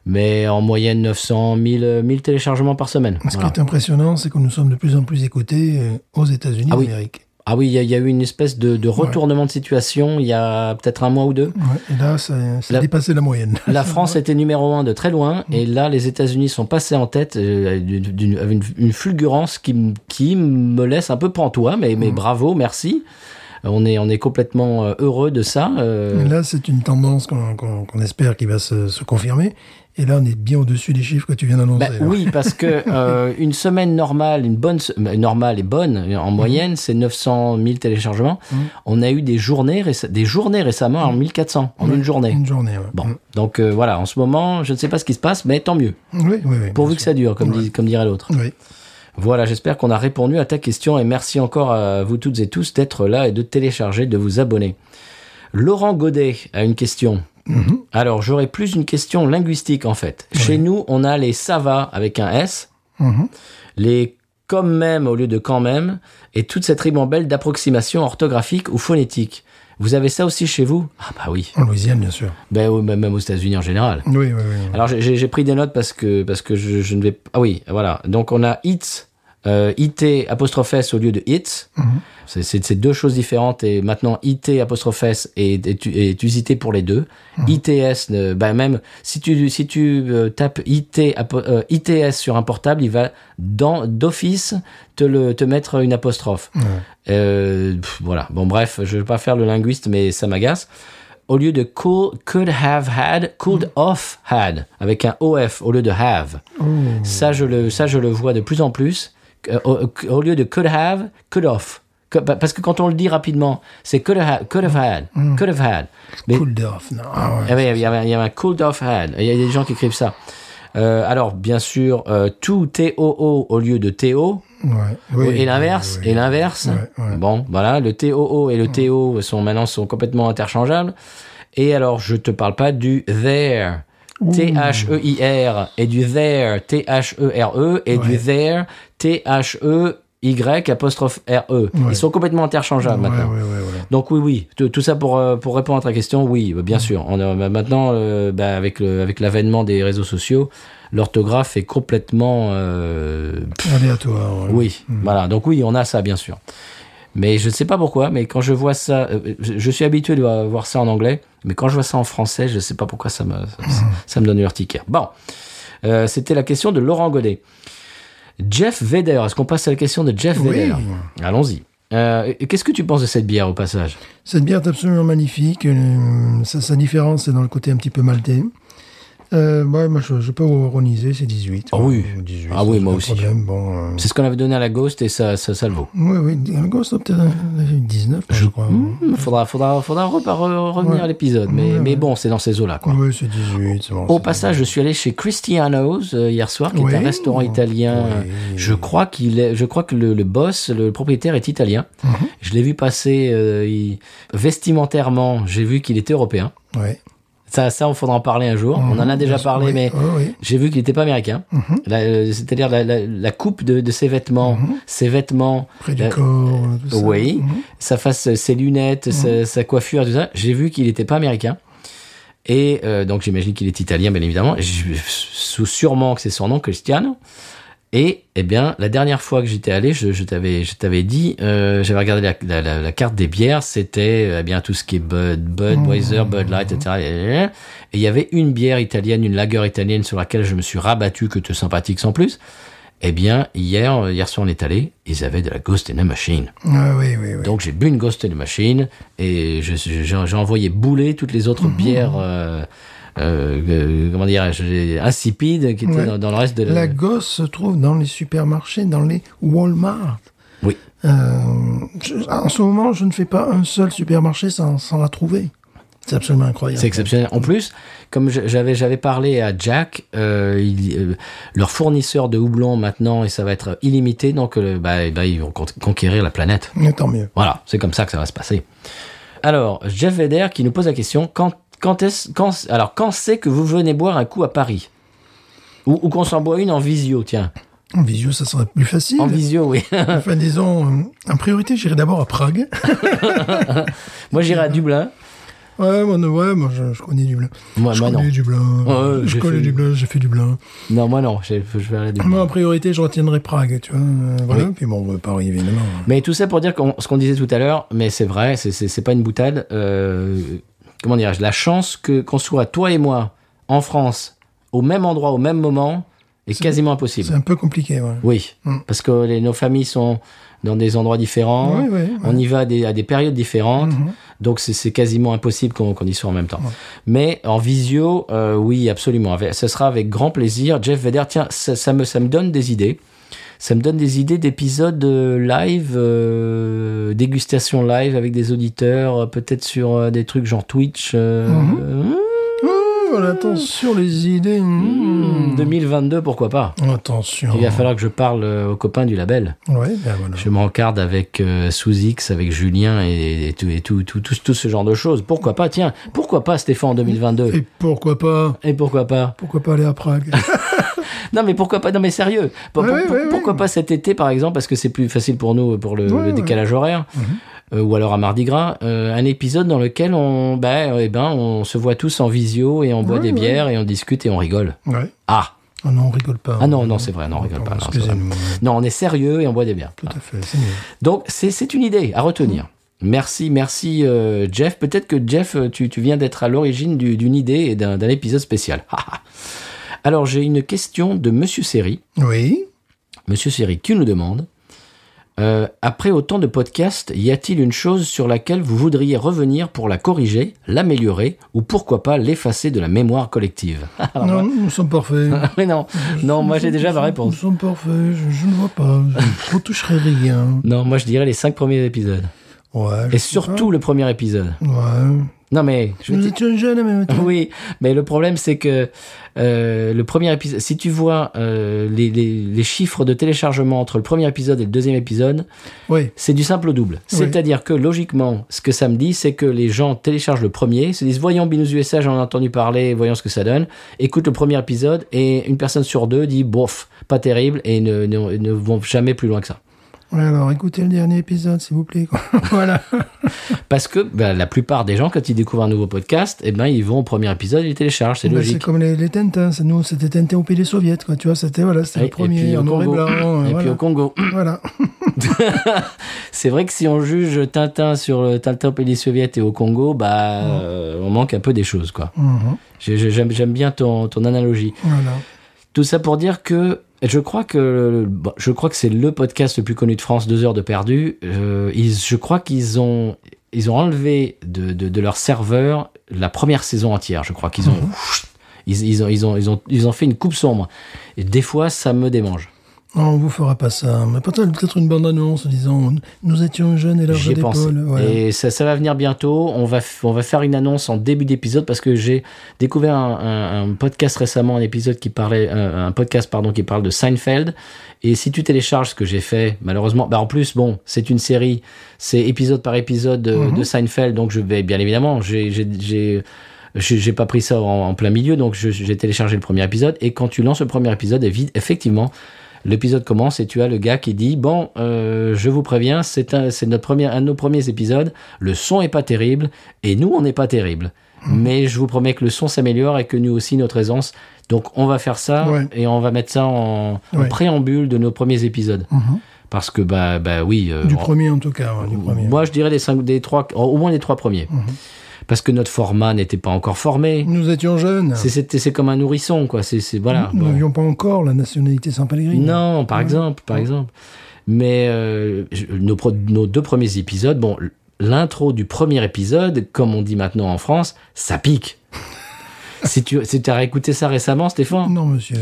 [SPEAKER 1] Mais en moyenne, 900, 1000, euh, 1000 téléchargements par semaine.
[SPEAKER 3] Ce
[SPEAKER 1] Voilà.
[SPEAKER 3] qui est impressionant, c'est que nous sommes de plus en plus écoutés euh, aux États-Unis
[SPEAKER 1] Ah oui.
[SPEAKER 3] d'Amérique.
[SPEAKER 1] Ah oui, il y, a- il y a eu une espèce de, de retournement de situation il y a peut-être un mois ou deux.
[SPEAKER 3] Ouais, Et là, ça, ça
[SPEAKER 1] La- Euh.
[SPEAKER 3] a dépassé la moyenne.
[SPEAKER 1] La France était numéro un de très loin, et là, les États-Unis sont passés en tête euh, d'une- d'une avec une- une fulgurance qui, m- qui me laisse un peu pantois, mais, mais bravo, merci. On est, on est complètement euh, heureux de ça. euh,
[SPEAKER 3] Mais Là, c'est une tendance qu'on qu'on- qu'on espère qui va se, se confirmer. Et là, on est bien au-dessus des chiffres que tu viens d'annoncer.
[SPEAKER 1] Bah
[SPEAKER 3] là.
[SPEAKER 1] oui, parce que euh, une semaine normale, une bonne se- euh, normale et bonne
[SPEAKER 3] Mhm.
[SPEAKER 1] en moyenne, c'est 900 000 téléchargements. On a eu des journées, réce- des journées récemment en 1400 en une journée.
[SPEAKER 3] Une journée. Mhm. ouais. Mm.
[SPEAKER 1] Bon, donc euh, voilà, en ce moment, je ne sais pas ce qui se passe, mais tant mieux,
[SPEAKER 3] Oui, oui, oui.
[SPEAKER 1] pourvu
[SPEAKER 3] bien
[SPEAKER 1] que ça dure, comme, dit- comme dirait l'autre.
[SPEAKER 3] sûr. Oui.
[SPEAKER 1] Voilà, j'espère qu'on a répondu à ta question et merci encore à vous toutes et tous d'être là et de télécharger, de vous abonner. Laurent Godet a une question.
[SPEAKER 3] Mhm.
[SPEAKER 1] Alors, j'aurais plus une question linguistique en fait. Chez nous, on a les ça va avec un S,
[SPEAKER 3] Mhm.
[SPEAKER 1] les comme même au lieu de quand même et toute cette ribambelle d'approximations orthographiques ou phonétiques. Vous avez ça aussi chez vous Ah bah oui.
[SPEAKER 3] En Louisiane, bien sûr.
[SPEAKER 1] Ben, ou même même aux États-Unis en général.
[SPEAKER 3] Oui, oui, oui. oui.
[SPEAKER 1] Alors j'ai j'ai pris des notes parce que parce que je, je ne vais ah oui voilà donc on a it euh, it apostrophe s au lieu de it c'est c'est c'est deux choses différentes et maintenant it apostrophe s est, est, est usité pour les deux its ne- bah même si tu si tu euh, tapes it apo- euh, its sur un portable il va dans d'office te le te mettre une apostrophe euh, pff, voilà. Bon, bref, je vais pas faire le linguiste, mais ça m'agace. Au lieu de could, could have had, could off had, avec un OF au lieu de have. Ça, je le, ça, je le vois de plus en plus. Euh, Au, au lieu de could have, could off. Que- pa- Parce que quand on le dit rapidement, c'est could have, could have had, could have had. Mais-
[SPEAKER 3] Cool d'off. non, ah ouais.
[SPEAKER 1] eh oui, il y avait, il y avait un cool off hand. Il y a des gens qui écrivent ça. Euh, alors, bien sûr, euh, tout T-O-O au lieu de T-O.
[SPEAKER 3] Ouais, oui,
[SPEAKER 1] et l'inverse,
[SPEAKER 3] oui, oui.
[SPEAKER 1] et l'inverse.
[SPEAKER 3] Ouais, ouais.
[SPEAKER 1] Bon, voilà, le TOO et le TO sont maintenant sont complètement interchangeables. Et alors, je te parle pas du there, T-H-E-I-R, et du there, T-H-E-R-E, E et du
[SPEAKER 3] Ouais.
[SPEAKER 1] there, T-H-E-Y apostrophe R-E. Ils sont complètement interchangeables
[SPEAKER 3] Ouais,
[SPEAKER 1] maintenant.
[SPEAKER 3] ouais, ouais, ouais.
[SPEAKER 1] Donc oui, oui, tout, tout ça pour, euh, pour répondre à ta question, oui, bien sûr. On a, bah, maintenant, euh, bah, avec le- avec l'avènement des réseaux sociaux, l'orthographe est complètement euh,
[SPEAKER 3] Aléatoire. ouais.
[SPEAKER 1] oui, voilà. Donc oui, on a ça, bien sûr. Mais je ne sais pas pourquoi, mais quand je vois ça, euh, je je suis habitué de voir ça en anglais, mais quand je vois ça en français, je ne sais pas pourquoi ça me, ça, ça me donne l'urticaire. Bon, Euh, c'était la question de Laurent Godet. Jeff Vedder, est-ce qu'on passe à la question de Jeff
[SPEAKER 3] Oui.
[SPEAKER 1] Vedder Allons-y. Euh, Qu'est-ce que tu penses de cette bière au passage
[SPEAKER 3] Cette bière est absolument magnifique. Euh, Sa, sa différence, c'est dans le côté un petit peu maltais. Euh, ouais, moi, je, je peux ironiser, c'est 18.
[SPEAKER 1] Ah oui.
[SPEAKER 3] Ou 18,
[SPEAKER 1] Ah oui,
[SPEAKER 3] c'est
[SPEAKER 1] moi
[SPEAKER 3] pas de
[SPEAKER 1] aussi.
[SPEAKER 3] problème, Bon, euh,
[SPEAKER 1] C'est ce qu'on avait donné à la Ghost et ça, ça, ça le vaut.
[SPEAKER 3] Oui, oui, un gros, c'est peut-être un- 19, je, crois.
[SPEAKER 1] Il Hmm, faudra, faudra, faudra re- re- revenir à l'épisode, mais, mais bon, c'est dans ces eaux-là. quoi.
[SPEAKER 3] Oui, c'est 18. c'est bon,
[SPEAKER 1] Au
[SPEAKER 3] c'est-
[SPEAKER 1] passage, je suis allé chez Cristiano's euh, hier soir, qui
[SPEAKER 3] Oui.
[SPEAKER 1] est un restaurant italien.
[SPEAKER 3] Oui.
[SPEAKER 1] Je crois qu'il est, je crois que le, le boss, le propriétaire est italien.
[SPEAKER 3] Mhm.
[SPEAKER 1] Je l'ai vu passer euh, il- vestimentairement. J'ai vu qu'il était européen.
[SPEAKER 3] Ouais.
[SPEAKER 1] Ça, ça, on faudra en parler un jour. On en a déjà
[SPEAKER 3] Mhm, Bien sûr, Mhm.
[SPEAKER 1] parlé,
[SPEAKER 3] oui,
[SPEAKER 1] mais
[SPEAKER 3] oui, oui.
[SPEAKER 1] j'ai vu qu'il n'était pas américain. La- euh, C'est-à-dire la, la- la coupe de, de ses vêtements,
[SPEAKER 3] Mhm.
[SPEAKER 1] ses vêtements.
[SPEAKER 3] Près du
[SPEAKER 1] la-
[SPEAKER 3] corps, tout ça.
[SPEAKER 1] Euh, oui, sa face, ses lunettes, sa, sa coiffure, tout ça. J'ai vu qu'il n'était pas américain. Et euh, donc j'imagine qu'il est italien, bien évidemment. Je- sous- sûrement que c'est son nom, Cristiano. Et eh bien, la dernière fois que j'étais allé, je, je t'avais, je t'avais dit, euh, j'avais regardé la, la- la- la carte des bières, c'était euh, eh bien tout ce qui est Bud, Budweiser, Bud Light, etc. Et il y avait une bière italienne, une lager italienne sur laquelle je me suis rabattu, que te sympathique sans plus. Eh bien, hier, euh, hier soir on est allé, ils avaient de la Ghost in a Machine.
[SPEAKER 3] Ah, oui, oui, oui.
[SPEAKER 1] Donc j'ai bu une Ghost in the Machine et je- je- j'ai j'ai envoyé bouler toutes les autres bières, euh, euh, euh, comment dire, insipides qui étaient
[SPEAKER 3] Ouais.
[SPEAKER 1] dans, dans le reste de la...
[SPEAKER 3] La gosse se trouve dans les supermarchés, dans les Walmart.
[SPEAKER 1] Oui,
[SPEAKER 3] Euh, je- en ce moment, je ne fais pas un seul supermarché sans, sans la trouver. C'est absolument incroyable.
[SPEAKER 1] C'est exceptionnel. En plus, comme je- j'avais j'avais parlé à Jack, euh, il- euh, leur fournisseur de houblon maintenant et ça va être illimité, donc euh, bah, eh ben, ils vont con- conquérir la planète.
[SPEAKER 3] Mais tant mieux.
[SPEAKER 1] Voilà, c'est comme ça que ça va se passer. Alors Jeff Vedder qui nous pose la question quand quand est quand alors quand c'est que vous venez boire un coup à Paris ou, ou qu'on s'en boit une en visio, tiens.
[SPEAKER 3] En visio, ça serait plus facile.
[SPEAKER 1] En visio, oui.
[SPEAKER 3] Enfin, disons, euh, en priorité, j'irai d'abord à Prague.
[SPEAKER 1] Moi, j'irai à Dublin.
[SPEAKER 3] ouais, moi, ouais, moi je, je connais du blanc.
[SPEAKER 1] Moi,
[SPEAKER 3] je
[SPEAKER 1] moi, non.
[SPEAKER 3] connais du blanc.
[SPEAKER 1] Ouais, ouais,
[SPEAKER 3] je
[SPEAKER 1] j'ai
[SPEAKER 3] connais
[SPEAKER 1] fait-
[SPEAKER 3] du blanc, j'ai fait du blanc.
[SPEAKER 1] Non, moi, non. Je, je vais aller à Dublin.
[SPEAKER 3] Moi, en priorité, je retiendrai Prague, tu vois. euh, voilà. Puis bon, euh, Paris, évidemment.
[SPEAKER 1] Mais tout ça pour dire qu'on- ce qu'on disait tout à l'heure, mais c'est vrai, c'est- c'est c'est pas une boutade. euh, comment dirais-je La chance que qu'on soit toi et moi en France au même endroit au même moment est, quasiment
[SPEAKER 3] C'est
[SPEAKER 1] impossible.
[SPEAKER 3] un peu compliqué, ouais.
[SPEAKER 1] Oui,
[SPEAKER 3] Mm.
[SPEAKER 1] parce que les- nos familles sont dans des endroits différents.
[SPEAKER 3] Ouais, ouais, ouais. Mm-hmm.
[SPEAKER 1] On y va à des, à des périodes différentes, donc c'est- c'est quasiment impossible qu'on qu'on y soit en même temps. Mais en visio, euh, oui, absolument. Avec- Ce sera avec grand plaisir. Jeff Vedder, tiens, ça, ça me, ça me donne des idées. Ça me donne des idées d'épisodes euh, live, euh, dégustation live avec des auditeurs, euh, peut-être sur euh, des trucs genre Twitch. euh,
[SPEAKER 3] Mm-hmm. Ah, voilà, attention les idées. Mmh. Mm.
[SPEAKER 1] hmm, 2022, pourquoi pas
[SPEAKER 3] Attention.
[SPEAKER 1] Il va falloir que je parle euh, aux copains du label.
[SPEAKER 3] Ouais, ben voilà.
[SPEAKER 1] Je me rencarde avec euh, Sous-X, avec Julien et, et tout, et tout, tout, tout, tout ce genre de choses. Pourquoi pas Tiens, pourquoi pas Stéphane en 2022
[SPEAKER 3] Et pourquoi pas
[SPEAKER 1] Et pourquoi pas
[SPEAKER 3] Pourquoi pas aller à Prague
[SPEAKER 1] Non mais pourquoi pas Non mais sérieux Pour-
[SPEAKER 3] Ouais,
[SPEAKER 1] pour-
[SPEAKER 3] ouais,
[SPEAKER 1] pour-
[SPEAKER 3] ouais,
[SPEAKER 1] Pourquoi
[SPEAKER 3] ouais.
[SPEAKER 1] pas cet été par exemple Parce que c'est plus facile pour nous pour le,
[SPEAKER 3] Ouais, Mhm.
[SPEAKER 1] le décalage horaire. Euh, ou alors à Mardi Gras, euh, un épisode dans lequel on, ben, eh ben, on se voit tous en visio et on boit
[SPEAKER 3] Ouais,
[SPEAKER 1] des
[SPEAKER 3] ouais.
[SPEAKER 1] bières et on discute et on rigole.
[SPEAKER 3] Ouais.
[SPEAKER 1] Ah
[SPEAKER 3] Ah non, on rigole pas.
[SPEAKER 1] Ah non, non, c'est vrai, non, on rigole pas. non, c'est vrai.
[SPEAKER 3] Excusez-nous.
[SPEAKER 1] Non, on est sérieux et on boit des bières.
[SPEAKER 3] Tout à fait, c'est mieux.
[SPEAKER 1] Donc, c'est c'est une idée à retenir. Merci, merci euh, Jeff. Peut-être que Jeff, euh, tu, tu viens d'être à l'origine du- d'une idée et d'un d'un épisode spécial. Alors, j'ai une question de Monsieur Seri.
[SPEAKER 3] Oui.
[SPEAKER 1] Monsieur Seri, tu nous demandes euh, Après autant de podcasts, y a-t-il une chose sur laquelle vous voudriez revenir pour la corriger, l'améliorer ou pourquoi pas l'effacer de la mémoire collective Ah,
[SPEAKER 3] non, nous sommes parfaits.
[SPEAKER 1] Mais non, non, moi j'ai déjà ma
[SPEAKER 3] Nous
[SPEAKER 1] réponse.
[SPEAKER 3] sommes parfaits, je, je ne vois pas. Je ne retoucherai rien.
[SPEAKER 1] Non, moi je dirais les cinq premiers épisodes.
[SPEAKER 3] Ouais. je
[SPEAKER 1] Et
[SPEAKER 3] sais
[SPEAKER 1] surtout le premier épisode.
[SPEAKER 3] pas. Ouais.
[SPEAKER 1] Non mais, je vais
[SPEAKER 3] Nous
[SPEAKER 1] te- Ah
[SPEAKER 3] étions jeunes, mais.
[SPEAKER 1] Oui, mais le problème c'est que euh, le premier épisode, si tu vois euh, les, les- les chiffres de téléchargement entre le premier épisode et le deuxième épisode,
[SPEAKER 3] Ouais.
[SPEAKER 1] c'est du simple au double. C'est-à-dire que logiquement, ce que ça me dit, c'est que les gens téléchargent le premier, se disent voyons Binous USA, j'en ai entendu parler, voyons ce que ça donne, écoutent le premier épisode et une personne sur deux dit bof, pas terrible et ne, ne- ne vont jamais plus loin que ça.
[SPEAKER 3] Ouais, alors écoutez le dernier épisode, s'il vous plaît. quoi. voilà.
[SPEAKER 1] Parce que ben, la plupart des gens, quand ils découvrent un nouveau podcast, eh ben, ils vont au premier épisode, ils téléchargent, c'est
[SPEAKER 3] Ben,
[SPEAKER 1] logique.
[SPEAKER 3] comme les, les Tintins. C'est Nous, c'était Tintin au pays des soviets, quoi. Tu vois, c'était voilà, c'était
[SPEAKER 1] Et-
[SPEAKER 3] le premier
[SPEAKER 1] et puis au
[SPEAKER 3] en noir et
[SPEAKER 1] Congo.
[SPEAKER 3] blanc. euh,
[SPEAKER 1] Et
[SPEAKER 3] voilà.
[SPEAKER 1] puis au Congo.
[SPEAKER 3] Voilà.
[SPEAKER 1] C'est vrai que si on juge Tintin sur le Tintin au pays des soviets et au Congo, bah, euh, on manque un peu des choses, quoi.
[SPEAKER 3] Mhm.
[SPEAKER 1] J'ai- j'ai- J'aime j'aime bien ton, ton analogie.
[SPEAKER 3] Voilà.
[SPEAKER 1] Tout ça pour dire que je crois que bon, je crois que c'est le podcast le plus connu de France, deux heures de perdu. Euh, ils- je crois qu'ils ont ils ont enlevé de, de- de leur serveur la première saison entière. Je crois qu'ils ont, ils, ils ont ils ont ils ont ils ont fait une coupe sombre. Et des fois, ça me démange.
[SPEAKER 3] Non, on vous fera pas ça. Mais peut-être peut-être une bande-annonce en disant Nous étions jeunes et larges
[SPEAKER 1] J'y ai pensé.
[SPEAKER 3] d'épaule. Voilà.
[SPEAKER 1] Et ça, ça va venir bientôt. On va, f- on va faire une annonce en début d'épisode parce que j'ai découvert un, un- un podcast récemment, un épisode qui parlait, euh, un, un podcast pardon, qui parle de Seinfeld. Et si tu télécharges ce que j'ai fait, malheureusement, bah en plus, bon, c'est une série, c'est épisode par épisode euh, de Seinfeld, donc je vais bien évidemment, j'ai- j'ai- j'ai j'ai j'ai pas pris ça en, en plein milieu, donc je- j'ai téléchargé le premier épisode. Et quand tu lances le premier épisode, évi- effectivement, l'épisode commence et tu as le gars qui dit Bon, euh, je vous préviens, c'est un, c'est notre premier, un de nos premiers épisodes. Le son est pas terrible et nous, on n'est pas terrible. Mais je vous promets que le son s'améliore et que nous aussi, notre aisance. Donc, on va faire ça
[SPEAKER 3] Ouais.
[SPEAKER 1] et on va mettre ça en, en
[SPEAKER 3] Ouais.
[SPEAKER 1] préambule de nos premiers épisodes.
[SPEAKER 3] Mhm.
[SPEAKER 1] Parce que, bah, bah oui. euh,
[SPEAKER 3] Du
[SPEAKER 1] on-
[SPEAKER 3] premier, en tout cas. ouais, du premier. Mhm.
[SPEAKER 1] moi, je dirais les cinq, des trois, oh, au moins les trois premiers. Parce que notre format n'était pas encore formé.
[SPEAKER 3] Nous étions jeunes.
[SPEAKER 1] C'est- c'était- C'est comme un nourrisson, quoi. C'est c'est- voilà.
[SPEAKER 3] Nous
[SPEAKER 1] bon.
[SPEAKER 3] n'avions pas encore la nationalité sans Pellegrine.
[SPEAKER 1] Non, par exemple, par exemple. Mais euh, je- nos, pro- nos deux premiers épisodes, bon, l'intro du premier épisode, comme on dit maintenant en France, ça pique. si tu si as réécouté ça récemment, Stéphane
[SPEAKER 3] Non, monsieur.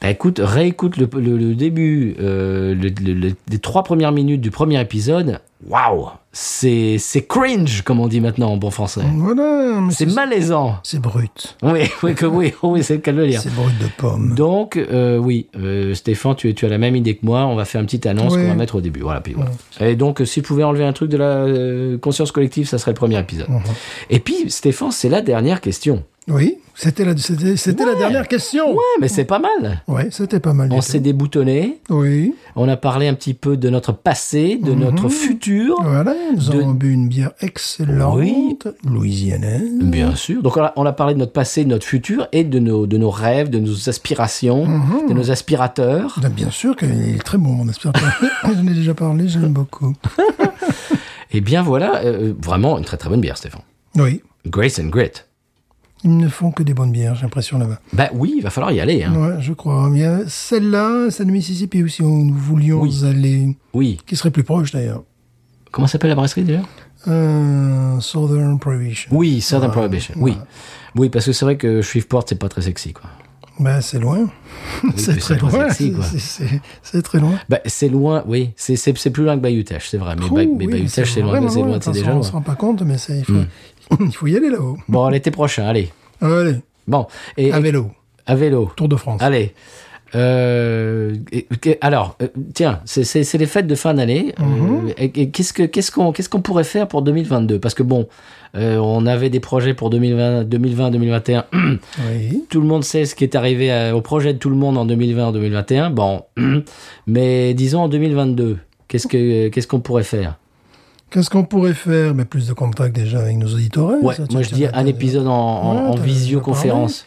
[SPEAKER 1] Bah écoute, réécoute le, le- le début, euh, le- le- le- les trois premières minutes du premier épisode. Waouh C'est c'est cringe, comme on dit maintenant en bon français.
[SPEAKER 3] Voilà, Mm, mais
[SPEAKER 1] C'est malaisant.
[SPEAKER 3] C'est brut.
[SPEAKER 1] Oui, oui, que oui, oui, c'est le cas de le dire.
[SPEAKER 3] C'est brut de pomme.
[SPEAKER 1] Donc, euh, oui, euh, Stéphane, tu, tu as la même idée que moi. On va faire une petite annonce
[SPEAKER 3] Oui.
[SPEAKER 1] qu'on va mettre au début. Voilà, puis voilà. Et donc, euh, si vous pouvez enlever un truc de la euh, conscience collective, ça serait le premier épisode.
[SPEAKER 3] Mhm.
[SPEAKER 1] Et puis, Stéphane, c'est la dernière question.
[SPEAKER 3] Oui, c'était la, c'était, c'était la
[SPEAKER 1] Ouais.
[SPEAKER 3] dernière question.
[SPEAKER 1] Ouais, mais c'est pas mal.
[SPEAKER 3] Ouais, c'était pas mal. du
[SPEAKER 1] On
[SPEAKER 3] tout.
[SPEAKER 1] s'est déboutonné.
[SPEAKER 3] Oui,
[SPEAKER 1] On a parlé un petit peu de notre passé,
[SPEAKER 3] Mhm.
[SPEAKER 1] de notre futur.
[SPEAKER 3] voilà, nous
[SPEAKER 1] Oh. De-
[SPEAKER 3] avons bu une bière excellente,
[SPEAKER 1] Oui.
[SPEAKER 3] louisianaise.
[SPEAKER 1] Bien sûr. Donc on a, on a parlé de notre passé, de notre futur et de nos, de nos rêves, de nos aspirations,
[SPEAKER 3] Mhm.
[SPEAKER 1] de nos aspirateurs.
[SPEAKER 3] Ah, Bien sûr qu'il est très bon, mon aspirateur. J'en ai déjà parlé, j'aime beaucoup.
[SPEAKER 1] Eh bien voilà, euh, vraiment une très très bonne bière, Stéphane.
[SPEAKER 3] Oui,
[SPEAKER 1] Grace and Grit.
[SPEAKER 3] ils ne font que des bonnes bières, j'ai l'impression là-bas.
[SPEAKER 1] Bah oui, il va falloir y aller. hein.
[SPEAKER 3] Ouais, je crois. Il y a celle-là, celle de Mississippi aussi, où nous voulions
[SPEAKER 1] Oui.
[SPEAKER 3] aller,
[SPEAKER 1] Oui.
[SPEAKER 3] qui serait plus proche d'ailleurs.
[SPEAKER 1] Comment s'appelle la brasserie d'ailleurs
[SPEAKER 3] Euh, Southern Prohibition.
[SPEAKER 1] Oui, Southern Prohibition. Oui. Oui, parce que c'est vrai que Shreveport, c'est pas très sexy, quoi.
[SPEAKER 3] Ben, c'est loin. c'est
[SPEAKER 1] puis
[SPEAKER 3] très
[SPEAKER 1] c'est pas
[SPEAKER 3] loin.
[SPEAKER 1] sexy,
[SPEAKER 3] C'est-
[SPEAKER 1] quoi.
[SPEAKER 3] c'est- C'est c'est très loin.
[SPEAKER 1] Bah, c'est loin, oui. C'est- C'est c'est plus loin que Bayou Teche, c'est vrai. Mais, Bay-
[SPEAKER 3] Ouh,
[SPEAKER 1] mais
[SPEAKER 3] Oh, oui,
[SPEAKER 1] Bayou Teche, c'est loin,
[SPEAKER 3] vraiment
[SPEAKER 1] c'est loin,
[SPEAKER 3] De
[SPEAKER 1] c'est
[SPEAKER 3] toute
[SPEAKER 1] déjà
[SPEAKER 3] façon, On
[SPEAKER 1] loin. Hmm.
[SPEAKER 3] se rend pas compte, mais c'est- il, faut, il faut y aller là-haut.
[SPEAKER 1] Bon, l'été prochain, allez.
[SPEAKER 3] Allez,
[SPEAKER 1] Bon, et, Ah.
[SPEAKER 3] à vélo,
[SPEAKER 1] à vélo.
[SPEAKER 3] Tour de France.
[SPEAKER 1] Allez. Euh, et- et- alors, euh, tiens, c'est- c'est c'est les fêtes de fin d'année. Euh,
[SPEAKER 3] Mhm.
[SPEAKER 1] et- et qu'est-ce que- qu'est-ce qu'on qu'est-ce qu'on pourrait faire pour 2022 Parce que bon, euh, on avait des projets pour 2020, 2020 2021.
[SPEAKER 3] Oui.
[SPEAKER 1] Tout le monde sait ce qui est arrivé à- au projet de tout le monde en 2020-2021. Bon, mais disons en 2022, qu'est-ce que qu'est-ce qu'on pourrait faire
[SPEAKER 3] Qu'est-ce qu'on pourrait faire Mais plus de contact déjà avec nos auditeurs.
[SPEAKER 1] Ouais, moi je dis un épisode en, en-
[SPEAKER 3] Ouais,
[SPEAKER 1] en
[SPEAKER 3] t'as-
[SPEAKER 1] visioconférence.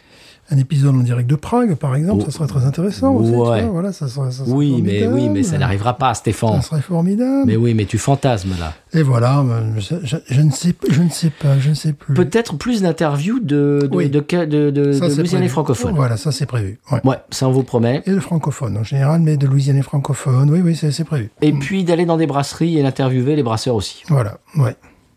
[SPEAKER 3] Un épisode en direct de Prague, par exemple,
[SPEAKER 1] Oh.
[SPEAKER 3] ça serait très intéressant. aussi, tu
[SPEAKER 1] Ouais.
[SPEAKER 3] vois, voilà, ça serait, ça serait
[SPEAKER 1] Oui, mais oui, mais ça
[SPEAKER 3] formidable.
[SPEAKER 1] n'arrivera pas, Stéphane.
[SPEAKER 3] Ça serait formidable.
[SPEAKER 1] Mais oui, mais tu fantasmes là.
[SPEAKER 3] Et voilà, ben, je, je- je ne sais, je ne sais pas, je ne sais plus.
[SPEAKER 1] Peut-être plus d'interviews de de
[SPEAKER 3] Mm. Oui.
[SPEAKER 1] de de, de,
[SPEAKER 3] Ça,
[SPEAKER 1] de
[SPEAKER 3] c'est
[SPEAKER 1] Louisianais
[SPEAKER 3] prévu.
[SPEAKER 1] francophones.
[SPEAKER 3] Voilà, ça c'est prévu. ouais.
[SPEAKER 1] Ouais, ça on vous promet.
[SPEAKER 3] Et de francophones en général, mais de Louisianais francophones, oui, oui, c'est c'est prévu.
[SPEAKER 1] Et puis d'aller dans des brasseries et d'interviewer les brasseurs aussi.
[SPEAKER 3] Voilà, ouais.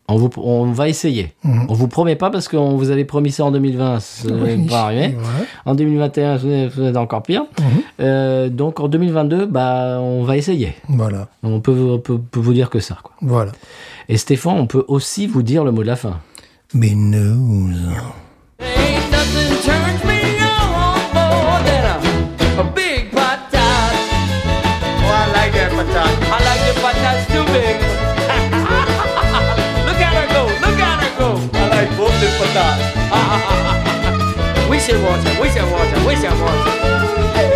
[SPEAKER 1] On vous on va essayer.
[SPEAKER 3] Mhm.
[SPEAKER 1] On vous promet pas parce qu'on vous avait promis ça en 2020, ça
[SPEAKER 3] Oui,
[SPEAKER 1] n'est pas arrivé.
[SPEAKER 3] voilà.
[SPEAKER 1] En 2021, c'est c'est encore pire.
[SPEAKER 3] Mhm.
[SPEAKER 1] Euh, donc en 2022, bah, on va essayer.
[SPEAKER 3] Voilà,
[SPEAKER 1] On peut, vous- on peut- peut vous dire que ça. Quoi.
[SPEAKER 3] voilà.
[SPEAKER 1] Et Stéphane, on peut aussi vous dire le mot de la fin.
[SPEAKER 3] Mais news.
[SPEAKER 4] Ain't nothing turns me on more than a, a big patat. Oh, I like that patat. I like the patats too big. look at her go, look at her go. I like both the patats. we should watch it, we should watch it, we should watch it.